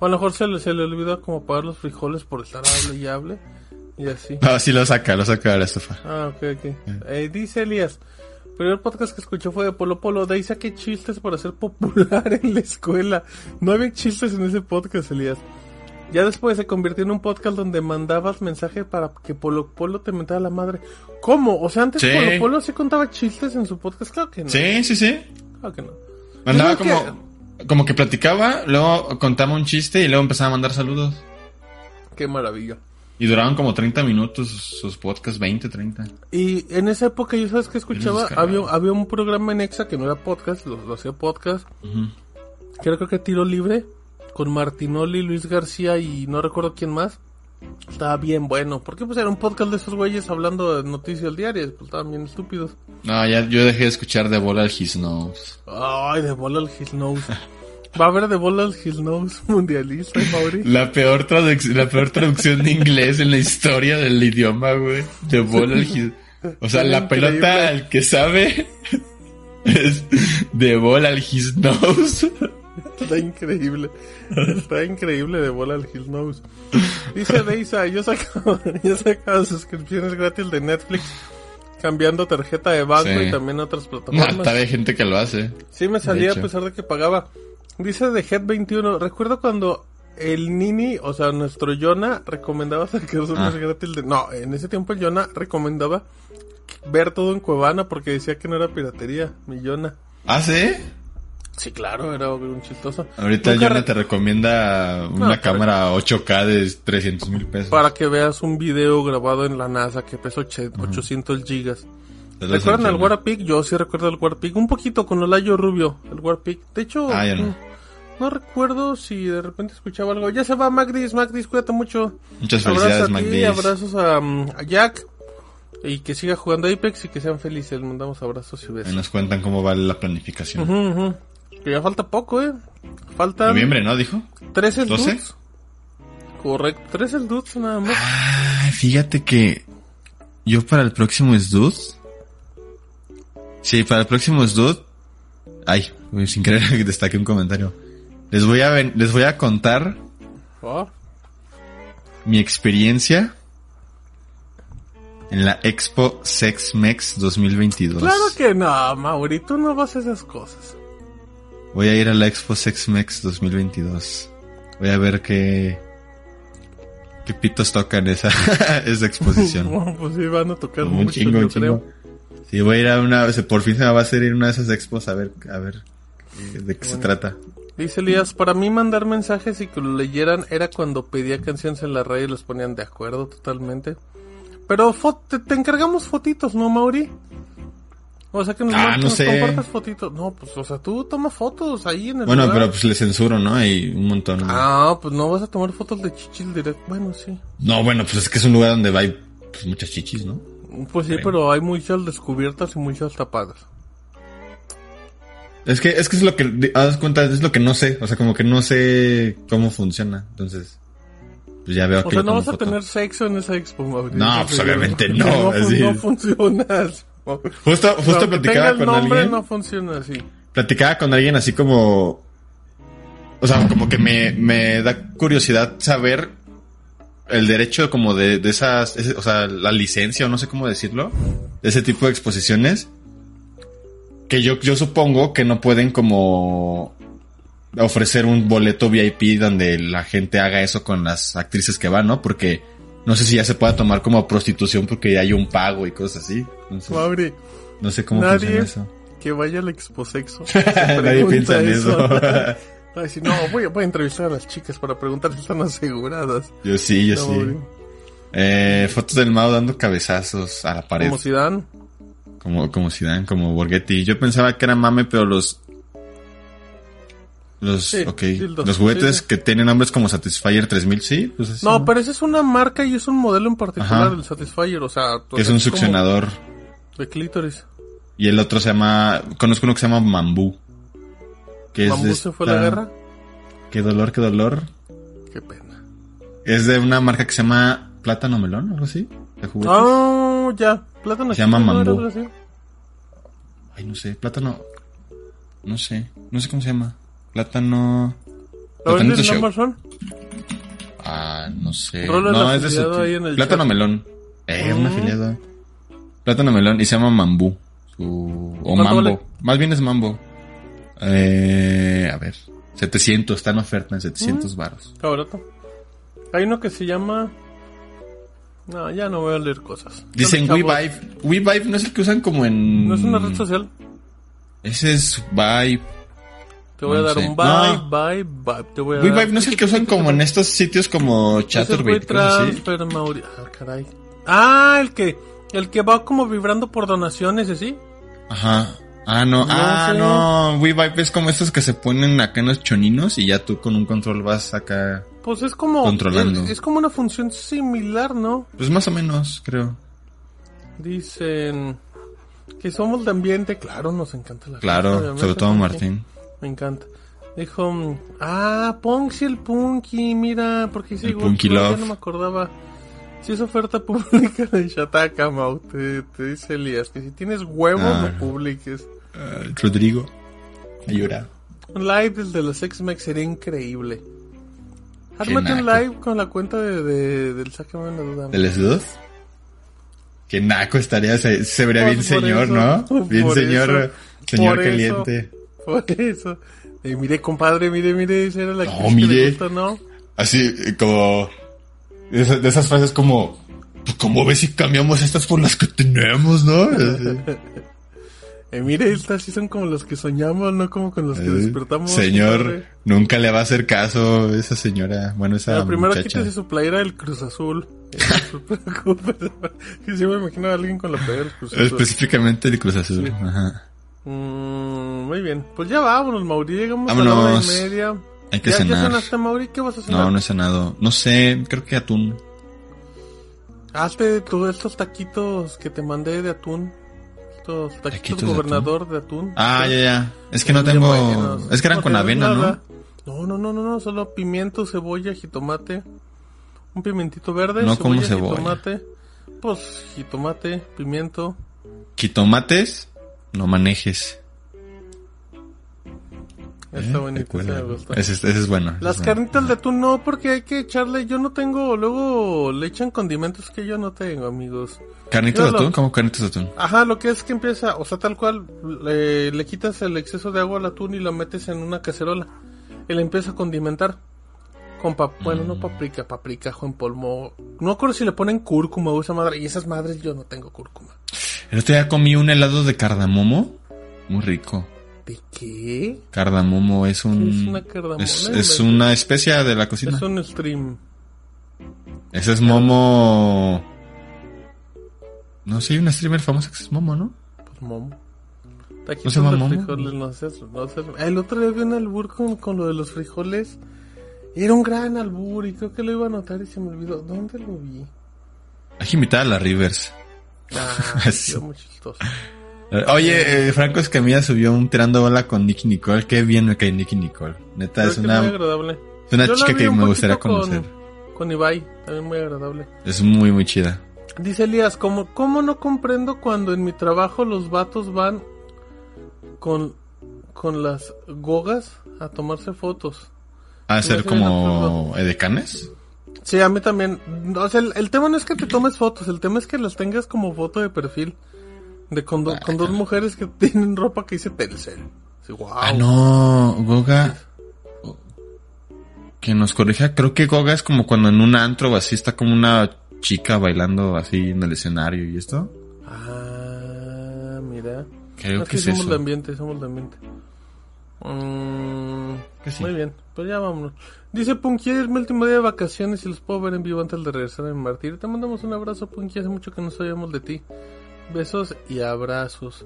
Speaker 5: O a lo mejor se le, se le olvida como pagar los frijoles por estar hable y hable. Y así.
Speaker 7: No, sí lo saca, lo saca de la estufa.
Speaker 5: Ah, ok, ok.
Speaker 7: Mm.
Speaker 5: Eh, dice Elías, primer podcast que escuché fue de Polo Polo, de ahí saqué chistes para ser popular en la escuela. No había chistes en ese podcast, Elías. Ya después se convirtió en un podcast donde mandabas mensaje para que Polo Polo te mentara la madre. ¿Cómo? O sea, antes
Speaker 7: Sí.
Speaker 5: Polo Polo sí contaba chistes en su podcast, claro que no.
Speaker 7: Sí, sí, sí.
Speaker 5: Claro que no.
Speaker 7: Mandaba
Speaker 5: Yo creo
Speaker 7: como, como que platicaba, luego contaba un chiste y luego empezaba a mandar saludos.
Speaker 5: Qué maravilla.
Speaker 7: Y duraban como 30 minutos sus, sus podcasts, 20, 30.
Speaker 5: Y en esa época, yo sabes que escuchaba,
Speaker 7: descargaba.
Speaker 5: había, había un programa en Exa que no era podcast, lo, lo hacía podcast,
Speaker 7: Ujú.
Speaker 5: creo, que Tiro Libre, con Martinoli, Luis García y no recuerdo quién más. Estaba bien bueno, porque pues era un podcast de esos güeyes hablando de noticias diarias, pues estaban bien estúpidos.
Speaker 7: No, ya yo dejé de escuchar de bola al His Knows.
Speaker 5: Ay, de bola al His Nose. Va a haber de bola al His Nose mundialista, Mauri.
Speaker 7: La peor, traduc- la peor traducción de inglés en la historia del idioma, güey. De bola al His O sea, la
Speaker 5: Increíble.
Speaker 7: pelota al que sabe es de bola al His Knows.
Speaker 5: Está increíble. Está increíble de bola al Hill Nose. Dice Deisa, yo sacaba, yo sacaba suscripciones gratis de Netflix cambiando tarjeta de banco
Speaker 7: Sí. Ah,
Speaker 5: y también otras
Speaker 7: Mata
Speaker 5: plataformas.
Speaker 7: de gente que lo hace.
Speaker 5: sí me salía a
Speaker 7: hecho.
Speaker 5: pesar de que pagaba. Dice de Head 21, recuerdo cuando el Nini, o sea, nuestro Yona, recomendaba sacar unos
Speaker 7: Ah.
Speaker 5: gratis de... No, en ese tiempo el Yona recomendaba ver todo en Cuevana porque decía que no era piratería, mi Yona.
Speaker 7: ¿Ah, sí?
Speaker 5: Sí, claro, era un chistoso.
Speaker 7: Ahorita
Speaker 5: Nunca
Speaker 7: Jonah te recomienda
Speaker 5: pero-
Speaker 7: una cámara 8K de 300 mil pesos.
Speaker 5: Para que veas un video grabado en la NASA que pesa oche- 800 gigas.
Speaker 7: Te lo
Speaker 5: ¿Recuerdan
Speaker 7: hacen
Speaker 5: al Warpig? Yo sí recuerdo al Warpig. Un poquito con Olayo Rubio, el Warpig. De hecho,
Speaker 7: Ah, ya no.
Speaker 5: no. no recuerdo si de repente escuchaba algo. Ya se va Magdis, Magdis, cuídate mucho.
Speaker 7: Muchas
Speaker 5: Abrazos
Speaker 7: felicidades,
Speaker 5: a ti,
Speaker 7: Magdis.
Speaker 5: abrazos a, mm, a Jack. Y que siga jugando Apex y que sean felices. Les mandamos abrazos y
Speaker 7: Ahí
Speaker 5: besos.
Speaker 7: nos cuentan cómo va la planificación.
Speaker 5: Ujú, ujú. Que ya falta poco, ¿eh? Faltan
Speaker 7: Noviembre, ¿no? Dijo.
Speaker 5: 13
Speaker 7: ¿doce?
Speaker 5: dudes. Correcto, 13 dudes nada más.
Speaker 7: Ah. Ay, fíjate que yo para el próximo Sdud. Sí, para el próximo Sdud. Ay, uy, sin querer destaqué un comentario. Les voy a ven- les voy a contar
Speaker 5: Ah.
Speaker 7: mi experiencia en la Expo Sex Mex 2022.
Speaker 5: Claro que no, Mauri, tú no vas a esas cosas.
Speaker 7: Voy a ir a la Expo Sex Mex 2022. Voy a ver qué qué pitos tocan esa esa exposición.
Speaker 5: Bueno, pues sí, van a tocar
Speaker 7: Un
Speaker 5: mucho,
Speaker 7: chingo,
Speaker 5: yo
Speaker 7: un chingo.
Speaker 5: creo.
Speaker 7: Sí, voy a ir a una, se- por fin se me va a hacer ir a una de esas expos a ver, a ver eh, de qué se
Speaker 5: bueno.
Speaker 7: trata.
Speaker 5: Dice Elías, para mí mandar mensajes y que lo leyeran era cuando pedía canciones en la radio y los ponían de acuerdo totalmente. Pero fo- te, te encargamos fotitos, ¿no, Mauri? O sea, que nos,
Speaker 7: Ah,
Speaker 5: mandas-
Speaker 7: no
Speaker 5: nos
Speaker 7: sé.
Speaker 5: compartas fotitos. No, pues, o sea, tú toma fotos ahí en el
Speaker 7: Bueno,
Speaker 5: lugar.
Speaker 7: pero pues le censuro, ¿no? Hay un montón. ¿no?
Speaker 5: Ah, pues no vas a tomar fotos de chichil directo. Bueno, sí.
Speaker 7: No, bueno, pues es que es un lugar donde hay pues, muchas chichis, ¿no?
Speaker 5: Pues sí, pero hay muchas descubiertas y muchas tapadas.
Speaker 7: Es que, es que es lo que, di- haz cuenta, es lo que no sé, o sea, como que no sé cómo funciona, entonces, pues ya veo
Speaker 5: O
Speaker 7: que
Speaker 5: sea,
Speaker 7: le
Speaker 5: no
Speaker 7: tomo
Speaker 5: vas a
Speaker 7: foto.
Speaker 5: tener sexo en esa expo, Mauricio.
Speaker 7: No, pues, obviamente no,
Speaker 5: No, fun-
Speaker 7: así
Speaker 5: no
Speaker 7: es.
Speaker 5: funciona así.
Speaker 7: Justo, justo
Speaker 5: Aunque tenga
Speaker 7: platicaba
Speaker 5: el
Speaker 7: con
Speaker 5: nombre,
Speaker 7: alguien.
Speaker 5: no funciona así.
Speaker 7: platicaba con alguien así como. O sea, como que me, me da curiosidad saber el derecho como de, de esas, ese- o sea, la licencia o no sé cómo decirlo, de ese tipo de exposiciones, que yo, yo supongo que no pueden como ofrecer un boleto VIP donde la gente haga eso con las actrices que van, ¿no? Porque no sé si ya se pueda tomar como prostitución porque ya hay un pago y cosas así. Entonces,
Speaker 5: Mauri,
Speaker 7: no sé cómo
Speaker 5: nadie-
Speaker 7: funciona eso.
Speaker 5: que vaya al exposexo.
Speaker 7: Nadie piensa en eso.
Speaker 5: Va a decir, no, voy, voy a entrevistar a las chicas para preguntar si están aseguradas.
Speaker 7: Yo sí, yo
Speaker 5: No,
Speaker 7: sí.
Speaker 5: Mauri.
Speaker 7: Eh, fotos del Mao dando cabezazos a la pared.
Speaker 5: Como Zidane.
Speaker 7: Como, como Zidane, como Borghetti. Yo pensaba que era mame, pero los... Los,
Speaker 5: Sí,
Speaker 7: ok.
Speaker 5: dildos,
Speaker 7: los juguetes
Speaker 5: sí, sí.
Speaker 7: que tienen nombres como Satisfyer 3000, sí. Pues así,
Speaker 5: No, pero esa es una marca y es un modelo en particular,
Speaker 7: Ajá.
Speaker 5: el Satisfyer, o sea... o
Speaker 7: Que es
Speaker 5: sea,
Speaker 7: un
Speaker 5: como
Speaker 7: succionador.
Speaker 5: De clítoris.
Speaker 7: Y el otro se llama... Conozco uno que se llama Mambú. Que es de
Speaker 5: ¿Bambú se fue a la
Speaker 7: esta-
Speaker 5: guerra?
Speaker 7: Qué dolor, qué dolor.
Speaker 5: Qué pena.
Speaker 7: Es de una marca que se llama Plátano Melón, algo así. De juguetes.
Speaker 5: Ah, ya. Plátano.
Speaker 7: Se llama
Speaker 5: ¿no era
Speaker 7: Mambú.
Speaker 5: algo así?
Speaker 7: Ay, no sé, plátano. No sé, no sé cómo se llama. Plátano.
Speaker 5: ¿Lo
Speaker 7: Plátano
Speaker 5: venden en
Speaker 7: show.
Speaker 5: Amazon?
Speaker 7: Ah, no sé.
Speaker 5: Rolo, el
Speaker 7: no, es de
Speaker 5: afiliado
Speaker 7: su-
Speaker 5: ahí en el
Speaker 7: Plátano
Speaker 5: chat.
Speaker 7: melón. Eh, un
Speaker 5: Mm.
Speaker 7: afiliado. Plátano melón y se llama Mambú. Su- O
Speaker 5: ¿Cuánto
Speaker 7: Mambo.
Speaker 5: vale?
Speaker 7: Más bien es Mambo. Eh, a ver. 700, está en oferta en 700
Speaker 5: ¿Mm?
Speaker 7: varos.
Speaker 5: Está barato. Hay uno que se llama... No, ya no voy a leer cosas.
Speaker 7: Dicen Mm,
Speaker 5: Chavos,
Speaker 7: WeVive. WeVive no es el que usan como en...
Speaker 5: No es una red social.
Speaker 7: Ese es Vibe.
Speaker 5: Te voy
Speaker 7: No
Speaker 5: a dar
Speaker 7: sé.
Speaker 5: un
Speaker 7: No.
Speaker 5: bye, bye, bye. Te voy a
Speaker 7: Wii
Speaker 5: dar.
Speaker 7: Vibe no es el que usan como en estos sitios como Chatterbait,
Speaker 5: Ese fue
Speaker 7: cosas así.
Speaker 5: Transfer Mauri- Ah, caray. Ah, el que, el que va como vibrando por donaciones, ¿sí?
Speaker 7: Ajá. Ah,
Speaker 5: No
Speaker 7: no. ah,
Speaker 5: sé.
Speaker 7: no. Wii Vibe es como estos que se ponen acá en los choninos y ya tú con un control vas acá.
Speaker 5: Pues es como.
Speaker 7: Controlando.
Speaker 5: Es, es como una función similar, ¿no?
Speaker 7: Pues más o menos, creo.
Speaker 5: Dicen. Que somos de ambiente, claro, nos encanta la fiesta,
Speaker 7: Claro,
Speaker 5: obviamente,
Speaker 7: sobre todo
Speaker 5: porque
Speaker 7: Martín.
Speaker 5: Me encanta. Dijo, mm, ah, Ponxi el Punky, mira, porque hice
Speaker 7: El
Speaker 5: igual,
Speaker 7: Punky
Speaker 5: no, ya
Speaker 7: Love.
Speaker 5: no me acordaba. Si es oferta pública de Shataka, Mau, te, te dice Elías, que si tienes huevo,
Speaker 7: Ah.
Speaker 5: no publiques.
Speaker 7: Eh, Rodrigo. A llorar.
Speaker 5: Un live desde los X-Mex sería increíble. Ármate un
Speaker 7: naco.
Speaker 5: live con la cuenta de, de- del Sácame la duda.
Speaker 7: ¿De las dos? Que naco estaría, se, se vería
Speaker 5: Pues
Speaker 7: bien
Speaker 5: por
Speaker 7: señor,
Speaker 5: eso,
Speaker 7: ¿no?
Speaker 5: por
Speaker 7: Bien
Speaker 5: eso,
Speaker 7: señor, señor
Speaker 5: por eso.
Speaker 7: caliente.
Speaker 5: Por eso. Eh, mire, compadre, mire, mire, esa era la
Speaker 7: No,
Speaker 5: actriz que le
Speaker 7: mire.
Speaker 5: gusta, ¿no?
Speaker 7: Así eh, como... De esas, de esas frases como... "Pues, ¿Cómo ves si cambiamos estas por las que tenemos, no? Así.
Speaker 5: Eh, mire, estas sí son como las que soñamos, no como con las que
Speaker 7: Eh,
Speaker 5: despertamos.
Speaker 7: Señor,
Speaker 5: compadre.
Speaker 7: nunca le va a hacer caso esa señora. Bueno, esa
Speaker 5: Pero primero
Speaker 7: muchacha.
Speaker 5: quítese su playera del Cruz Azul. Eh, no se preocupe. Sí, yo me imagino a alguien con la playera del Cruz Azul.
Speaker 7: Específicamente el Cruz Azul.
Speaker 5: Sí.
Speaker 7: Ajá.
Speaker 5: Mm, muy bien. Pues ya vámonos, Mauri. Llegamos a la hora
Speaker 7: Vámonos.
Speaker 5: y media.
Speaker 7: Hay que
Speaker 5: ¿Ya, ya
Speaker 7: cenar.
Speaker 5: cenaste, Mauri? ¿Qué vas a cenar?
Speaker 7: No, no he cenado. No sé, creo que atún.
Speaker 5: Hazte todos estos taquitos que te mandé de atún. Estos taquitos,
Speaker 7: ¿Taquitos de
Speaker 5: gobernador de atún.
Speaker 7: Ah,
Speaker 5: Sí.
Speaker 7: ya, ya. Es que no
Speaker 5: Ya
Speaker 7: tengo...
Speaker 5: rellenos.
Speaker 7: Es que eran
Speaker 5: No
Speaker 7: con
Speaker 5: tenemos
Speaker 7: avena, ¿no?
Speaker 5: nada. No, no, no, no, no, solo pimiento, cebolla, jitomate. Un pimentito verde,
Speaker 7: No como cebolla.
Speaker 5: jitomate. Pues jitomate, pimiento.
Speaker 7: Quitomates, no manejes.
Speaker 5: Está
Speaker 7: Eh,
Speaker 5: bonito, ese
Speaker 7: recuerda.
Speaker 5: me gusta.
Speaker 7: Ese, es- ese es bueno. ese
Speaker 5: Las
Speaker 7: es bueno.
Speaker 5: carnitas de atún no, porque hay que echarle. Yo no tengo, luego le echan condimentos que yo no tengo, amigos.
Speaker 7: ¿Carnitas de
Speaker 5: Yo lo-
Speaker 7: atún? ¿Cómo carnitas de atún?
Speaker 5: Ajá, lo que es que empieza, o sea, tal cual, le, le quitas el exceso de agua al atún y lo metes en una cacerola. Y le empieza a condimentar. Con pap bueno, no paprika, paprika, en polvo. No acuerdo si le ponen cúrcuma o esa madre. Y esas madres yo no tengo cúrcuma.
Speaker 7: El otro día comí un helado de cardamomo. Muy rico.
Speaker 5: ¿De qué?
Speaker 7: Cardamomo es un...
Speaker 5: ¿Qué es una cardamona?
Speaker 7: Es, es una especia de la cocina.
Speaker 5: Es un stream.
Speaker 7: Ese es Momo... No sé, hay una streamer famosa que es Momo, ¿no?
Speaker 5: Pues momo.
Speaker 7: ¿No
Speaker 5: Taquitos
Speaker 7: se llama
Speaker 5: de
Speaker 7: momo?
Speaker 5: frijoles, no sé, no sé. El otro día vi un albur con, con lo de los frijoles. Y era un gran albur y creo que lo iba a anotar y se me olvidó. ¿Dónde lo vi?
Speaker 7: Hay que invitar a la Rivers.
Speaker 5: Ah,
Speaker 7: Así.
Speaker 5: quedó muy chistoso.
Speaker 7: Eh, Oye, eh, Franco Escamilla subió un tirando bola con Nicky Nicole. Qué bien me cae Nicky Nicole. Neta,
Speaker 5: Creo
Speaker 7: es
Speaker 5: que muy
Speaker 7: una,
Speaker 5: agradable.
Speaker 7: es una
Speaker 5: Yo la
Speaker 7: chica
Speaker 5: vi
Speaker 7: que
Speaker 5: un
Speaker 7: me gustaría
Speaker 5: poquito con-
Speaker 7: conocer.
Speaker 5: Con Ibai, también muy agradable.
Speaker 7: Es muy, muy chida.
Speaker 5: Dice Elías, ¿cómo, ¿cómo no comprendo cuando en mi trabajo los vatos van con, con las gogas a tomarse fotos?
Speaker 7: ¿A
Speaker 5: Me
Speaker 7: ser
Speaker 5: hace bien
Speaker 7: como edecanes?
Speaker 5: Sí, a mí también. O sea, el, el tema no es que te tomes fotos, el tema es que las tengas como foto de perfil. De con, do- con dos mujeres que tienen ropa que dice Telcel. Sí, wow.
Speaker 7: Ah, no, Goga. Que nos corrija, creo que Goga es como cuando en un antro o así está como una chica bailando así en el escenario y esto.
Speaker 5: Ah, mira.
Speaker 7: Creo
Speaker 5: No,
Speaker 7: que
Speaker 5: sí,
Speaker 7: Eh, es
Speaker 5: somos de
Speaker 7: eso.
Speaker 5: ambiente, somos de ambiente. Mm,
Speaker 7: Que sí.
Speaker 5: Muy bien, pues ya vámonos. Dice Punky, es mi último día de vacaciones y los puedo ver en vivo antes de regresar en Martir. Te mandamos un abrazo, Punky, hace mucho que no sabíamos de ti. Besos y abrazos.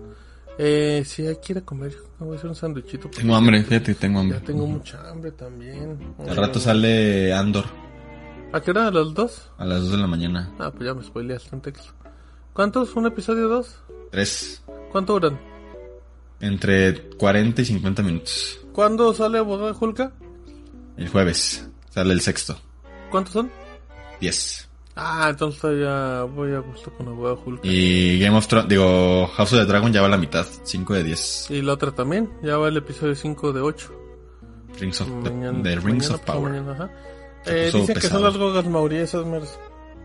Speaker 5: Eh, si hay que ir a comer, me voy a hacer un sanduichito. porque
Speaker 7: Tengo hambre, fíjate, tengo hambre.
Speaker 5: Ya tengo mucha hambre también.
Speaker 7: Al rato sale Andor
Speaker 5: ¿A qué hora? ¿A las dos?
Speaker 7: a las 2 de la mañana.
Speaker 5: Ah, pues ya me spoileaste un texto. ¿Cuántos? ¿Un episodio dos?
Speaker 7: 3.
Speaker 5: ¿Cuánto duran?
Speaker 7: Entre 40 y 50 minutos.
Speaker 5: ¿Cuándo sale Abogado Julka?
Speaker 7: El jueves sale el sexto.
Speaker 5: ¿Cuántos son?
Speaker 7: 10.
Speaker 5: Ah, entonces todavía voy a gusto con abogado Hulk. Y...
Speaker 7: Y Game of Thrones, digo, House of the Dragon ya va a la mitad. 5 de 10.
Speaker 5: la otra también. Ya va el episodio 5 de 8.
Speaker 7: Rings of,
Speaker 5: Mañana.
Speaker 7: the Rings
Speaker 5: mañana
Speaker 7: of
Speaker 5: pasado
Speaker 7: Power.
Speaker 5: mañana, ajá.
Speaker 7: Se
Speaker 5: Eh,
Speaker 7: puso
Speaker 5: dicen que
Speaker 7: pesado.
Speaker 5: son las gogas maurí, esas meras.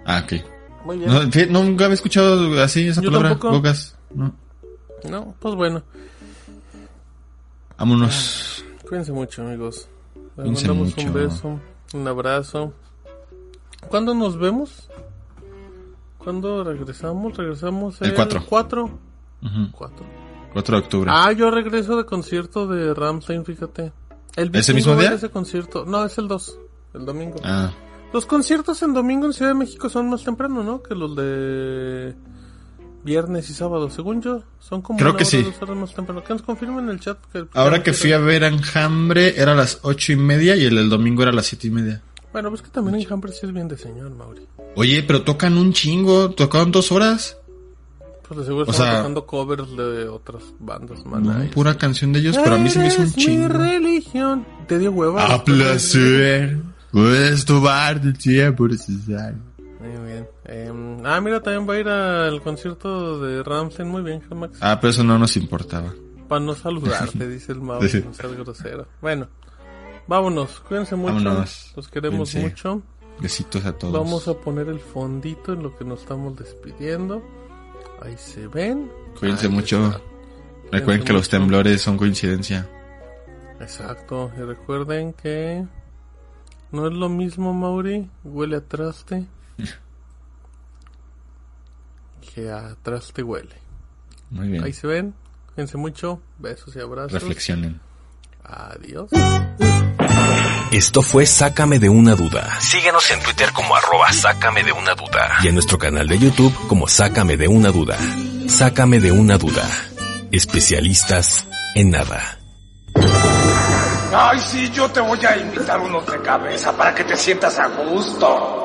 Speaker 7: Ah, ok.
Speaker 5: Muy bien.
Speaker 7: No,
Speaker 5: No,
Speaker 7: fí- nunca había escuchado así esa
Speaker 5: Yo
Speaker 7: palabra.
Speaker 5: tampoco.
Speaker 7: Bocas. No.
Speaker 5: pues bueno.
Speaker 7: Vámonos.
Speaker 5: Cuídense mucho, amigos. Les
Speaker 7: Cuídense
Speaker 5: mandamos
Speaker 7: mucho.
Speaker 5: un beso, un abrazo. ¿Cuándo nos vemos? ¿Cuándo regresamos? Regresamos
Speaker 7: El cuatro.
Speaker 5: 4.
Speaker 7: Ujú.
Speaker 5: 4.
Speaker 7: 4 de octubre.
Speaker 5: Ah, yo regreso de concierto de Ramstein, fíjate. El
Speaker 7: ¿Ese
Speaker 5: Vikingo
Speaker 7: mismo
Speaker 5: va a
Speaker 7: día?
Speaker 5: Ese concierto. No, es el 2, el domingo.
Speaker 7: Ah,
Speaker 5: Los conciertos en domingo en Ciudad de México son más temprano, ¿no? Que los de viernes y sábado, según yo. Son como
Speaker 7: Creo
Speaker 5: una
Speaker 7: que
Speaker 5: hora,
Speaker 7: sí.
Speaker 5: dos horas más temprano. Que nos confirmen en el chat. porque-
Speaker 7: ahora que fui a ver a Enjambre era a las ocho y media y el del domingo era a las siete y media.
Speaker 5: Bueno, pues que también en Hamper sí es bien de señor, Mauri.
Speaker 7: Oye, pero tocan un chingo, tocaron dos horas.
Speaker 5: Pues de seguro
Speaker 7: O
Speaker 5: están
Speaker 7: sea-
Speaker 5: tocando covers de otras bandas, man.
Speaker 7: No,
Speaker 5: Ay,
Speaker 7: pura canción de ellos, pero a mí se me hizo un
Speaker 5: Eres mi
Speaker 7: chingo. Ah, pues,
Speaker 5: religión. Te dio hueva.
Speaker 7: A placer, puedes tomar el tiempo necesario.
Speaker 5: Muy bien. Em, ah, mira, también va a ir al concierto de Ramstein. Muy bien, Max.
Speaker 7: Ah, pero eso no nos importaba.
Speaker 5: Para no saludarte, dice el Mauri,
Speaker 7: Sí.
Speaker 5: no seas grosero. Bueno, vámonos, cuídense mucho.
Speaker 7: Vámonos.
Speaker 5: Los queremos
Speaker 7: Cuídense.
Speaker 5: mucho.
Speaker 7: Besitos a todos.
Speaker 5: Vamos a poner el fondito en lo que nos estamos despidiendo. Ahí se ven.
Speaker 7: Cuídense
Speaker 5: Ahí
Speaker 7: mucho.
Speaker 5: está.
Speaker 7: Recuerden que los temblores son coincidencia.
Speaker 5: Exacto. Y recuerden que no es lo mismo, Mauri. Huele a traste. que a traste huele.
Speaker 7: Muy
Speaker 5: Ahí
Speaker 7: bien.
Speaker 5: se ven. Cuídense mucho. Besos y abrazos.
Speaker 7: Reflexionen.
Speaker 5: Adiós.
Speaker 2: Esto fue Sácame de una duda. Síguenos en Twitter como arroba Sácame de una duda. Y en nuestro canal de YouTube como Sácame de una duda. Sácame de una duda. Especialistas en nada.
Speaker 1: Ay, sí, yo te voy a invitar unos de cabeza para que te sientas a gusto.